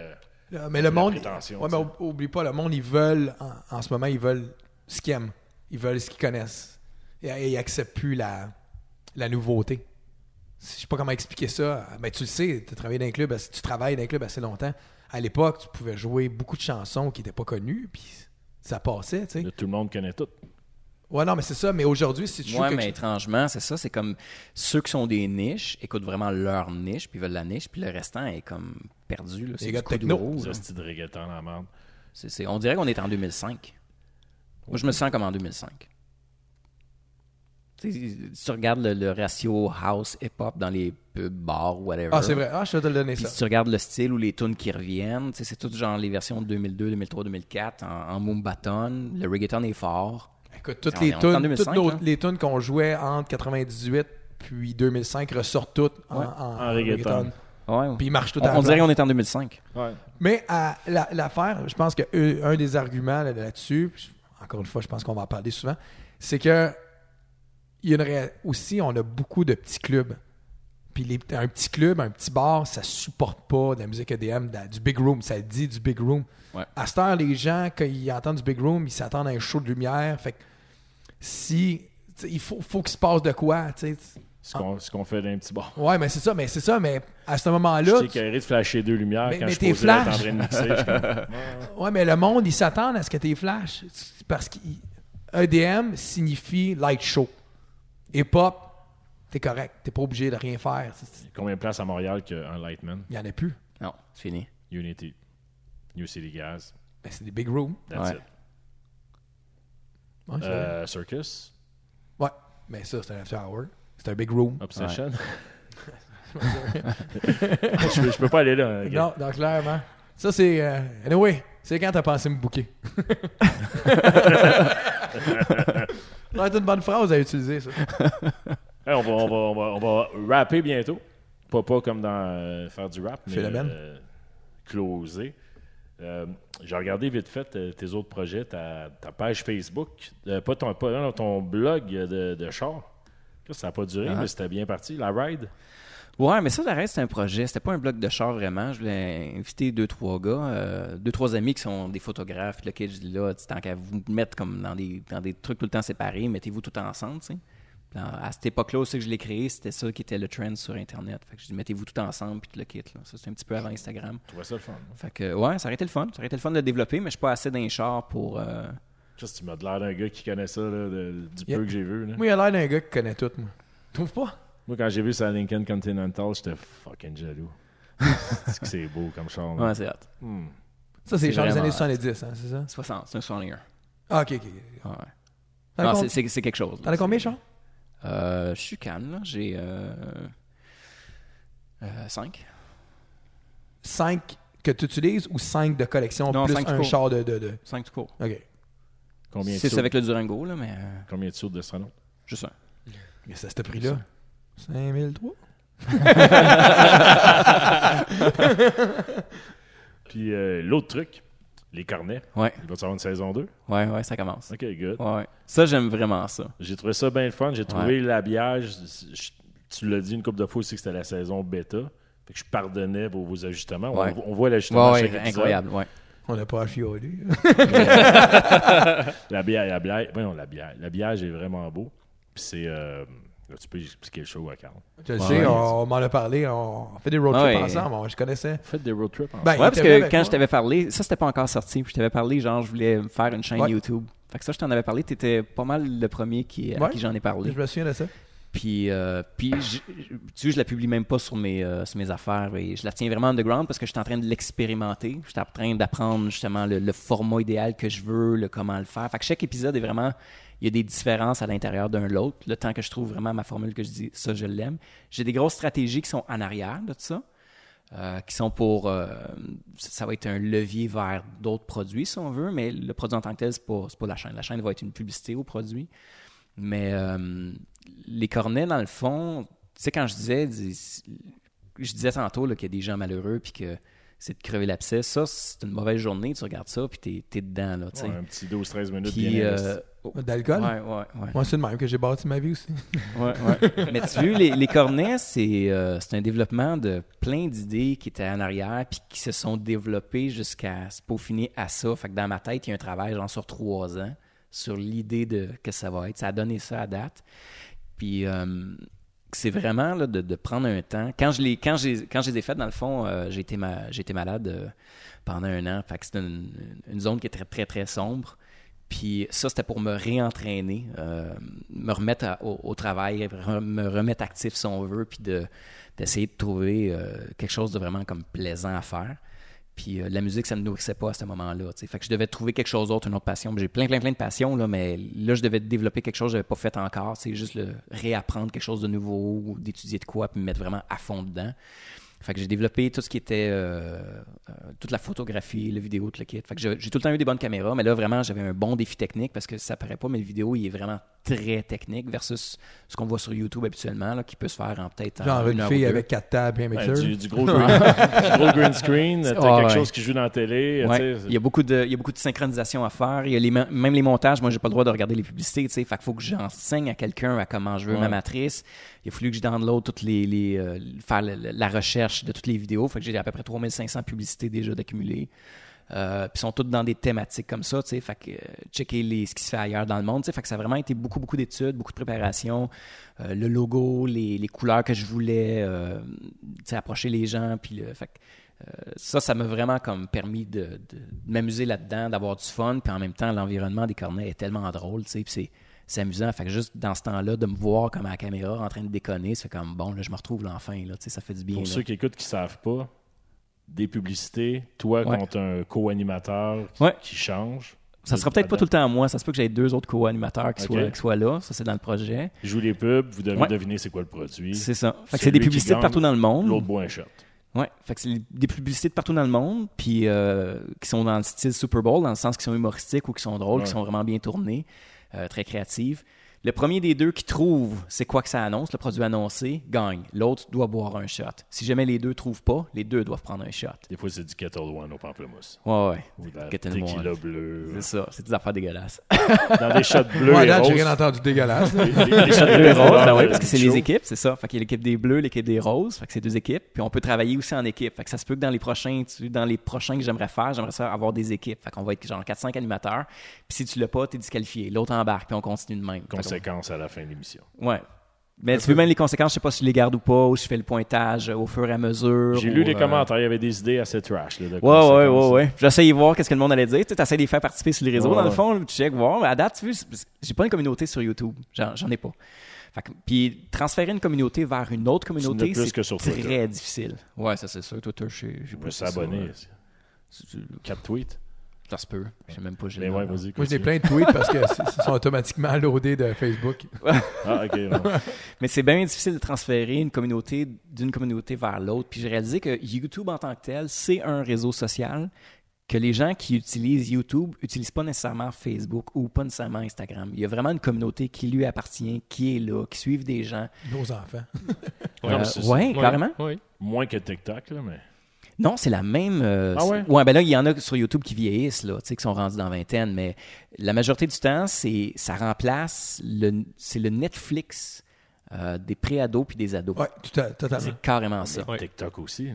Speaker 1: Euh, mais le
Speaker 3: la
Speaker 1: monde.
Speaker 3: prétention,
Speaker 1: ouais,
Speaker 3: tu
Speaker 1: mais
Speaker 3: sais.
Speaker 1: ou- oublie pas, le monde, ils veulent, en, en ce moment, ils veulent ce qu'ils aiment. Ils veulent ce qu'ils connaissent. Et, et ils acceptent plus la, la nouveauté. Je sais pas comment expliquer ça. Mais tu le sais, tu as travaillé dans un club, assez- tu travailles dans un club assez longtemps. À l'époque, tu pouvais jouer beaucoup de chansons qui n'étaient pas connues, puis ça passait, tu sais.
Speaker 3: le- tout le monde connaît tout.
Speaker 1: Ouais, non, mais c'est ça. Mais aujourd'hui, si tu joues
Speaker 2: Ouais,
Speaker 1: quelque
Speaker 2: mais étrangement, c'est ça. C'est comme ceux qui sont des niches écoutent vraiment leur niche, puis veulent la niche, puis le restant est comme perdu. là. C'est
Speaker 1: Les
Speaker 2: du
Speaker 1: gars de
Speaker 2: coup de
Speaker 1: techno.
Speaker 2: roue,
Speaker 3: Les
Speaker 2: là.
Speaker 3: hosties de reggaeton en merde.
Speaker 2: C'est- c'est- On dirait qu'on est en 2005. Moi, je me sens comme en 2005. Tu sais, tu regardes le, le ratio house hip-hop dans les pubs, bars, whatever.
Speaker 1: Ah, c'est vrai. Ah, je vais te le donner
Speaker 2: Puis
Speaker 1: ça.
Speaker 2: si tu regardes le style ou les tunes qui reviennent, tu sais, c'est tout genre les versions de 2002, 2003, 2004 en, en Moombaton. Le reggaeton est fort.
Speaker 1: Écoute, toutes
Speaker 2: On
Speaker 1: les
Speaker 2: est en
Speaker 1: tunes,
Speaker 2: 2005,
Speaker 1: toutes nos-
Speaker 2: là.
Speaker 1: les tunes qu'on jouait entre 98 puis 2005 ressortent toutes en,
Speaker 2: Ouais.
Speaker 1: en-
Speaker 3: En reggaeton.
Speaker 2: Ouais.
Speaker 1: Puis ils marchent tout
Speaker 2: on,
Speaker 1: à la
Speaker 2: on dirait
Speaker 1: place.
Speaker 2: qu'on est en 2005.
Speaker 1: Mais à la- l'affaire, je pense que euh, un des arguments là- là-dessus, puis je- encore une fois, je pense qu'on va en parler souvent, c'est que il y a une ré- aussi, on a beaucoup de petits clubs. Puis les- un petit club, un petit bar, ça supporte pas de la musique EDM, de la- du big room, ça dit du big room.
Speaker 2: Ouais.
Speaker 1: À cette heure, les gens, quand ils entendent du big room, ils s'attendent à un show de lumière. Fait que si. tu sais, Il faut, faut qu'il se passe de quoi, tu sais.
Speaker 3: Ce qu'on ce qu'on fait d'un petit bar.
Speaker 1: Ouais, mais c'est ça, mais c'est ça, mais à ce moment-là.
Speaker 3: J'étais
Speaker 1: tu-
Speaker 3: carré de flasher deux lumières
Speaker 1: Mais-
Speaker 3: quand
Speaker 1: mais
Speaker 3: je
Speaker 1: tes
Speaker 3: posais en
Speaker 1: flashs.
Speaker 3: train de mixer. je suis comme,
Speaker 1: Ouais, mais le monde, ils s'attendent à ce que tu flash. Parce qu'EDM signifie light show. Hip-hop, t'es correct. T'es pas obligé de rien faire. C'est- c'est-
Speaker 3: Combien de places à Montréal qu'un Lightman
Speaker 1: Il y en a plus.
Speaker 2: Non, c'est fini.
Speaker 3: Unity. New City Gas.
Speaker 1: Mais c'est des big rooms.
Speaker 3: That's
Speaker 2: Ouais.
Speaker 3: it.
Speaker 1: Ouais, c'est vrai.
Speaker 3: Euh, circus.
Speaker 1: Ouais. Mais ça, c'est un after hour. C'est un big room.
Speaker 3: Obsession. je, peux- je peux pas aller là. hein, gars.
Speaker 1: Non, donc clairement. Ça, c'est. euh, anyway, c'est quand t'as pensé me bouquer. C'est une bonne phrase à utiliser, ça.
Speaker 3: Hey, on, va, on, va, on, va, on va rapper bientôt. Pas, pas comme dans euh, faire du rap, mais
Speaker 1: Phénomène.
Speaker 3: euh, closer. Euh, J'ai regardé vite fait euh, tes autres projets, ta, ta page Facebook, euh, pas ton, pas, non, non, ton blog de, de char. Ça n'a pas duré,
Speaker 2: Ah.
Speaker 3: mais c'était bien parti. La ride,
Speaker 2: Ouais, mais ça, la reste, c'est un projet. C'était pas un bloc de char vraiment. Je voulais inviter deux, trois gars, euh, deux, trois amis qui sont des photographes. Puis Là, que je dis là, tu sais, tant qu'à vous mettre comme dans des, dans des trucs tout le temps séparés, mettez-vous tout ensemble, tu sais. Puis là, à cette époque-là, aussi que je l'ai créé, c'était ça qui était le trend sur Internet. Fait que je dis, mettez-vous tout ensemble, puis tout le kit. Là. Ça, c'est un petit peu avant Instagram.
Speaker 3: tu vois ça le fun.
Speaker 2: Fait que, ouais, ça aurait été le fun. Ça aurait été le fun de le développer, mais je suis pas assez d'un char pour. euh,
Speaker 3: Chris, tu m'as de l'air d'un gars qui connaît ça là, de- du
Speaker 1: Yep.
Speaker 3: peu que j'ai vu. là.
Speaker 1: Moi, il a l'air d'un gars qui connaît tout, moi. Trouve pas?
Speaker 3: Moi, quand j'ai vu ça à Lincoln Continental, j'étais fucking jaloux. C'est que c'est beau comme Charles.
Speaker 2: Ouais, c'est hot.
Speaker 3: Hmm.
Speaker 1: Ça, c'est
Speaker 2: C'est
Speaker 1: genre des
Speaker 2: vraiment-
Speaker 1: années 70, hein, c'est ça?
Speaker 2: 60, c'est un 61.
Speaker 1: Ah, ok, ok, ok.
Speaker 2: Ouais.
Speaker 1: T'en as
Speaker 2: Non,
Speaker 1: com-
Speaker 2: c'est- c'est c'est quelque chose. là.
Speaker 1: T'en as combien, Charles?
Speaker 2: Euh, je suis calme, là. J'ai. Euh, 5.
Speaker 1: 5 que tu utilises ou 5 de collection
Speaker 2: Non,
Speaker 1: plus
Speaker 2: cinq
Speaker 1: un
Speaker 2: tout
Speaker 1: char de, de, de-
Speaker 2: 5 tout court.
Speaker 1: Ok.
Speaker 3: Combien de
Speaker 2: 6
Speaker 3: sauts
Speaker 2: avec le Durango, là, mais. euh,
Speaker 3: Combien de sauts de Strano?
Speaker 2: juste un.
Speaker 1: Mais c'est à ce prix-là. 5003?
Speaker 3: Puis euh, l'autre truc, les cornets.
Speaker 2: Ouais,
Speaker 3: Il va y avoir une saison 2.
Speaker 2: ouais, ouais, ça commence.
Speaker 3: Ok, good.
Speaker 2: Ouais, ouais. Ça, j'aime vraiment ça.
Speaker 3: J'ai trouvé ça bien le fun. J'ai trouvé l'habillage. je- Tu l'as dit une couple de fois aussi que c'était la saison bêta. Fait que je pardonnais vos, vos ajustements. On-
Speaker 2: Ouais.
Speaker 3: On, voit l'ajustement
Speaker 2: Ouais,
Speaker 3: à chaque
Speaker 2: ouais,
Speaker 3: épisode.
Speaker 2: incroyable, ouais.
Speaker 1: On n'a pas à chialer.
Speaker 3: L'habillage, l'habillage, voyons, l'habillage. L'habillage est vraiment beau. Puis c'est. euh, là, tu peux expliquer le show à Carl.
Speaker 1: Je le
Speaker 2: Ouais.
Speaker 1: sais, on, on m'en a parlé, on fait des road
Speaker 2: Ouais.
Speaker 1: trips ensemble, on- je connaissais.
Speaker 3: Faites des road trips ensemble.
Speaker 1: Ben,
Speaker 2: Ouais,
Speaker 1: il
Speaker 2: parce
Speaker 1: était venu
Speaker 2: que
Speaker 1: avec
Speaker 2: quand
Speaker 1: moi.
Speaker 2: je t'avais parlé, ça c'était pas encore sorti, puis je t'avais parlé, genre je voulais me faire une chaîne
Speaker 1: Ouais.
Speaker 2: YouTube. Fait que ça, je t'en avais parlé, t'étais pas mal le premier qui, à
Speaker 1: Ouais.
Speaker 2: qui j'en ai parlé.
Speaker 1: Je me souviens de ça.
Speaker 2: Puis, euh, puis je- je- tu sais, je la publie même pas sur mes, euh, sur mes affaires. Et je la tiens vraiment underground parce que je suis en train de l'expérimenter. Je suis en train d'apprendre justement le, le format idéal que je veux, le comment le faire. Fait que chaque épisode est vraiment. Il y a des différences à l'intérieur d'un l'autre. Le temps que je trouve vraiment ma formule que je dis, ça, je l'aime. J'ai des grosses stratégies qui sont en arrière de tout ça. euh, qui sont pour. euh, ça va être un levier vers d'autres produits, si on veut, mais le produit en tant que tel, c'est pas, c'est pas la chaîne. La chaîne va être une publicité au produit. Mais euh, les cornets, dans le fond, tu sais, quand je disais, dis- je disais tantôt là, qu'il y a des gens malheureux puis que c'est de crever l'abcès, ça, c'est une mauvaise journée, tu regardes ça puis t'es, t'es dedans, là, tu sais.
Speaker 3: Ouais, un petit 12-13 minutes
Speaker 2: puis,
Speaker 3: bien
Speaker 2: euh,
Speaker 3: investi.
Speaker 2: oh, ouais,
Speaker 1: D'alcool?
Speaker 2: ouais, ouais.
Speaker 1: Moi, c'est le même que j'ai bâti ma vie aussi.
Speaker 2: Ouais, ouais. Mais tu vois, les, les cornets, c'est euh, c'est un développement de plein d'idées qui étaient en arrière puis qui se sont développées jusqu'à se peaufiner à ça. Fait que dans ma tête, il y a un travail genre sur trois ans sur l'idée de que ça va être. Ça a donné ça à date. Puis euh, c'est vraiment là, de, de prendre un temps. Quand je les, quand j'ai, quand je les ai faites, dans le fond, euh, j'ai, été ma- j'ai été malade euh, pendant un an. Fait que c'est une, une zone qui est très, très, très sombre. Puis ça, c'était pour me réentraîner, euh, me remettre à- au, au travail, re- me remettre actif si on veut, puis de, d'essayer de trouver euh, quelque chose de vraiment comme plaisant à faire. Puis euh, la musique, ça ne me nourrissait pas à ce moment-là. tu sais. Fait que je devais trouver quelque chose d'autre, une autre passion. Puis J'ai plein, plein, plein de passions, là, mais là, je devais développer quelque chose que je n'avais pas fait encore. C'est juste le réapprendre quelque chose de nouveau, ou d'étudier de quoi, puis me mettre vraiment à fond dedans. Fait que j'ai développé tout ce qui était euh, euh, toute la photographie, le vidéo, tout le kit. Fait que j'ai j'ai tout le temps eu des bonnes caméras, mais là vraiment j'avais un bon défi technique parce que ça paraît pas, mais le vidéo il est vraiment très technique versus ce qu'on voit sur YouTube habituellement, là, qui peut se faire en peut-être en
Speaker 1: Genre
Speaker 2: une
Speaker 1: une
Speaker 2: heure
Speaker 1: fille
Speaker 2: ou deux.
Speaker 1: avec quatre tables et un
Speaker 3: Ben,
Speaker 1: mixeur.
Speaker 3: du, du gros green, du gros green screen, t'as
Speaker 2: Ah,
Speaker 3: quelque
Speaker 2: ouais.
Speaker 3: chose qui joue dans la télé.
Speaker 2: Ouais.
Speaker 3: euh, tu sais,
Speaker 2: Il y a beaucoup de, il y a beaucoup de synchronisation à faire. Il y a les ma- même les montages. Moi, j'ai pas le droit de regarder les publicités. Tu sais, fait qu'il faut que j'enseigne à quelqu'un à comment je veux ma matrice. Il a fallu que je download toutes les, les euh, faire la, la- la recherche de toutes les vidéos. Fait que j'ai à peu près 3500 publicités déjà d'accumuler. Euh, puis sont toutes dans des thématiques comme ça, tu sais, fait que euh, checker les, ce qui se fait ailleurs dans le monde, tu sais, fait que ça a vraiment été beaucoup, beaucoup d'études, beaucoup de préparation, euh, le logo, les, les couleurs que je voulais, euh, tu sais, approcher les gens, puis le, fait que, euh, ça, ça m'a vraiment comme permis de, de- de m'amuser là-dedans, d'avoir du fun, puis en même temps, l'environnement des cornets est tellement drôle, tu sais, puis c'est c'est amusant. Fait que juste dans ce temps-là, de me voir comme à la caméra en train de déconner, c'est comme bon, là, je me retrouve l'enfin, là, tu sais, ça fait du bien.
Speaker 3: Pour
Speaker 2: là.
Speaker 3: ceux qui écoutent qui savent pas, des publicités, toi
Speaker 2: Ouais.
Speaker 3: quand t'as un co-animateur qui,
Speaker 2: Ouais.
Speaker 3: qui change,
Speaker 2: Ça sera peut-être pas tout le temps à moi. Ça se peut que j'ai deux autres co-animateurs qui,
Speaker 3: Ok.
Speaker 2: soient, qui soient là. Ça, c'est dans le projet.
Speaker 3: joue les pubs, vous devez
Speaker 2: Ouais.
Speaker 3: deviner c'est quoi le produit.
Speaker 2: C'est ça. Fait que
Speaker 3: C'est
Speaker 2: c'est des
Speaker 3: lui qui
Speaker 2: publicités de
Speaker 3: gagne,
Speaker 2: partout dans le
Speaker 3: L'autre
Speaker 2: monde.
Speaker 3: boit un shot.
Speaker 2: Ouais. Fait que c'est des publicités de partout dans le monde, puis euh, qui sont dans le style Super Bowl, dans le sens qu'ils sont humoristiques ou qui sont drôles,
Speaker 3: Ouais.
Speaker 2: qui sont vraiment bien tournées, euh, très créatives. Le premier des deux qui trouve c'est quoi que ça annonce, le produit annoncé, gagne. L'autre doit boire un shot. Si jamais les deux trouvent pas, les deux doivent prendre un shot.
Speaker 3: Des fois, c'est du Kettle One au pamplemousse.
Speaker 2: Ouais, ouais.
Speaker 3: Ou de la
Speaker 2: Kettle One.
Speaker 3: tequila bleue.
Speaker 2: C'est ça. C'est des affaires dégueulasses.
Speaker 3: Dans des shots bleus
Speaker 1: Moi, à
Speaker 3: et
Speaker 1: date, j'ai
Speaker 3: roses.
Speaker 1: rien entendu de dégueulasse.
Speaker 3: Des- des- des shots bleus
Speaker 2: Les
Speaker 3: et
Speaker 2: roses,
Speaker 3: roses,
Speaker 2: ben ouais,
Speaker 3: euh,
Speaker 2: parce que
Speaker 3: du
Speaker 2: c'est les
Speaker 3: show.
Speaker 2: équipes, c'est ça. Fait qu'il y a l'équipe des bleus, l'équipe des roses. Fait que c'est deux équipes. Puis on peut travailler aussi en équipe. Fait que ça se peut que dans les prochains, tu- dans les prochains que j'aimerais faire, j'aimerais ça avoir des équipes. Fait qu'on va être genre 4-5 animateurs. Puis si tu l'as pas, t'es disqualifié. L'autre embarque, puis on continue de même. Fait qu'on-
Speaker 3: Conséquences à la fin de l'émission.
Speaker 2: Ouais. Mais tu veux même les conséquences, je sais pas si je les garde ou pas, ou si je fais le pointage au fur et à mesure.
Speaker 3: J'ai
Speaker 2: ou,
Speaker 3: lu
Speaker 2: euh,
Speaker 3: les commentaires, il y avait des idées assez trash. Là, de
Speaker 2: Ouais, ouais,
Speaker 3: conséquences.
Speaker 2: ouais, ouais. J'essaie de voir qu'est-ce que le monde allait dire. Tu sais, t'essayes de les faire participer sur les réseaux,
Speaker 3: Ouais,
Speaker 2: dans le
Speaker 3: ouais.
Speaker 2: fond. Tu check, voir. Mais à date, tu vois, c'est- j'ai pas une communauté sur YouTube. J'en j'en ai pas. Fait que- puis transférer une communauté vers une autre communauté,
Speaker 3: plus
Speaker 2: c'est
Speaker 3: que sur
Speaker 2: très
Speaker 3: Twitter.
Speaker 2: difficile. Ouais, ça c'est sûr. Twitter, j'ai j'ai
Speaker 3: Je
Speaker 2: pas
Speaker 3: me
Speaker 2: fait
Speaker 3: suis
Speaker 2: ça,
Speaker 3: abonné.
Speaker 2: euh, tu-
Speaker 3: Quatre tweets.
Speaker 2: Ça se peut. Je sais même pas. j'ai
Speaker 3: Mais
Speaker 2: le
Speaker 3: ouais,
Speaker 2: nom.
Speaker 3: vas-y.
Speaker 1: Moi, j'ai
Speaker 3: continue.
Speaker 1: plein de tweets parce que c- ils sont automatiquement loadés de Facebook.
Speaker 3: Ah, ok. non.
Speaker 2: Mais c'est bien difficile de transférer une communauté d'une communauté vers l'autre. Puis j'ai réalisé que YouTube en tant que tel, c'est un réseau social que les gens qui utilisent YouTube n'utilisent pas nécessairement Facebook ou pas nécessairement Instagram. Il y a vraiment une communauté qui lui appartient, qui est là, qui suivent des gens.
Speaker 1: Nos enfants.
Speaker 3: Non, mais c'est-
Speaker 2: ouais,
Speaker 4: Ouais,
Speaker 2: carrément.
Speaker 4: ouais.
Speaker 3: Moins que TikTok, là, mais.
Speaker 2: Non, c'est la même. euh,
Speaker 3: Ah
Speaker 2: c'est-
Speaker 3: ouais?
Speaker 2: ben là, il y en a sur YouTube qui vieillissent, là, tu sais, qui sont rendus dans la vingtaine, mais la majorité du temps, c'est ça remplace le, c'est le Netflix euh, des pré-ados puis des ados.
Speaker 1: Ouais, tout à, totalement.
Speaker 2: C'est carrément ça.
Speaker 4: Ouais.
Speaker 3: TikTok aussi. Là.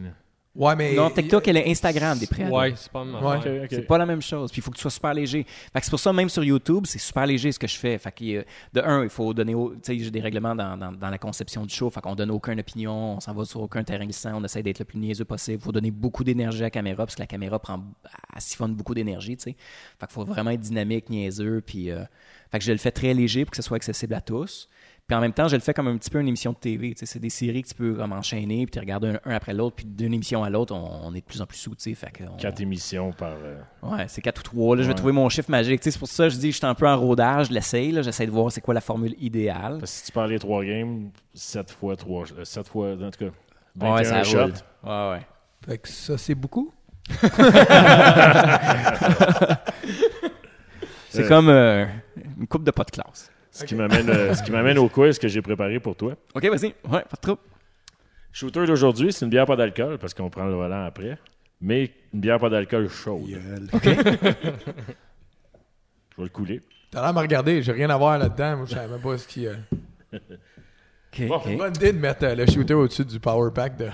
Speaker 1: Ouais, mais.
Speaker 2: Non, TikTok, elle est Instagram des pré-ados.
Speaker 4: Ouais, c'est pas mal.
Speaker 1: Ouais.
Speaker 4: Ouais.
Speaker 3: Ok, ok.
Speaker 2: C'est pas la même chose. Puis il faut que tu sois super léger. Fait que c'est pour ça, même sur YouTube, c'est super léger ce que je fais. Fait que, euh, de un, il faut donner. au- Tu sais, j'ai des règlements dans, dans- dans la conception du show. Fait qu'on donne aucune opinion, on s'en va sur aucun terrain glissant, on essaie d'être le plus niaiseux possible. faut donner beaucoup d'énergie à la caméra parce que la caméra prend. Elle siphonne beaucoup d'énergie, tu sais. Fait qu'il faut vraiment être dynamique, niaiseux. Puis, euh, fait que je le fais très léger pour que ce soit accessible à tous. Puis en même temps, je le fais comme un petit peu une émission de TV. tu sais. C'est des séries que tu peux comme enchaîner, puis tu regardes un, un après l'autre, puis d'une émission à l'autre, on, on est de plus en plus sous. tu sais. Fait que on-
Speaker 3: Quatre émissions par. euh,
Speaker 2: Ouais, c'est 4 ou 3. Là, Je vais
Speaker 3: Ouais.
Speaker 2: trouver mon chiffre magique. Tu sais, C'est pour ça que je dis que je suis un peu en rodage. Je l'essaye. là. J'essaie de voir c'est quoi la formule idéale.
Speaker 3: Parce que si tu parles les trois games, 7 fois 3. 7 fois, en tout cas,
Speaker 2: Ouais,
Speaker 3: 21
Speaker 2: ça roule.
Speaker 3: shots.
Speaker 2: Ouais, ouais.
Speaker 1: Fait que ça, c'est beaucoup.
Speaker 2: C'est
Speaker 3: Euh.
Speaker 2: comme euh, une coupe de pas de classe.
Speaker 3: Ce qui m'amène euh, ce qui m'amène au quiz que j'ai préparé pour toi.
Speaker 2: OK, vas-y. Ouais, pas de trouble.
Speaker 3: Shooter d'aujourd'hui, c'est une bière pas d'alcool parce qu'on prend le volant après. Mais une bière pas d'alcool chaude. Je vais le couler.
Speaker 1: T'as l'air de me regarder, j'ai rien à voir là-dedans. Moi, je savais même pas ce qui. euh,
Speaker 2: OK,
Speaker 3: Bon,
Speaker 2: OK.
Speaker 1: Bonne idée de mettre euh, le shooter au-dessus du power pack de.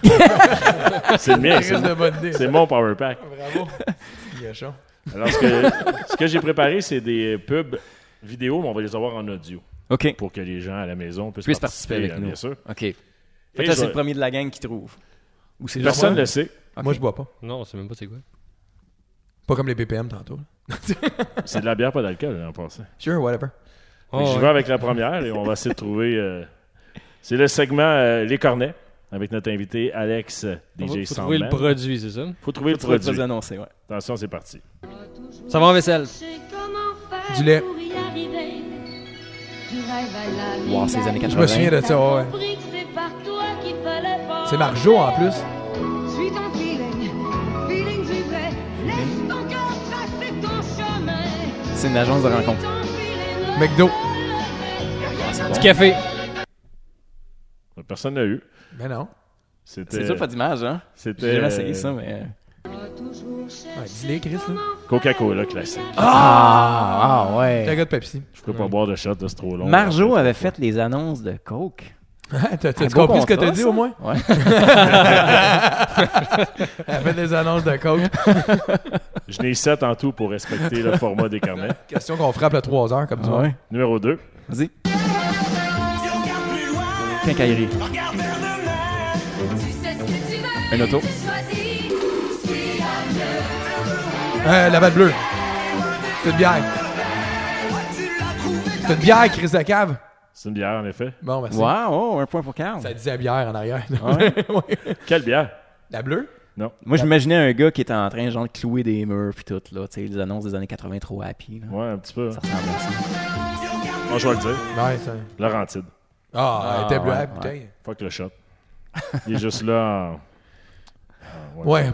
Speaker 3: C'est le mien, c'est
Speaker 1: Crise de
Speaker 3: le-
Speaker 1: bonne idée.
Speaker 3: c'est mon power pack.
Speaker 1: Bravo. Gachon.
Speaker 3: Alors, ce que, ce que j'ai préparé, c'est des euh, pubs vidéo, mais on va les avoir en audio
Speaker 2: OK.
Speaker 3: pour que les gens à la maison puissent,
Speaker 2: Puissent
Speaker 3: participer,
Speaker 2: participer avec
Speaker 3: là,
Speaker 2: nous.
Speaker 3: bien sûr.
Speaker 2: OK. Fait que
Speaker 3: Et
Speaker 2: là,
Speaker 3: je
Speaker 2: c'est
Speaker 3: vais-
Speaker 2: le premier de la gang qui trouve. Ou c'est
Speaker 3: Personne ne
Speaker 2: genre-
Speaker 3: le sait.
Speaker 1: Moi, je bois pas.
Speaker 4: Non, c'est même pas c'est quoi.
Speaker 1: Pas comme les BPM tantôt.
Speaker 3: C'est de la bière pas d'alcool, là, en passant.
Speaker 1: Sure, whatever.
Speaker 3: Fait que
Speaker 4: Oh,
Speaker 3: J'y vais
Speaker 4: ouais.
Speaker 3: avec la première et on va essayer de trouver. euh, c'est le segment euh, Les Cornets avec notre invité Alex euh,
Speaker 4: Faut-
Speaker 3: DJ
Speaker 4: faut trouver le
Speaker 3: Sandman.
Speaker 4: produit, c'est ça?
Speaker 3: faut trouver le
Speaker 2: Faut pas
Speaker 3: produit.
Speaker 2: annoncer, ouais.
Speaker 3: Attention, c'est parti.
Speaker 4: Savon à vaisselle.
Speaker 5: C'est comment faire
Speaker 1: Du lait.
Speaker 5: pour y arriver. Du rêve à la vie.
Speaker 2: Wow, c'est les années
Speaker 1: Je me
Speaker 2: 80.
Speaker 1: souviens de ça, ouais.
Speaker 5: T'as compris que c'est par toi qu'il fallait pas.
Speaker 1: C'est Marjo en plus.
Speaker 5: Suis ton feeling, feeling du vrai. Laisse ton cœur tracer ton chemin.
Speaker 2: C'est une agence de rencontre.
Speaker 5: Ton feeling,
Speaker 1: McDo.
Speaker 4: Du café.
Speaker 3: Personne n'a eu.
Speaker 1: Mais non.
Speaker 2: C'est
Speaker 3: C'était.
Speaker 2: sûr, pas d'image, hein? J'ai
Speaker 3: C'était.
Speaker 2: jamais essayé ça,
Speaker 3: euh,
Speaker 2: mais.
Speaker 5: là, toujours chercher
Speaker 1: Ouais, Dis-les, Chris. là.
Speaker 3: Coca-Cola classique.
Speaker 2: Ah, ah
Speaker 1: T'as un
Speaker 2: ouais.
Speaker 1: gars de Pepsi.
Speaker 3: Je peux pas boire de shot, là, c'est trop long.
Speaker 2: Marjo
Speaker 3: Après,
Speaker 2: avait
Speaker 3: faut
Speaker 2: fait les annonces de Coke.
Speaker 1: T'as- T'as
Speaker 2: Un
Speaker 1: tu
Speaker 2: beau
Speaker 1: compris ce que t'as
Speaker 2: contrat,
Speaker 1: dit
Speaker 2: ça?
Speaker 1: au moins?
Speaker 2: Ouais.
Speaker 1: Elle fait des annonces de coach.
Speaker 3: pas. Je n'ai sept en tout pour respecter le format des cornets.
Speaker 1: Question qu'on frappe à 3 heures comme tu vois.
Speaker 2: Ah ouais.
Speaker 3: Numéro 2.
Speaker 2: Vas-y. Quincaillerie.
Speaker 5: Tu sais ce que tu veux.
Speaker 2: Un auto.
Speaker 5: Tu choisis.
Speaker 1: Euh, la batte bleue. C'est une bière. C'est une bière, Chris de cave.
Speaker 3: C'est une bière, en effet.
Speaker 1: Bon, merci.
Speaker 2: Wow, oh, un point pour Carl.
Speaker 1: Ça disait bière en arrière.
Speaker 3: Quelle bière
Speaker 1: La bleue?
Speaker 2: Moi, j'imaginais un gars qui était en train, genre, de clouer des murs puis tout, là. Tu sais, les annonces des années 80 trop happy, là.
Speaker 3: Ouais, un petit peu. hein.
Speaker 2: Ça ressemble à ça.
Speaker 3: Bon, je vais le dire.
Speaker 1: Ouais, ça.
Speaker 3: Laurentide.
Speaker 1: Ah, elle était bleue,
Speaker 2: ouais,
Speaker 1: ah, putain. Ouais,
Speaker 3: Fuck le shot. Il est juste là en-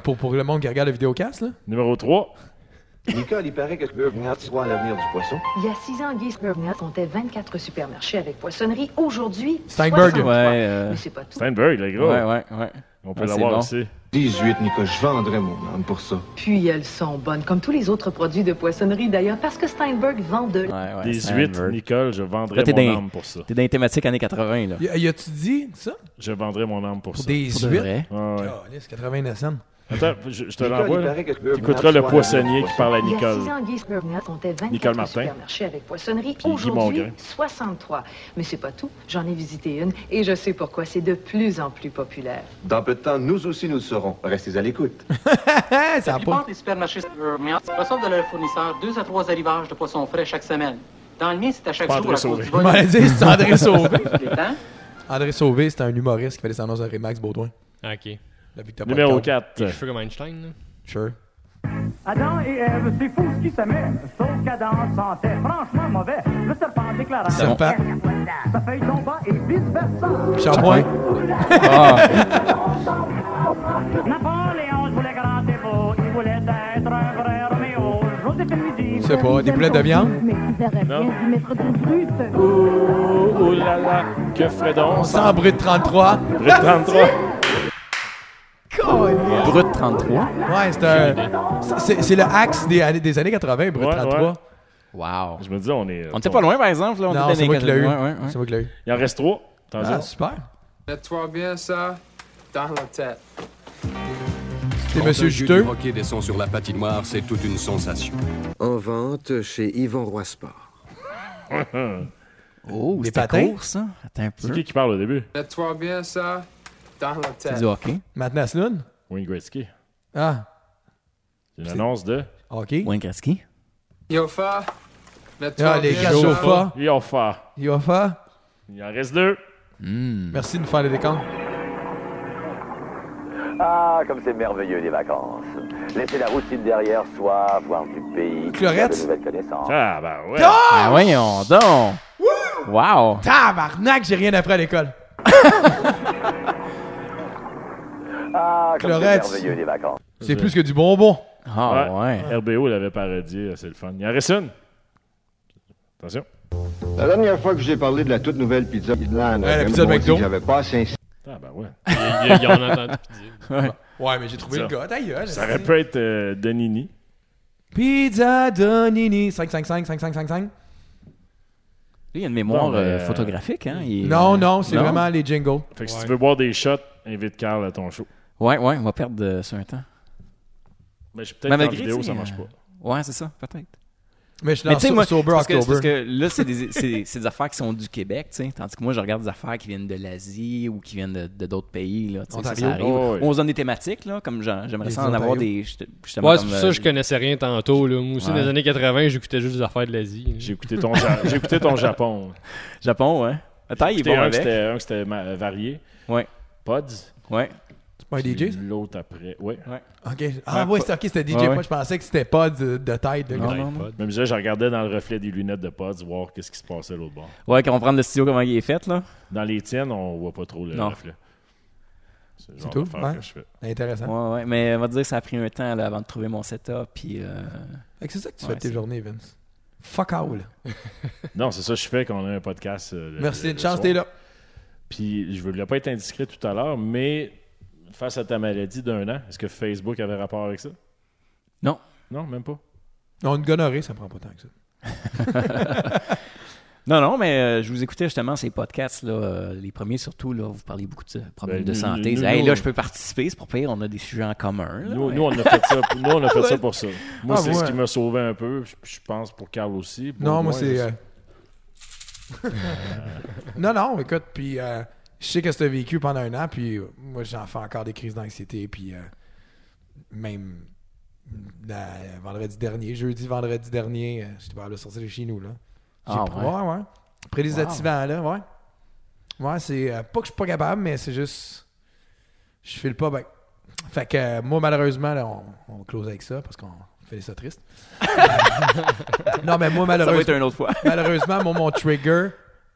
Speaker 1: pour, pour le monde qui regarde la vidéocast, là.
Speaker 3: Numéro 3.
Speaker 6: Nicole, il paraît que Burgnat soit l'avenir du poisson.
Speaker 7: Il y a six ans, Guy Smurgnat comptait 24 supermarchés avec poissonnerie. Aujourd'hui,
Speaker 1: Steinberg.
Speaker 7: 63.
Speaker 2: Ouais, euh,
Speaker 7: Mais c'est pas tout.
Speaker 3: Steinberg, le
Speaker 1: Oh.
Speaker 3: gros.
Speaker 2: ouais, ouais, ouais.
Speaker 3: On peut
Speaker 2: Ah, c'est
Speaker 3: l'avoir
Speaker 2: bon.
Speaker 3: aussi.
Speaker 6: 18, Nicole, je vendrais mon âme pour ça.
Speaker 7: Puis elles sont bonnes, comme tous les autres produits de poissonnerie d'ailleurs, parce que Steinberg vend de
Speaker 2: Ouais, ouais.
Speaker 3: 18,
Speaker 2: Sandberg.
Speaker 3: Nicole, je vendrais
Speaker 2: Là, t'es
Speaker 3: mon
Speaker 2: dingue.
Speaker 3: âme pour ça.
Speaker 2: T'es dans les thématiques années 80, là.
Speaker 1: Y, y a-tu dit ça?
Speaker 3: Je vendrais mon âme pour,
Speaker 1: Pour
Speaker 3: ça.
Speaker 1: des
Speaker 2: Pour de
Speaker 1: 18?
Speaker 2: vrai.
Speaker 3: Ah ouais.
Speaker 1: Oh, c'est 89 cents.
Speaker 3: Attends, je, je te
Speaker 6: Nicole,
Speaker 3: l'envoie.
Speaker 6: il
Speaker 3: là.
Speaker 6: paraît que Burgnat
Speaker 3: T'écouteras
Speaker 6: soit
Speaker 3: le
Speaker 6: l'avenir
Speaker 3: poissonnier
Speaker 6: du
Speaker 3: qui
Speaker 6: poisson.
Speaker 3: parle à
Speaker 7: Il y a
Speaker 3: Nicole.
Speaker 7: six ans, Guy Smurgnat comptait
Speaker 3: Nicole
Speaker 7: 24
Speaker 3: Martin.
Speaker 7: supermarchés avec poissonnerie.
Speaker 3: Puis Guy Mongrain.
Speaker 7: Aujourd'hui, 63. Mais c'est pas tout. J'en ai visité une et je sais pourquoi c'est de plus en plus populaire.
Speaker 6: Dans peu de temps, nous aussi nous le serons. Restez à l'écoute.
Speaker 1: Ah, ça a
Speaker 8: La plupart
Speaker 1: pas.
Speaker 8: des supermarchés Burmans reçoivent de leurs fournisseurs deux à trois arrivages de poissons frais chaque semaine. Dans le mien, c'est à chaque
Speaker 3: Pas
Speaker 8: jour à
Speaker 3: André
Speaker 8: cause
Speaker 3: Sauvé.
Speaker 8: du
Speaker 1: Je
Speaker 8: vol.
Speaker 1: m'en ai dit, c'est André Sauvé.
Speaker 8: Les temps.
Speaker 1: André Sauvé, c'était un humoriste qui faisait son annonce à Max Baudouin.
Speaker 4: Ah, Ok.
Speaker 1: La vie que t'as pas
Speaker 3: Numéro
Speaker 1: de câble.
Speaker 3: 4.
Speaker 4: Je fais comme Einstein. là.
Speaker 1: Sure.
Speaker 9: Adam et Ève, c'est fou ce qui se met, sauf qu'Adam sentait franchement mauvais. Le serpent déclara
Speaker 1: C'est bon.
Speaker 9: Sa feuille tomba et vice-versa.
Speaker 1: Shampoing.
Speaker 9: Napoléon voulait grand et beau, il voulait être un vrai Roméo. Joséphine lui dit
Speaker 1: Je sais pas, des boulettes de viande.
Speaker 10: Mais qui verrait
Speaker 3: Non.
Speaker 10: bien d'y mettre du brut.
Speaker 3: Ouh, ouh là là, que ferait donc ça?
Speaker 1: Sans brut 33.
Speaker 3: Brut 33.
Speaker 2: Brut 33.
Speaker 1: Ouais, c'est un. c'est- C'est c'est le axe des années, des années 80, brut
Speaker 3: Ouais,
Speaker 1: 33.
Speaker 3: ouais.
Speaker 2: Wow.
Speaker 3: Je me dis, on est.
Speaker 2: On était pas loin, par exemple. Là, on
Speaker 1: Non,
Speaker 2: était
Speaker 1: c'est moi qui l'ai eu.
Speaker 2: Ouais, ouais, ouais.
Speaker 1: C'est moi qui l'ai eu.
Speaker 3: Il en reste 3. T'en
Speaker 1: Ah,
Speaker 3: dis?
Speaker 1: super.
Speaker 9: Mets-toi bien ça dans la tête.
Speaker 1: C'est Monsieur Juteux.
Speaker 9: hockey descend sur la patinoire, c'est toute une sensation.
Speaker 6: En vente chez Yvon Roy Sport.
Speaker 2: Oh,
Speaker 1: Des
Speaker 2: c'était
Speaker 1: patins?
Speaker 2: court, ça. Attends un
Speaker 3: C'est
Speaker 2: peu.
Speaker 3: qui qui parle au début?
Speaker 4: Ah.
Speaker 9: Mets-toi bien ça dans la
Speaker 2: C'est
Speaker 9: tête.
Speaker 2: du hockey.
Speaker 1: Maintenant, Sloon.
Speaker 3: Wayne Gretzky.
Speaker 1: Ah,
Speaker 3: C'est une annonce de.
Speaker 1: OK.
Speaker 2: Wayne Gretzky.
Speaker 9: Yofa,
Speaker 1: Ah,
Speaker 9: mets-toi
Speaker 1: les
Speaker 9: bien
Speaker 1: quatre
Speaker 9: ça.
Speaker 1: chauffeurs.
Speaker 3: Il en fait.
Speaker 1: Yofa.
Speaker 3: Il en reste 2.
Speaker 1: Merci de nous faire les décomptes.
Speaker 8: Ah, comme c'est merveilleux les vacances. Laissez la routine derrière soi, voir du pays,
Speaker 1: Clorette. de
Speaker 8: nouvelles connaissances.
Speaker 3: Ah, ben ouais.
Speaker 2: Ah, voyons donc. Wow.
Speaker 1: Tabarnak, j'ai rien appris à l'école.
Speaker 8: Ah,
Speaker 1: comme c'est Clorette. merveilleux,
Speaker 8: les vacances.
Speaker 1: C'est plus que du bonbon.
Speaker 2: Ah, ouais.
Speaker 3: RBO l'avait parodié, c'est le fun. Il en reste une. Attention.
Speaker 6: La dernière fois que j'ai parlé de la toute nouvelle pizza Midland,
Speaker 1: Ouais, la pizza de McDo.
Speaker 6: j'avais pas assez
Speaker 3: Ah, ben ouais.
Speaker 4: Il y a- il y en a entendu plus dire.
Speaker 1: Ouais, mais j'ai trouvé le gars. Ta gueule.
Speaker 3: Ça aurait pu être euh, Donini.
Speaker 1: Pizza Donini. 555, 555.
Speaker 2: Lui, il a une mémoire
Speaker 3: Bon,
Speaker 2: euh,
Speaker 3: euh,
Speaker 2: photographique, hein? il est-
Speaker 1: Non, non, c'est
Speaker 2: Non?
Speaker 1: vraiment les jingles.
Speaker 3: Fait que si tu veux boire des shots, invite Carl à ton show.
Speaker 2: Ouais, ouais, on va perdre euh, sur un temps.
Speaker 3: Mais je
Speaker 2: Mais
Speaker 3: peut-être en
Speaker 2: malgré,
Speaker 3: vidéo,
Speaker 2: tu sais,
Speaker 3: ça marche
Speaker 2: euh,
Speaker 3: pas.
Speaker 2: Ouais, c'est ça, peut-être.
Speaker 1: Mais je
Speaker 2: Mais tu
Speaker 1: lance
Speaker 2: sais, moi, c'est
Speaker 1: Sober
Speaker 2: parce, que, c'est parce
Speaker 1: October.
Speaker 2: que là, c'est des, c'est- c'est des affaires qui sont du Québec, tu sais. Tandis que moi, je regarde des affaires qui viennent de l'Asie ou qui viennent de de d'autres pays, là. tu sais, Ça, ça
Speaker 1: Ontario.
Speaker 2: arrive.
Speaker 3: Oh, oui.
Speaker 2: On se donne des thématiques, là, comme j'en- j'aimerais
Speaker 1: Les
Speaker 2: ça en avoir
Speaker 1: Ontario.
Speaker 2: des. j't- justement,
Speaker 4: Ouais, c'est
Speaker 2: comme,
Speaker 4: pour ça
Speaker 2: euh,
Speaker 4: que je connaissais rien tantôt. Là. Moi aussi,
Speaker 2: Ouais.
Speaker 4: dans les années 80, j'écoutais juste des affaires de l'Asie.
Speaker 3: J'ai écouté ton, Ja- j'ai écouté ton Japon.
Speaker 2: Japon, ouais. Attends, il est
Speaker 3: Écouté
Speaker 2: bon
Speaker 3: un
Speaker 2: avec.
Speaker 3: que c'était- un que c'était ma- varié.
Speaker 2: Ouais.
Speaker 3: Pods.
Speaker 2: Ouais.
Speaker 1: C'est pas un DJ, ça?
Speaker 3: L'autre après. Ouais.
Speaker 1: OK. Ah, ouais, c'est- ok, c'était DJ.
Speaker 2: Ouais, ouais.
Speaker 1: Moi, je pensais que c'était pas de, de tête. le gars.
Speaker 2: non, non.
Speaker 3: Même ça, je regardais dans le reflet des lunettes de Pods, voir qu'est-ce qui se passait à l'autre bord.
Speaker 2: Ouais, qu'on prend le studio, comment il est fait, là.
Speaker 3: Dans les tiennes, on voit pas trop le
Speaker 2: Non.
Speaker 3: reflet. C'est le genre
Speaker 1: tout, hein?
Speaker 3: d'affaire
Speaker 1: ouais.
Speaker 3: que je fais.
Speaker 1: Intéressant.
Speaker 2: Ouais, ouais. Mais on va te dire, ça a pris un temps, là, avant de trouver mon setup, puis. euh,
Speaker 1: Fait que c'est ça que tu
Speaker 2: Ouais,
Speaker 1: fais de tes
Speaker 2: c'est-
Speaker 1: journées, Vince. Fuck all.
Speaker 3: Non, c'est ça que je fais quand on a un podcast. euh, le-
Speaker 1: Merci,
Speaker 3: le-
Speaker 1: une
Speaker 3: le
Speaker 1: chance,
Speaker 3: soir.
Speaker 1: t'es là.
Speaker 3: Puis je voulais pas être indiscret tout à l'heure, mais face à ta maladie d'un an, est-ce que Facebook avait rapport avec ça?
Speaker 2: Non.
Speaker 3: Non, même pas.
Speaker 1: Non, une gonorrhée, ça prend pas tant que ça.
Speaker 2: Non, non, mais euh, je vous écoutais justement ces podcasts, là, euh, les premiers surtout, là, vous parlez beaucoup de euh, problèmes
Speaker 3: Ben,
Speaker 2: de
Speaker 3: nous-
Speaker 2: santé.
Speaker 3: nous-
Speaker 2: Hey,
Speaker 3: nous-
Speaker 2: là, je peux participer, c'est pour pire, on a des sujets en commun. là.
Speaker 3: Nous,
Speaker 2: Ouais.
Speaker 3: nous, on a fait ça, nous, on a fait ça pour ça. Moi,
Speaker 1: Ah,
Speaker 3: c'est
Speaker 1: ouais.
Speaker 3: ce qui m'a sauvé un peu, puis je pense pour Carl aussi. Pour
Speaker 1: Non, moi,
Speaker 3: moi,
Speaker 1: c'est.
Speaker 3: je-
Speaker 1: euh, non, non, écoute, puis euh, je sais que tu as vécu pendant un an, puis euh, moi, j'en fais encore des crises d'anxiété, puis euh, même la- euh, vendredi dernier, jeudi, vendredi dernier, euh, j'étais pas capable de sortir de chez nous, là. J'ai
Speaker 2: Ah,
Speaker 1: pris-
Speaker 2: ouais.
Speaker 1: ouais, ouais. Pris des activants, là, ouais. Ouais, c'est euh, pas que je suis pas capable, mais c'est juste. Je file pas, ben. Fait que euh, moi, malheureusement, là, on, on close avec ça parce qu'on fait ça triste. Euh, non, mais moi,
Speaker 2: Ça va être
Speaker 1: malheureusement,
Speaker 2: une autre fois.
Speaker 1: malheureusement mon, mon trigger,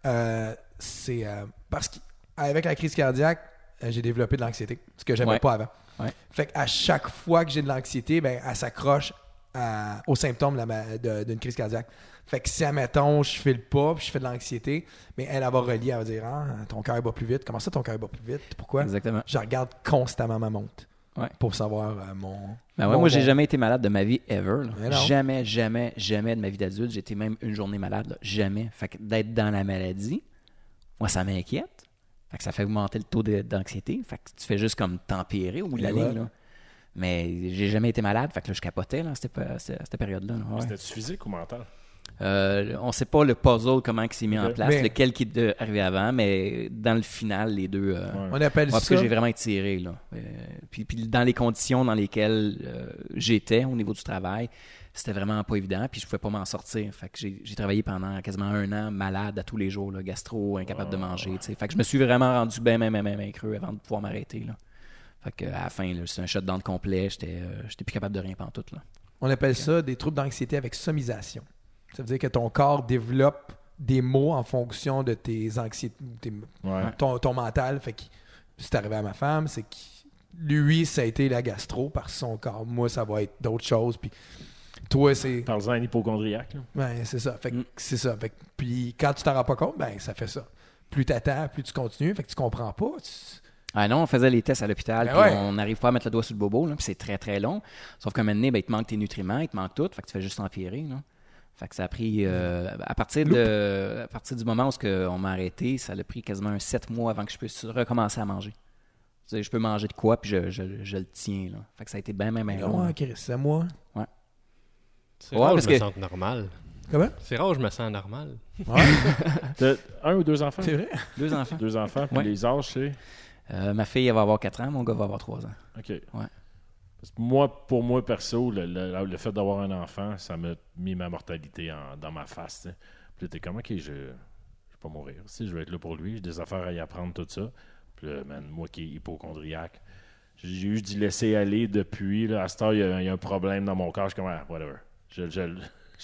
Speaker 1: euh, c'est euh, parce qu'avec la crise cardiaque, euh, j'ai développé de l'anxiété, ce que j'avais
Speaker 2: Ouais.
Speaker 1: pas avant.
Speaker 2: Ouais.
Speaker 1: Fait qu'à chaque fois que j'ai de l'anxiété, ben, elle s'accroche à- aux symptômes de la ma- de- d'une crise cardiaque. Fait que si, admettons, je file pas, puis je fais de l'anxiété, mais elle, elle va relier, elle va dire Ah, ton cœur bat plus vite. Comment ça, ton cœur bat plus vite Pourquoi
Speaker 2: Exactement.
Speaker 1: Je regarde constamment ma montre
Speaker 2: Ouais.
Speaker 1: pour savoir euh, mon.
Speaker 2: Ben ouais,
Speaker 1: mon-
Speaker 2: moi, j'ai
Speaker 1: mon-
Speaker 2: jamais été malade de ma vie ever. là.
Speaker 1: Mais non.
Speaker 2: Jamais, jamais, jamais de ma vie d'adulte. J'étais même une journée malade. là. Jamais. Fait que d'être dans la maladie, moi, ça m'inquiète. Fait que ça fait augmenter le taux de- d'anxiété. Fait que tu fais juste comme t'empirer au bout de la
Speaker 1: Et ouais.
Speaker 2: ligne. là. Mais j'ai jamais été malade. Fait que là, je capotais là, cette, pa- cette- cette période-là. là. Ouais.
Speaker 3: C'était-tu physique ou mental?
Speaker 2: Euh, on sait pas le puzzle, comment il s'est mis en place,
Speaker 1: Mais-
Speaker 2: lequel qui est arrivé avant, mais dans le final, les deux. euh, ouais,
Speaker 1: On appelle
Speaker 2: parce
Speaker 1: ça.
Speaker 2: que j'ai vraiment étiré. Là. Euh, puis, puis dans les conditions dans lesquelles euh, j'étais au niveau du travail, c'était vraiment pas évident, puis je pouvais pas m'en sortir. Fait que j'ai j'ai travaillé pendant quasiment un an malade à tous les jours, là, gastro, incapable de manger. tu sais. Fait que je me suis vraiment rendu bien, bien, bien, bien, bien creux avant de pouvoir m'arrêter. là. Fait que, à la fin, là, c'était un shutdown complet. J'étais euh, j'étais plus capable de rien pantoute. Là.
Speaker 1: On appelle ça des troubles d'anxiété avec somisation. Ça veut dire que ton corps développe des mots en fonction de tes anxiétés, tes-
Speaker 3: Ouais.
Speaker 1: ton, ton mental. Fait que c'est arrivé à ma femme, c'est que lui, ça a été la gastro par son corps. Moi, ça va être d'autres choses. Puis toi, c'est.
Speaker 3: Parle-en à un hypochondriaque. là.
Speaker 1: Ouais, c'est ça. Fait que
Speaker 2: Mm.
Speaker 1: c'est ça. Fait que- puis quand tu t'en rends pas compte, ben ça fait ça. Plus t'attends, plus tu continues, fait que tu comprends pas. Tu-
Speaker 2: Ah non, on faisait les tests à l'hôpital,
Speaker 1: Ben
Speaker 2: puis
Speaker 1: ouais.
Speaker 2: on n'arrive pas à mettre le doigt sur le bobo, là, puis c'est très très long. Sauf qu'à un moment donné, ben, il te manque tes nutriments, il te manque tout, fait que tu fais juste empirer. Là. Fait que ça a pris, euh, à, partir de, à partir du moment où ce que on m'a arrêté, ça a pris quasiment un 7 mois avant que je puisse recommencer à manger. Tu sais, je peux manger de quoi, puis je, je- je le tiens. Là. Fait que ça a été bien, bien, bien long.
Speaker 1: Ben Ouais, Ah, Chris, c'est moi.
Speaker 2: Ouais,
Speaker 4: rare, que
Speaker 2: parce
Speaker 4: je me
Speaker 2: que-
Speaker 4: sens normal.
Speaker 1: Comment?
Speaker 4: C'est rare, je me sens normal.
Speaker 3: T'as un ou deux enfants?
Speaker 1: C'est vrai?
Speaker 2: Deux enfants.
Speaker 3: Deux enfants, puis
Speaker 2: Ouais.
Speaker 3: les âges, c'est...
Speaker 2: Euh, ma fille, elle va avoir 4 ans, mon gars va avoir 3 ans.
Speaker 3: OK. Parce que moi, pour moi, perso, le, le- le fait d'avoir un enfant, ça m'a mis ma mortalité en- dans ma face. tu sais. Puis là, t'es comme, OK, je je vais pas mourir. Si je vais être là pour lui, j'ai des affaires à y apprendre, tout ça. Puis là, man, moi qui est hypochondriaque, j'ai eu du laisser aller depuis. Là, à cette heure, il y, a- il y a un problème dans mon corps. Je suis comme, ah, whatever. Je, je, je, je le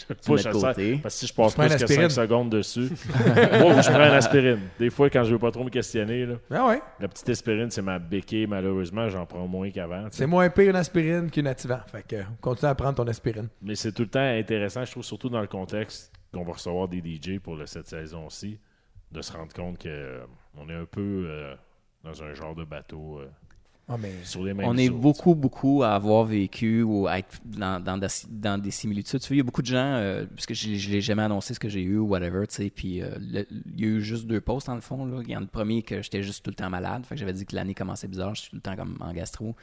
Speaker 2: mets
Speaker 3: push
Speaker 2: de
Speaker 3: à ça.
Speaker 2: côté.
Speaker 3: Parce que si je passe
Speaker 1: Tu prends
Speaker 3: plus que 5
Speaker 1: l'aspirine.
Speaker 3: secondes dessus, moi, je prends une aspirine. Des fois, quand je veux pas trop me questionner, là,
Speaker 1: Ah ouais.
Speaker 3: la petite aspirine, c'est ma béquille. Malheureusement, j'en prends moins qu'avant. tu sais.
Speaker 1: C'est moins pire une aspirine qu'une attivant. Fait que euh, continue à prendre ton aspirine.
Speaker 3: Mais c'est tout le temps intéressant, je trouve, surtout dans le contexte qu'on va recevoir des DJ pour le- cette saison-ci, de se rendre compte que euh, on est un peu euh, dans un genre de bateau euh,
Speaker 1: Ah, mais
Speaker 3: sur les mêmes
Speaker 2: On est
Speaker 3: eaux,
Speaker 2: beaucoup, beaucoup à avoir vécu ou à être dans, dans, des- dans des similitudes. Tu vois, il y a beaucoup de gens, euh, parce que je je l'ai jamais annoncé ce que j'ai eu ou whatever, tu sais, puis euh, le- il y a eu juste deux postes dans le fond. Là. Il y en a le premier que j'étais juste tout le temps malade, fait que j'avais dit que l'année commençait bizarre, je suis tout le temps comme en gastro.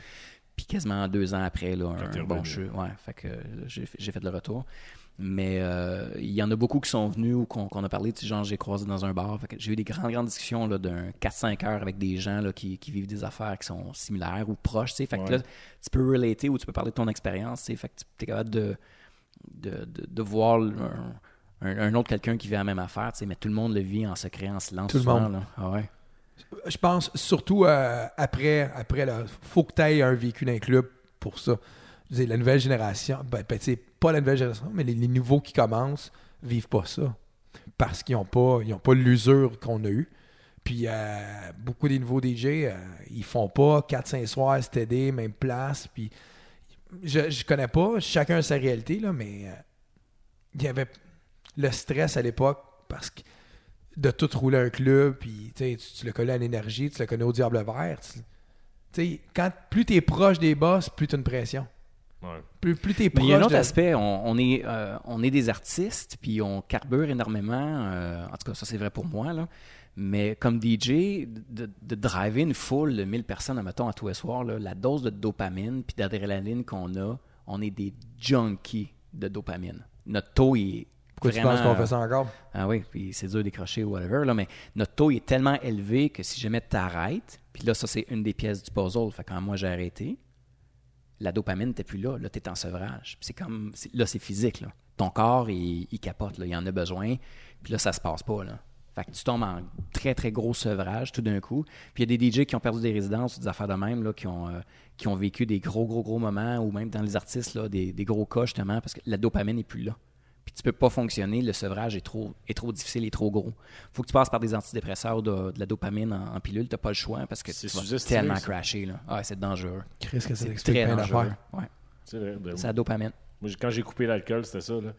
Speaker 2: Puis quasiment deux ans après, là,
Speaker 3: Quand t'es
Speaker 2: un bon
Speaker 3: revenu.
Speaker 2: cheveu. Ouais, fait que euh, j'ai fait- j'ai fait le retour. Mais euh, il y en a beaucoup qui sont venus ou qu'on qu'on a parlé. Tu sais, genre, j'ai croisé dans un bar. Fait que J'ai eu des grandes, grandes discussions là, d'un 4-5 heures avec des gens là, qui, qui vivent des affaires qui sont similaires ou proches. tu sais. Fait que
Speaker 3: Ouais.
Speaker 2: là, tu peux relater ou tu peux parler de ton expérience. tu sais. Fait que tu es capable de, de, de- de voir un, un- un autre quelqu'un qui vit la même affaire. tu sais. Mais tout le monde le vit en secret, en silence.
Speaker 1: Tout le
Speaker 2: souvent,
Speaker 1: monde.
Speaker 2: là. Ah ouais.
Speaker 1: je pense surtout euh, après, après le, faut que tu aies un vécu d'un club pour ça. Je veux dire, la nouvelle génération, ben, ben, tu sais, pas la nouvelle génération, mais les, les nouveaux qui commencent vivent pas ça. Parce qu'ils n'ont pas, ils ont pas l'usure qu'on a eue. Puis euh, beaucoup des nouveaux DJ, euh, ils font pas 4-5 soirs, STD, même place. Puis je, je connais pas, chacun a sa réalité, là, mais euh, il y avait le stress à l'époque parce que de tout rouler un club, puis tu, sais, tu- tu le connais à l'énergie, tu le connais au diable vert. Tu, tu sais, quand, plus tu es proche des boss, plus tu une pression.
Speaker 3: tu sais. Ouais.
Speaker 1: Plus, plus tu es
Speaker 2: Mais
Speaker 1: proche.
Speaker 2: il y a un autre
Speaker 1: de-
Speaker 2: aspect. On, on est, euh, on est des artistes, puis on carbure énormément. euh, en tout cas, ça, c'est vrai pour moi. Là. Mais comme DJ, de, de driver une foule de 1000 personnes, admettons, à tous les soirs, là, la dose de dopamine puis d'adrénaline qu'on a, on est des junkies de dopamine. Notre taux, il est
Speaker 1: Pourquoi tu
Speaker 2: vraiment-
Speaker 1: penses qu'on fait ça encore?
Speaker 2: ah oui, puis c'est dur de décrocher ou whatever, là, mais notre taux il est tellement élevé que si jamais tu arrêtes, puis là, ça, c'est une des pièces du puzzle. Fait que quand moi, j'ai arrêté, la dopamine n'était plus là. Là, tu es en sevrage. Puis c'est comme, c'est- là, c'est physique. Là. Ton corps, il, il capote. Là. Il en a besoin. Puis là, ça se passe pas. Là. Fait que tu tombes en très, très gros sevrage tout d'un coup. Puis il y a des DJ qui ont perdu des résidences, des affaires de même, là, qui, ont, euh, qui ont vécu des gros, gros, gros moments, ou même dans les artistes, là, des, des gros cas, justement, parce que la dopamine n'est plus là puis tu peux pas fonctionner, le sevrage est trop, est trop difficile, est trop gros. faut que tu passes par des antidépresseurs, de, de la dopamine en, en pilule, t'as pas le choix parce que
Speaker 3: C'est
Speaker 2: tu vas
Speaker 3: sous-estimé,
Speaker 2: tellement
Speaker 3: ça.
Speaker 2: crasher. Là. Ah, c'est dangereux.
Speaker 1: Chris, que ça
Speaker 2: C'est
Speaker 1: explique
Speaker 2: très
Speaker 1: plein
Speaker 2: dangereux.
Speaker 1: d'affaires.
Speaker 2: Ouais.
Speaker 3: Tu sais, de-
Speaker 2: C'est la dopamine.
Speaker 3: Moi, j'ai- quand j'ai coupé l'alcool, c'était ça. Là.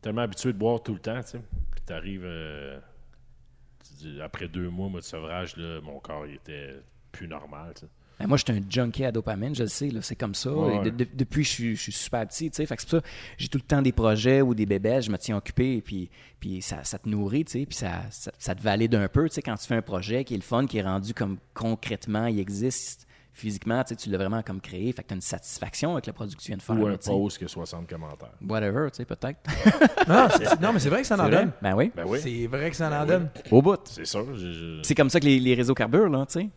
Speaker 3: Tellement habitué de boire tout le temps, tu sais. Puis t'arrives. euh, tu dis, après deux mois, moi, de sevrage, là, mon corps, il était plus normal, tu sais.
Speaker 2: Ben, moi, je suis un junkie à dopamine, je le sais, là, c'est comme ça.
Speaker 3: Ouais,
Speaker 2: Et de- de- depuis, je suis, je suis super petit, tu sais. Fait que c'est pour ça, j'ai tout le temps des projets ou des bébés, je me tiens occupé, puis, puis ça, ça te nourrit, tu sais, puis ça, ça, ça te valide un peu, tu sais, quand tu fais un projet qui est le fun, qui est rendu comme concrètement, il existe physiquement, tu sais, tu l'as vraiment comme créé, fait que tu as une satisfaction avec le produit que tu viens de faire.
Speaker 3: Ou
Speaker 2: là,
Speaker 3: un
Speaker 2: tu sais.
Speaker 3: pause que 60 commentaires.
Speaker 2: Whatever, tu sais, peut-être.
Speaker 1: Non, c'est- non, mais c'est vrai que ça en donne.
Speaker 2: Ben oui, Ah
Speaker 3: Ben oui,
Speaker 1: C'est vrai que ça en
Speaker 3: oui.
Speaker 1: donne.
Speaker 2: au bout.
Speaker 3: c'est ça. j'ai- j'ai-
Speaker 2: C'est comme ça que les, les réseaux carburent, là, tu sais.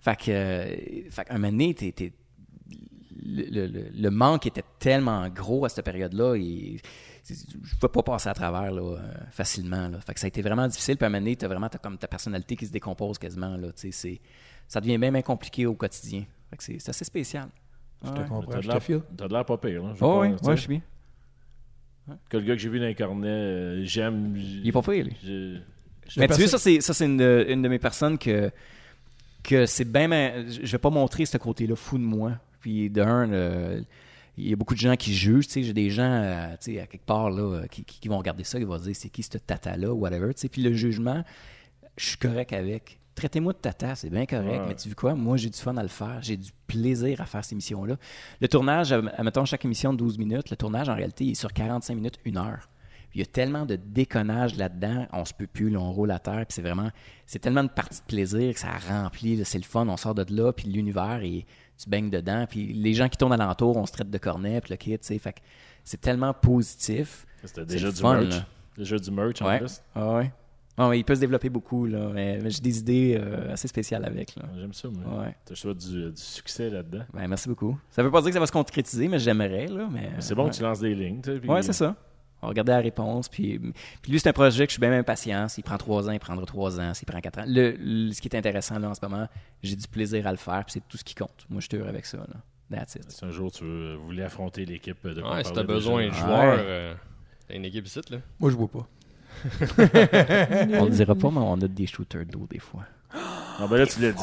Speaker 2: Fait que, euh, fait qu'un moment donné, t'es- t'es- le, le- le manque était tellement gros à cette période-là et c'est- je pouvais pas passer à travers là, euh, facilement. là. Fait que ça a été vraiment difficile. Puis à un moment donné, t'as vraiment t'as comme ta personnalité qui se décompose quasiment. Là, tu sais, c'est- ça devient même compliqué au quotidien. Fait que c'est c'est assez spécial.
Speaker 1: Je
Speaker 2: Ouais.
Speaker 1: te comprends,
Speaker 3: T'as de
Speaker 1: je te
Speaker 3: l'air-
Speaker 1: file.
Speaker 3: t'as de l'air pas pire. Là. Je veux
Speaker 2: Oh,
Speaker 3: pas,
Speaker 2: ouais,
Speaker 3: tu sais,
Speaker 2: ouais, je suis bien.
Speaker 3: que le gars que j'ai vu dans les cornets, euh, j'aime.
Speaker 2: Il est pas pire, lui.
Speaker 3: je- je-
Speaker 2: Mais tu
Speaker 1: personne-
Speaker 2: vois, ça, c'est, ça, c'est une, de- une de mes personnes que, que c'est bien. ben- je vais pas montrer ce côté-là fou de moi. Puis d'un, euh, il y a beaucoup de gens qui jugent. tu sais, J'ai des gens, euh, tu sais, à quelque part, là, euh, qui, qui- qui vont regarder ça, qui vont dire c'est qui ce tata-là, whatever. tu sais. Puis le jugement, je suis correct avec. Traitez-moi de tata, c'est bien correct,
Speaker 3: Ouais.
Speaker 2: mais tu vois quoi? Moi, j'ai du fun à le faire. J'ai du plaisir à faire ces missions-là. Le tournage, à- admettons, chaque émission de 12 minutes, le tournage, en réalité, il est sur 45 minutes, une heure. Il y a tellement de déconnage là-dedans, on se peut plus, là, on roule à terre, puis c'est vraiment, c'est tellement de partie de plaisir que ça remplit, là, c'est le fun, on sort de là, puis l'univers, et tu baignes dedans, puis les gens qui tournent alentour, on se traite de cornet, puis le kit, tu sais, fait que c'est tellement positif.
Speaker 3: C'était
Speaker 2: C'est
Speaker 3: déjà
Speaker 2: le
Speaker 3: du
Speaker 2: fun,
Speaker 3: merch.
Speaker 2: là.
Speaker 3: Déjà du merch en
Speaker 2: Ouais.
Speaker 3: plus.
Speaker 2: Ah ouais. Ah ouais, il peut se développer beaucoup, là, mais, mais j'ai des idées euh, assez spéciales avec, là.
Speaker 3: J'aime ça, moi.
Speaker 2: Ouais.
Speaker 3: Je te souhaite du, du succès là-dedans.
Speaker 2: Ben, merci beaucoup. Ça veut pas dire que ça va se concrétiser, mais j'aimerais, là, mais...
Speaker 3: Mais C'est bon
Speaker 2: ouais.
Speaker 3: que tu lances des lignes. tu sais, puis-
Speaker 2: Ouais, c'est ça. On va regarder la réponse. Puis, puis lui, c'est un projet que je suis bien impatient. S'il prend trois ans, il prendra trois ans. S'il prend quatre ans. Le, le- ce qui est intéressant là, en ce moment, j'ai du plaisir à le faire. Puis c'est tout ce qui compte. Moi, je suis heureux avec ça. Là. That's it.
Speaker 3: Si un jour tu veux- euh, voulais affronter l'équipe de
Speaker 4: Ouais,
Speaker 3: Paparlais
Speaker 4: si t'as
Speaker 3: de
Speaker 4: besoin de
Speaker 3: jeunes,
Speaker 2: gens.
Speaker 4: joueurs,
Speaker 2: Ouais.
Speaker 4: euh, t'as une équipe ici, là.
Speaker 1: Moi, je bois pas.
Speaker 2: On le dira pas, mais on a des shooters d'eau des fois.
Speaker 3: Ah, ben là, tu l'as dit.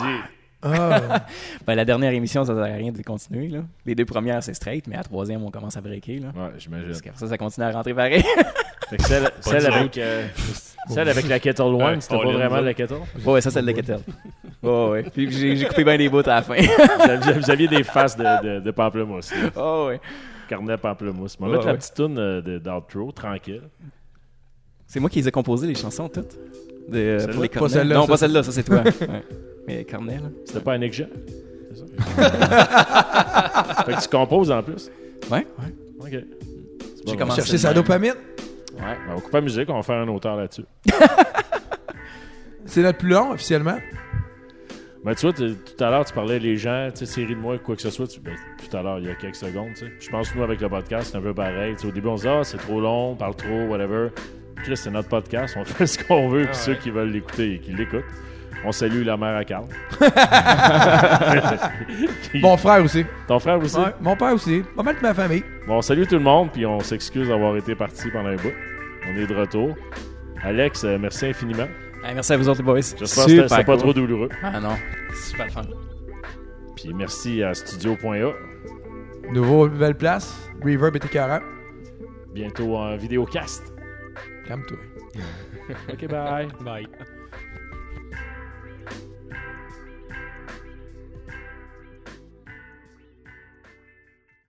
Speaker 1: Ah,
Speaker 2: Ben, la dernière émission, ça sert à rien de continuer. Là. Les deux premières, c'est straight, mais la troisième, on commence à breaker. Là.
Speaker 3: Ouais, j'imagine.
Speaker 2: Parce que ça, ça continue à rentrer pareil.
Speaker 3: Fait que celle, celle
Speaker 4: du
Speaker 3: avec, euh, celle avec la Kettle One,
Speaker 4: Ouais,
Speaker 3: c'était
Speaker 4: all
Speaker 3: pas
Speaker 4: in,
Speaker 3: vraiment
Speaker 4: ça.
Speaker 3: la Kettle.
Speaker 2: ouais, ça, c'est le Decatel. Ouais, ouais. Puis j'ai j'ai coupé bien des bouts à la fin.
Speaker 3: Vous aviez- vous aviez des faces de, de, de pamplemousse. là.
Speaker 2: oh, ouais.
Speaker 3: Carnet pamplemousse. On va
Speaker 2: Ouais,
Speaker 3: mettre la
Speaker 2: ouais.
Speaker 3: petite toune euh, de- d'outro, tranquille.
Speaker 2: C'est moi qui les ai composées, les chansons toutes. De, euh,
Speaker 3: Celle-là,
Speaker 2: pour les
Speaker 1: pas
Speaker 2: Cornets.
Speaker 1: celle-là,
Speaker 2: Non,
Speaker 1: ça,
Speaker 2: pas
Speaker 1: c'est-
Speaker 2: celle-là, ça c'est toi. Ouais. Mais Cornet, là.
Speaker 3: C'était pas Nick Jean. C'est ça? fait que tu composes en plus.
Speaker 2: Ouais,
Speaker 3: OK. J'ai
Speaker 2: J'ai commencé.
Speaker 1: chercher sa dopamine.
Speaker 3: ben, on va couper la musique, on va faire un auteur là-dessus.
Speaker 1: C'est notre plus long, officiellement.
Speaker 3: Mais tu vois, t- tout à l'heure, tu parlais les gens, tu sais, série de moi, quoi que ce soit. tu- ben, tout à l'heure, il y a quelques secondes, tu sais. Je pense que nous, avec le podcast, c'est un peu pareil. Tu sais, au début, on se dit, ah, c'est trop long, on parle trop, whatever. Chris, c'est notre podcast, on fait ce qu'on veut, puis ceux qui veulent l'écouter et qui l'écoutent. On salue la mère à Carl.
Speaker 1: Mon frère aussi.
Speaker 3: Ton frère aussi.
Speaker 1: Ouais, mon père aussi. Pas mal de ma famille.
Speaker 3: Bon, on salue tout le monde, puis on s'excuse d'avoir été parti pendant un bout. On est de retour. Alex, euh, merci infiniment.
Speaker 2: Ah, merci à vous autres, les boys.
Speaker 3: J'espère que c'était-
Speaker 2: Super
Speaker 3: c'était pas
Speaker 2: cool.
Speaker 3: trop douloureux.
Speaker 2: Ah non. Super fun.
Speaker 3: Puis merci à studio.a.
Speaker 1: Nouveau, nouvelle place. Reverb était carré.
Speaker 3: Bientôt en vidéocast.
Speaker 1: Calme-toi.
Speaker 3: OK, bye.
Speaker 4: Bye.